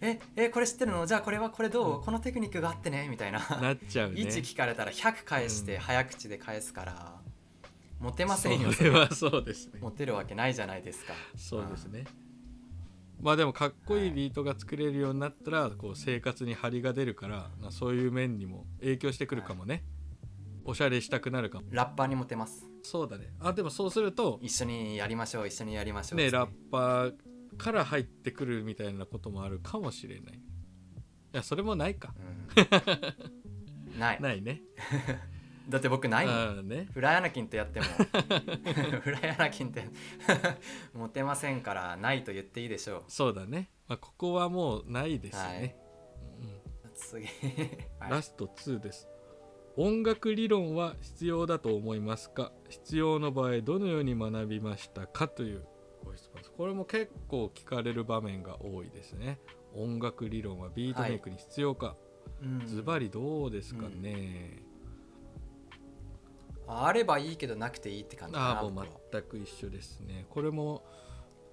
B: ええこれ知ってるのじゃあこれはこれどうこのテクニックがあってね みたいな
A: なっちゃ うね
B: 1聞かれたら100返して
A: うん
B: 早口で返すから、モテませんよ
A: それはそうですね
B: モテるわけないじゃないですか
A: そうですねまあでもかっこいいビートが作れるようになったらこう生活に張りが出るからまあそういう面にも影響してくるかもねおしゃれしたくなるかも
B: ラッパーにモテます
A: そうだねあでもそうすると
B: 一緒にやりましょう一緒にやりましょう
A: ねラッパーから入ってくるみたいなこともあるかもしれないいやそれもないか
B: うんない
A: ないね
B: だって僕ないもん
A: あね
B: フライアナキンとやっても フライアナキンって モテませんからないと言っていいでしょ
A: そうだね、まあ、ここはもうないですね、
B: う次
A: うん
B: は
A: ラ
B: い
A: スト2です音楽理論は必要だと思いますか必要の場合どのように学びましたかというご質問ですこれも結構聞かれる場面が多いですね音楽理論はビートメイクに必要か、
B: うん
A: ズバリどうですかね、
B: あればいいけどなくていいって感じか
A: あ
B: な
A: あも
B: 僕
A: う
B: は
A: 全く一緒ですねこれも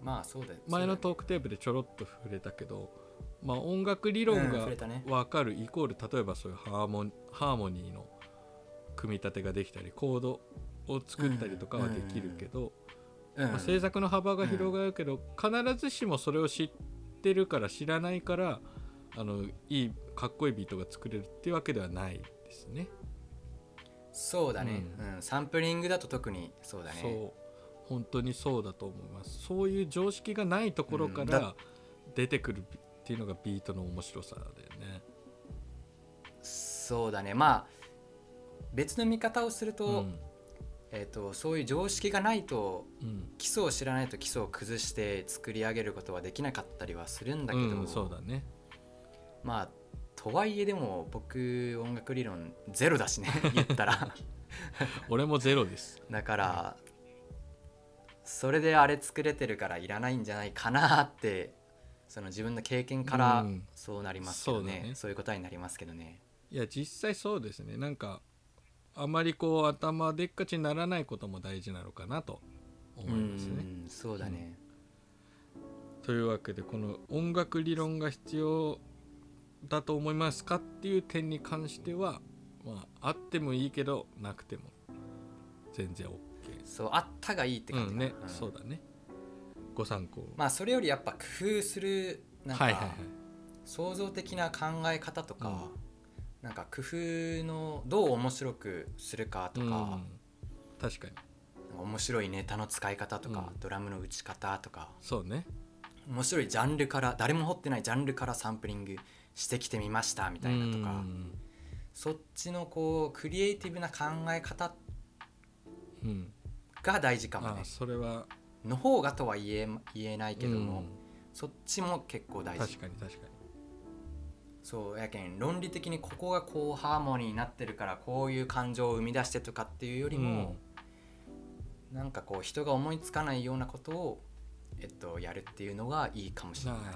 B: まあそうだよ
A: 前の
B: そう
A: トークテープでちょろっと触れたけど、まあ、音楽理
B: だよ
A: 論
B: うん
A: が
B: 触れたね
A: 分かるイコール例えばそういうハーモニハーモニーの組み立てができたりコードを作ったりとかはできるけど、
B: うん
A: まあ、制作の幅が広がるけど、必ずしもそれを知ってるから知らないからあのいいかっこいいビートが作れるっていうわけではないですね。
B: そうだね、
A: う
B: うんサンプリングだと特にそうだね
A: そう本当にそうだと思いますそういう常識がないところか
B: うん
A: ら
B: だ
A: 出てくるっていうのがビートの面白さだよね
B: そうだねまあ別の見方をすると,、
A: うん
B: えー、とそういう常識がないと
A: うん
B: 基礎を知らないと基礎を崩して作り上げることはできなかったりはするんだけど、
A: うんそうだね
B: まあとはいえでも僕音楽理論ゼロ だしね言ったら
A: 俺もゼロです
B: だからそれであれ作れてるからいらないんじゃないかなってその自分の経験から
A: うん
B: そうなりますけどね,、
A: そうだ
B: そ
A: ね
B: ういう答えになりますけどね
A: いや実際そうですねなんかあまりこう頭でっかちにならないことも大事なのかなと思いますね
B: うんそうだね、
A: というわけでこの音楽理論が必要だと思いますかっていう点に関してはまああってもいいけどなくても全然 OK
B: そうあったがいいって感じ
A: う
B: か
A: ん
B: な
A: ね、
B: うん
A: そうだねご参考
B: まあそれよりやっぱ工夫するなん
A: はいはいは
B: か創造的な考え方とか、なんか工夫のどう面白くするか
A: い
B: とか、
A: うん確かに
B: 面白いネタの使い方とか、
A: うん
B: ドラムの打ち方とか
A: そうね
B: 面白いジャンルから誰も掘ってないジャンルからサンプリングしてきてみましたみたいなとか、
A: うん
B: そっちのこうクリエイティブな考え方
A: うん
B: が大事かも
A: あ
B: ね
A: それは
B: の方がとは言え言えないけども、
A: うん
B: そっちも結構大
A: 確
B: 事
A: かに確かに
B: そうやけん論理的にここがこうハーモニーになってるからこういう感情を生み出してとかっていうよりも、なんかこう人が思いつかないようなことを、えっと、やるっていうのがいいかもしれない。
A: はい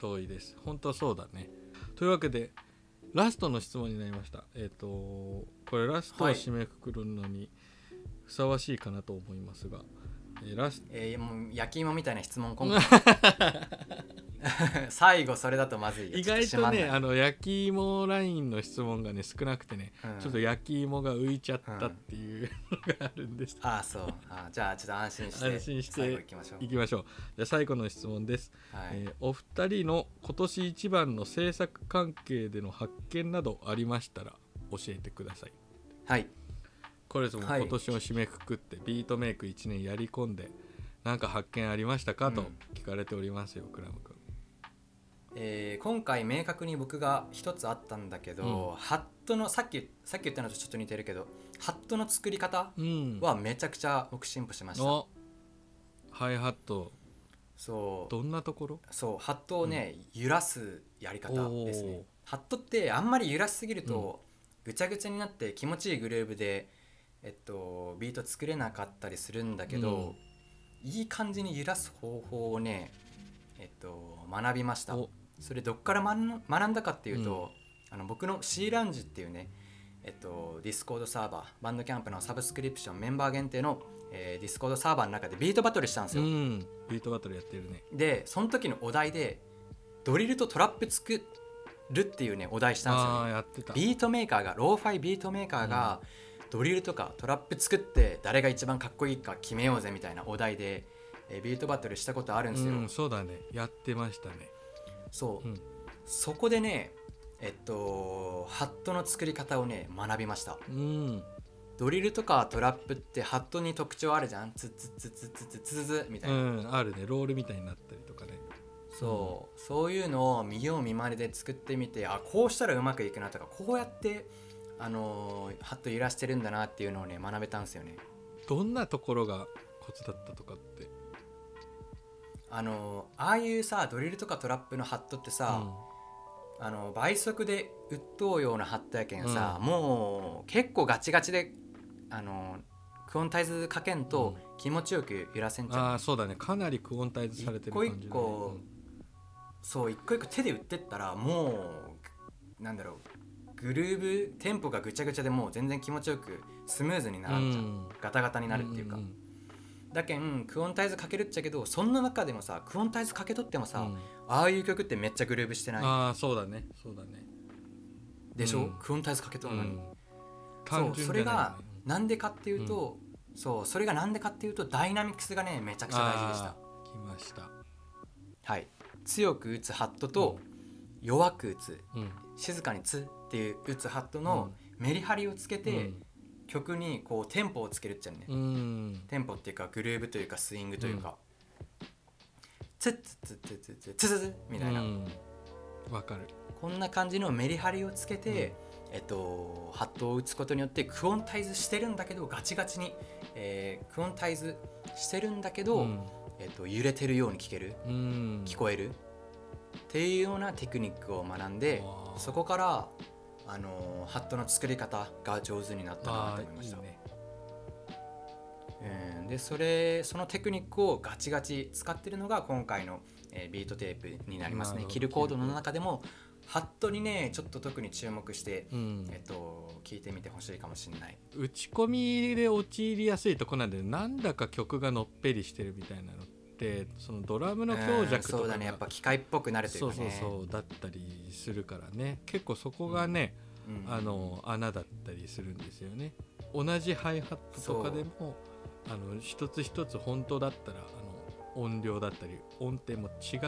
A: 同意です本当そうだねというわけでラストの質問になりましたえっ、とこれラストを
B: はい
A: 締めくくるのにふさわしいかなと思いますが、えーラス
B: えー、もう焼き芋みたいな質 問今回最後それだとまずいよ
A: 意外
B: ちょっ
A: と
B: 閉
A: ね
B: まんない
A: あの焼き芋ラインの質問がね少なくてね、
B: うん
A: ちょっと焼き芋が浮いちゃったっていうのがあるんです
B: ああそうあーじゃあちょっと安心して
A: 安心して
B: 最後行きましょう
A: いきましょうじゃあ最後の質問です、
B: はい、
A: えーお二人の今年一番の制作関係での発見などありましたら教えてください
B: はい
A: これですもん
B: はい
A: 今年を締めくくってビートメイク1年やり込んで何か発見ありましたか
B: う
A: と
B: ん
A: 聞かれておりますよ、クラム君
B: えー今回明確に僕が一つあったんだけど、ハットのさっきさっき言ったのとちょっと似てるけどハットの作り方
A: うん
B: はめちゃくちゃ僕進歩しました、
A: のハイハット
B: そう
A: どんなところ
B: そうハットをね、揺らすやり方です
A: おー
B: ねハットってあんまり揺らしすぎると、ぐちゃぐちゃになって気持ちいいグルーブでえっと、ビート作れなかったりするんだけど、いい感じに揺らす方法をね、えっと、学びました
A: お
B: それどっから学ん学んだかっていうと、あの僕の C ランジっていうねえっと、ディスコードサーバーバンドキャンプのサブスクリプションメンバー限定の、えーディスコードサーバーの中でビートバトルしたんです
A: う
B: よ、
A: んビートバトルやってるね
B: でその時のお題でドリルとトラップ作るっていうねお題したんですよ、ね
A: ああやってた
B: ビートメーカーがローファイビートメーカーがドリルとかトラップ作って誰が一番かっこいいか決めようぜみたいなお題で、えービートバトルしたことあるんですよ、
A: うんそうだねやってましたね
B: そう、
A: うん
B: そこでねえっとハットの作り方をね学びました
A: うん
B: ドリルとかトラップってハットに特徴あるじゃんツッツッツッツッツッツッツッツッみたいうな、
A: んあるねロールみたいになったりとかね
B: そうそういうのを見よう見まねで作ってみてあこうしたらうまくいくなとかこうやってあのーハット揺らしてるんだなっていうのをね学べたんですよね
A: どんなところがコツだったとかって
B: あのああいうさドリルとかトラップのハットってさ、あの倍速で打っとうようなハットやけんさ、
A: う
B: もう結構ガチガチであのクオンタイズかけんと
A: う
B: 気持ちよく揺らせ
A: うんん
B: じゃん、
A: ああそうだねかなりクオンタイズされてる感じだね
B: 一個そう一個一個手で打ってったらもうなんだろうグルーブテンポがぐちゃぐちゃでもう全然気持ちよくスムーズにならんじゃん、
A: うん
B: ガタガタになるっていうか、
A: んん
B: だけんクオンタイズかけるっちゃけどそんな中でもさクオンタイズかけとってもさ、
A: うん
B: ああいう曲ってめっちゃグルーブしてない
A: ああそうだねそうだね
B: でしょ、
A: うん
B: クオンタイズかけとるのに、
A: うん
B: そ
A: 単
B: う
A: 純
B: そ
A: じ
B: れ
A: ゃない
B: が
A: よね
B: なんでかっていうと、そうそれがなんでかっていうとダイナミクスがねめちゃくちゃ大事でした
A: あー来ました
B: はい強く打つハットと、弱く打つ
A: うん
B: 静かに「つ」っていう打つハットのメリハリをつけて、曲にこうテンポをつけるっちゃうね、
A: うんうん
B: テンポっていうかグルーブというかスイングというか「つっつっつっつっつっつっつっつっ」みたいな、
A: うんわかる
B: こんな感じのメリハリをつけて、えっと、ハットを打つことによってクオンタイズしてるんだけどガチガチに、えークオンタイズしてるんだけど、
A: ん
B: えっと、揺れてるように聞ける
A: うん
B: 聞こえるっていうようなテクニックを学んで
A: あー
B: そこから、あのーハットの作り方が上手になったな
A: ああ
B: と思いま
A: い
B: し
A: い
B: た。
A: ね
B: うんでそれそのテクニックをガチガチ使ってるのが今回の、えービートテープになります
A: なる
B: ね
A: ほど
B: キルコードの中でもハットにねちょっと特に注目して、
A: うん
B: えっと、聞いてみてほしいかもしれない
A: 打ち込みで陥りやすいとこなんでなんだか曲がのっぺりしてるみたいなのってそのドラムの強
B: うん
A: 弱とか
B: そうだねやっぱ機械っぽくなるとい
A: そうう
B: か
A: そう
B: ね
A: そうだったりするからね結構そこがね、
B: うん
A: あの穴だったりするんですよね同じハイハットとかでもあの一つ一つ本当だったらあの音量だったり音程も違っ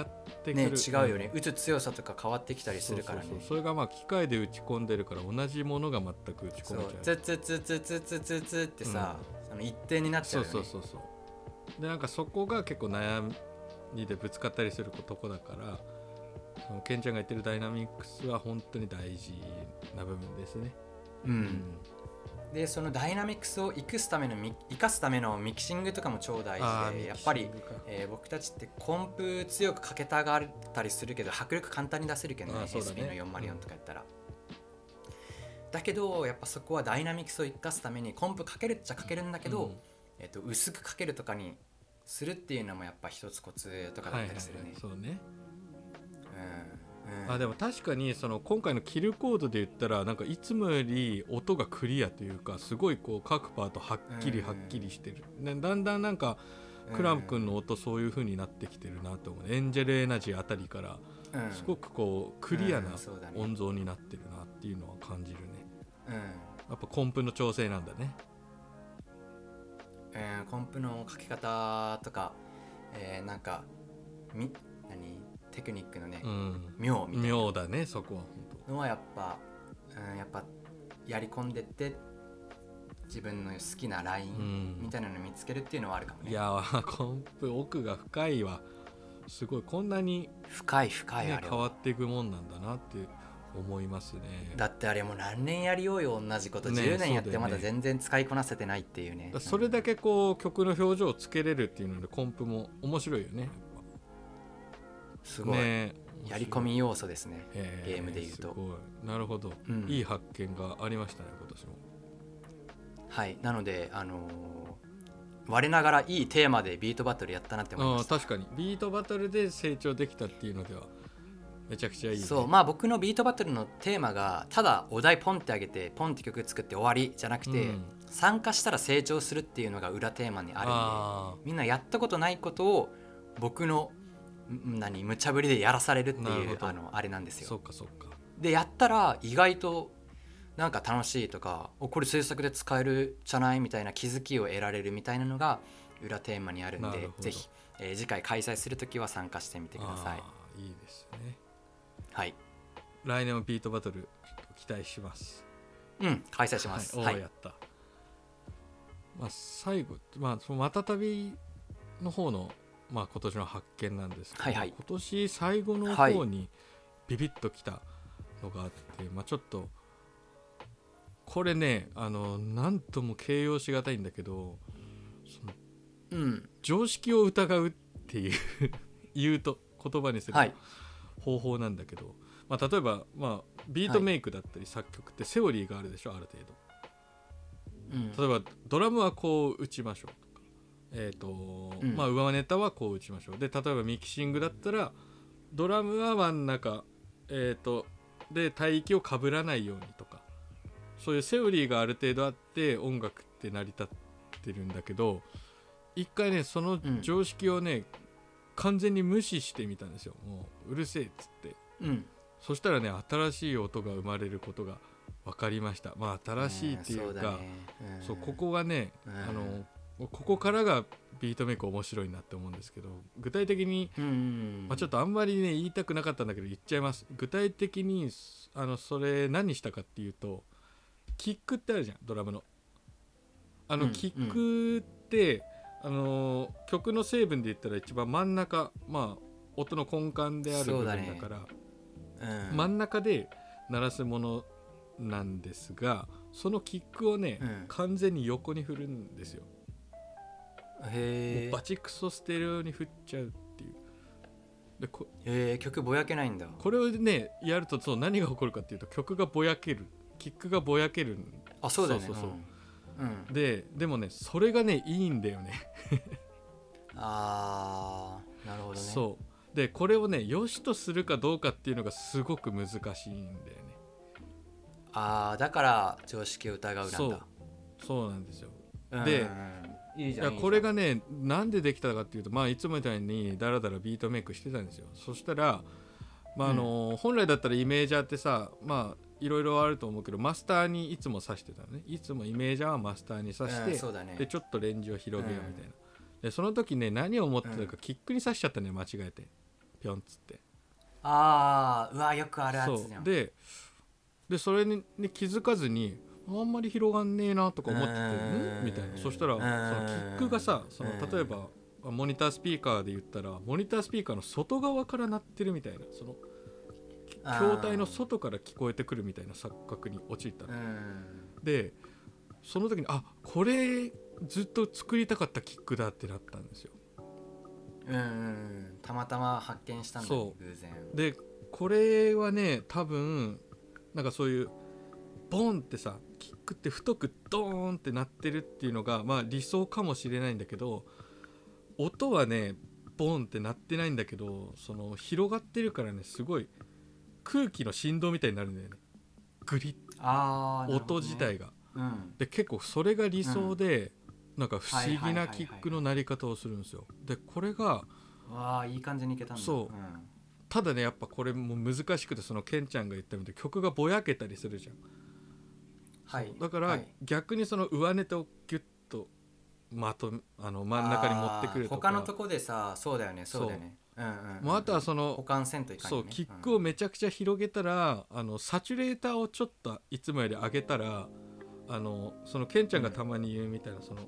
A: てくる、
B: ね違うよね打つ強さとか変わってきたりするから
A: そ
B: ね
A: うそうそうそれがまあ機械で打ち込んでるから同じものが全く打ち込
B: そう
A: めち
B: ツ
A: ゃう
B: ッツッツッツッツッツッツッツッってさ、その一定になっち
A: そ
B: ゃ
A: うう
B: よね
A: そうそうそうでなんかそこが結構悩みでぶつかったりするとこだからそのケンちゃんが言ってるダイナミクスは本当に大事な部分ですね
B: うんでそのダイナミクスを生かすためのミ生かすためのミキシングとかも超大
A: あ
B: 事
A: ー
B: でやっぱり
A: ミキシングか
B: えー僕たちってコンプ強くかけたがったりするけど迫力簡単に出せるけどね
A: あーそうだね
B: SP の404とかやったら、だけどやっぱそこはダイナミクスを生かすためにコンプかけるっちゃかけるんだけど、
A: うん
B: えっと薄くかけるとかにするっていうのもやっぱ一つコツとかだったりするね、
A: そうね、
B: うんうん
A: あでも確かにその今回のキルコードで言ったらなんかいつもより音がクリアというかすごいこう各パートはっきり
B: うん
A: はっきりしてる、ねだんだんなんかクランプ君の音そういう風になってきてるなと思う、エンジェルエナジーあたりから
B: うん
A: すごくこうクリア
B: う
A: なん
B: そうだね
A: 音像になってるなっていうのは感じるね
B: うん
A: やっぱコンプの調整なんだね
B: えーコンプの書き方とか、えーなんかみ何テクニックのね、
A: うん
B: 妙みたい
A: 妙だねそこは
B: なのはやっぱ、うん、やっぱやり込んでって自分の好きなライ
A: 本当う
B: ン
A: ん
B: みたいなの見つけるっていうのはあるかもね、
A: いやー コンプ奥が深いわすごいこんなに
B: 深い深い、
A: ね
B: あれ
A: 変わ
B: は
A: っていくもんなんだなって思いますね
B: だってあれもう何年やりようよ同じこと、
A: ね
B: 10年やっ
A: そうだよ
B: て
A: ね
B: まだ全然使いこなせてないっていうね
A: それだけこう曲の表情をつけれるっていうのでコンプも面白いよねやっ
B: うん
A: ぱ
B: すごい、
A: ね
B: やり込み要素ですね
A: え
B: ゲームで言うと
A: すごいなるほど、
B: うん
A: いい発見がありましたね今年も
B: はいなのであのー我ながらいいテーマでビートバトルやったなって思いま
A: ああ
B: した
A: 確かにビートバトルで成長できたっていうのではめちゃくちゃいいね、
B: そうまあ僕のビートバトルのテーマがただお題ポンってあげてポンって曲作って終わりじゃなくて、
A: うん
B: 参加したら成長するっていうのが裏テーマにあるんで
A: あ
B: みんなやったことないことを僕のん何無茶ぶりでやらされるって
A: なる
B: い
A: ほ
B: う
A: ど
B: あのあれなんです
A: ーそ
B: よ
A: っかそっか
B: でやったら意外となんか楽しいとかおこれ制作で使えるじゃないみたいな気づきを得られるみたいなのが裏テーマにあるん
A: なる
B: で
A: ほど
B: ぜひ、えー次回開催する時は参加してみてください
A: あーいいですね
B: はい
A: 来年もビートバトル期待します
B: うん開催します
A: はい、
B: は
A: おー
B: い
A: やった、まあ、最後、まあ、そのまたたびの方の、まあ、今年の発見なんですけど、
B: はいはい
A: 今年最後の方にビビッときたのがあって、まあ、ちょっとこれねあの何とも形容しがたいんだけどその
B: うん
A: 常識を疑うっていう 言うと言葉にすると
B: はい
A: 方法なんだけど、まあ、例えば、まあ、ビートメイクだったり作曲ってセオリーがあるでしょある程度。
B: うん
A: 例えばドラムはこう打ちましょうとか、えーと
B: うん
A: まあ、上ネタはこう打ちましょうで例えばミキシングだったらドラムは真ん中、えー、とで帯域をかぶらないようにとかそういうセオリーがある程度あって音楽って成り立ってるんだけど一回ねその
B: ん
A: 常識をね、完全に無視してみたんですよもううるせえっつって
B: うん
A: そしたらね新しい音が生まれることが分かりましたまあ新しいっていうか、
B: ん
A: そうここがね、
B: うん
A: あのここからがビートメイク面白いなって思うんですけど具体的に、
B: うんうんうん
A: まあ、ちょっとあんまりね言いたくなかったんだけど言っちゃいます具体的にすあのそれ何したかっていうとキックってあるじゃんドラムの。あの、
B: うん
A: キックって、あの曲の成分で言ったら一番真ん中まあ音の根幹である部
B: そう
A: 分
B: だ
A: だ
B: ね
A: から
B: うん
A: 真ん中で鳴らすものなんですがそのキックをね、
B: うん
A: 完全に横に振るんですよ、も
B: へ
A: うバチクソステレオに振っちゃうっていうでこ
B: え曲ぼやけないんだ
A: これをねやるとそう何が起こるかっていうと曲がぼやけるキックがぼやけるん
B: あそうだよね
A: そうそうそう
B: うんうん
A: ででもねそれがねいいんだよね
B: あーなるほどね
A: そうでこれをね良しとするかどうかっていうのがすごく難しいんだよね
B: あーだから常識を疑うなんだ
A: そうそうなんですよ
B: うん
A: で
B: いい
A: い
B: じゃん
A: やこれがねなんでできたかっていうとまあいつもみたいにダラダラビートメイクしてたんですよそしたら、まああの本来だったらイメージャーってさまあいろいろあると思うけどマスターにいつも刺してたのねいつもイメージャーはマスターに刺して、
B: うんそうだね
A: でちょっとレンジを広げようみたいな、でその時ね何を思ってたか、
B: うん
A: キックに刺しちゃったね間違えてぴょんっつって
B: ああうわよくあるや
A: そ
B: つじゃ
A: うんででそれにに気づかずにあんまり広がんねえなとか思ってて
B: うん
A: んみたいなそしたら
B: う
A: そ
B: ん
A: のキックがさその
B: うん
A: 例えばモニタースピーカーで言ったらモニタースピーカーの外側から鳴ってるみたいなその筐体の外から聞こえてくるみたいな錯覚に陥った
B: う
A: の
B: ん
A: でその時にあこれずっと作りたかったキックだってなったんですよ
B: うんうんたまたま発見したんだね
A: そう
B: 偶然
A: でこれはね多分なんかそういうボンってさキックって太くドーンってなってるっていうのがまあ理想かもしれないんだけど音はねボンって鳴ってないんだけどその広がってるからねすごい空気の振動みたいになるんだよねグリッ
B: ああ
A: 音自体が、
B: うん
A: で結構それが理想で、なんか不思
B: はいは
A: 議
B: いはい
A: な
B: はい
A: キックの鳴り方をするんですよでこれが
B: わあいい感じにいけたんだ
A: そう
B: うん
A: ただねやっぱこれも難しくてそのケンちゃんが言ったみたいに曲がぼやけたりするじゃん
B: はい
A: だか
B: は
A: ら
B: い
A: 逆にその上ネタをギュッとまとめあの真ん中に持ってくるとか
B: あー他のとこでさそうだよねそうだよねうんうんうん
A: もうあとはそ
B: 保
A: の、
B: 管せんといかん
A: そ
B: よ
A: う
B: ね
A: キックをめちゃくちゃ広げたら、あのサチュレーターをちょっといつもより上げたらあのそのケンちゃんがたまに言うみたいな、その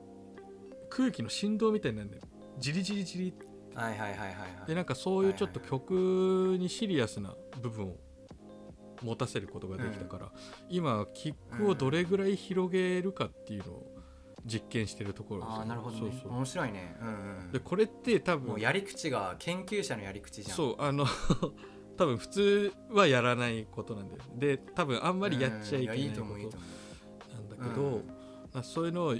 A: 空気の振動みたいになるんだよジリジリジリって
B: うんはいはいはいはいはい
A: でなんかそういうちょっと
B: は
A: 曲にシリアスな部分を持たせることができたから、今キックをどれぐらい広げるかっていうのを実験してるところです
B: あ
A: よ
B: あなるほどね
A: そうそう
B: 面白いねうんうん
A: でこれって多
B: もう
A: 分
B: やり口が研究者のやり口じゃん
A: そうあの 多分普通はやらないことなんだよで多分あん
B: あ
A: まりやっちゃいけない
B: いいと
A: こ
B: 思ういいと
A: と
B: 思う
A: なんだけど、あそういうのを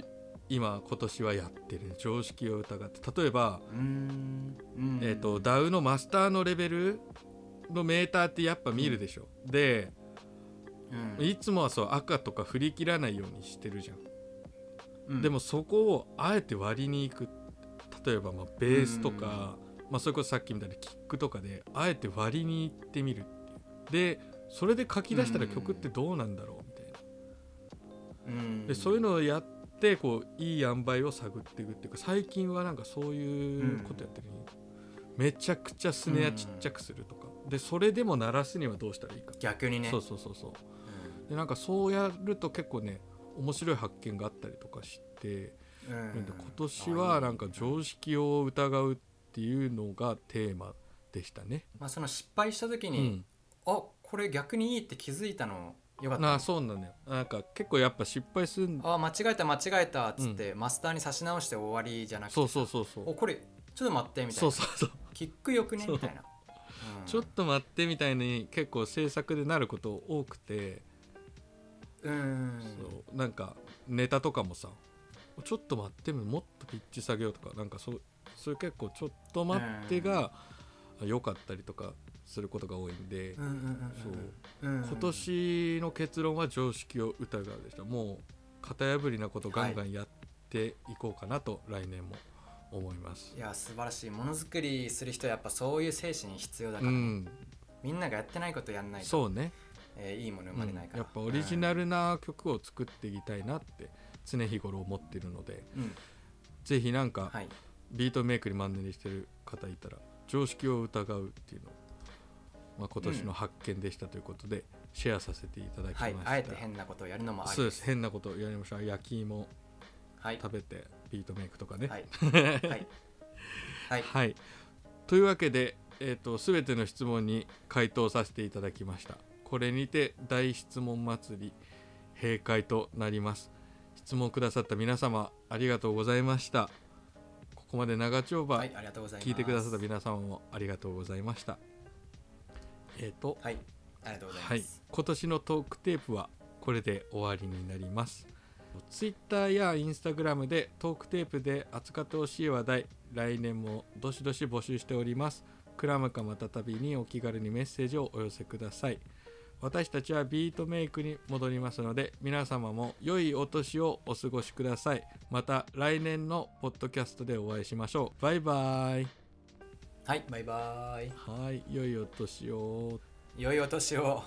A: 今今年はやってる常識を疑って例えば、
B: うーんうん
A: えー、と DAW のマスターのレベルのメーターってやっぱ見るでしょ、で
B: うん
A: いつもはそう赤とか振り切らないようにしてるじゃん、
B: うん
A: でもそこをあえて割りにいく例えばまあベースとか、まあ、それこそさっきみたいなキックとかであえて割りにいってみるっていうでそれで書き出したら曲ってどうなんだろうみたいな
B: うん
A: でそういうのをやってこういい塩梅を探っていくっていうか最近はなんかそういうことやってるに、めちゃくちゃスネアちっちゃくするとか、でそれでも鳴らすにはどうしたらいいか、
B: 逆にね
A: そうそうそうそう
B: う
A: でなんかそうやると結構ね面白い発見があったりとかして、
B: んうん
A: で今年はなんか常識を疑うっていうのがテーマでしたね。
B: まあ、その失敗した時
A: う
B: に、
A: ん、
B: あこれ逆にいいって気づいたのよかった
A: な
B: な
A: あそうなんだよなんか結構やっぱ失敗するん
B: あ間違えた間違えたっつって、マスターに差し直して終わりじゃなくて
A: そうそうそうそう
B: おこれちょっと待ってみたい
A: そう
B: な
A: そうそう
B: キックよくね
A: そう
B: みたいな、うん
A: ちょっと待ってみたいに結構制作でなること多くて、
B: うん
A: そうなんかネタとかもさちょっと待ってももっとピッチ下げようとかなんかそうそれ結構ちょっと待ってが良かったりとかすることが多いんで、
B: うんうんうんうんうんうん
A: 今年の結論は常識を疑うでしたもう型破りなことガンガンやっていこうかなと来年も思います
B: い、や素晴らしいものづくりする人はやっぱそういう精神必要だか
A: う
B: ら、
A: ん
B: みんながやってないことやんないと、
A: そうね
B: えーいいもの生まれないから、
A: うんやっぱオリジナルな曲を作っていきたいなって常日頃思ってるので
B: うん、うん
A: ぜひなんか
B: はい
A: ビートメイクにマンネリしてる方いたら常識を疑うっていうのを、まあ、今年の発見でしたということで、シェアさせていただきま
B: は
A: し
B: い
A: た、
B: あえて変なことをやるのもあ
A: そう
B: る
A: です変なことやりました焼き芋
B: はい
A: 食べてビートメイクとかね
B: は
A: はい、
B: いはいはい
A: というわけで、えー、と全ての質問に回答させていただきましたこれにて大質問祭り閉会となります質問くださった皆様ありがとうございましたここまで長丁場、
B: はい、ありがとうございます。
A: 聞いてくださった皆様もありがとうございましたえっ、と
B: はい、ありがとうございます。
A: はい今年のトークテープはこれで終わりになりますツイッターやインスタグラムでトークテープで扱ってほしい話題来年もどしどし募集しておりますクラムかまたたびにお気軽にメッセージをお寄せください私たちはビートメイクに戻りますので皆様も良いお年をお過ごしくださいまた来年のポッドキャストでお会いしましょうバイバイ
B: はい、バイバイ。
A: はい、良いお年を。
B: 良いお年を。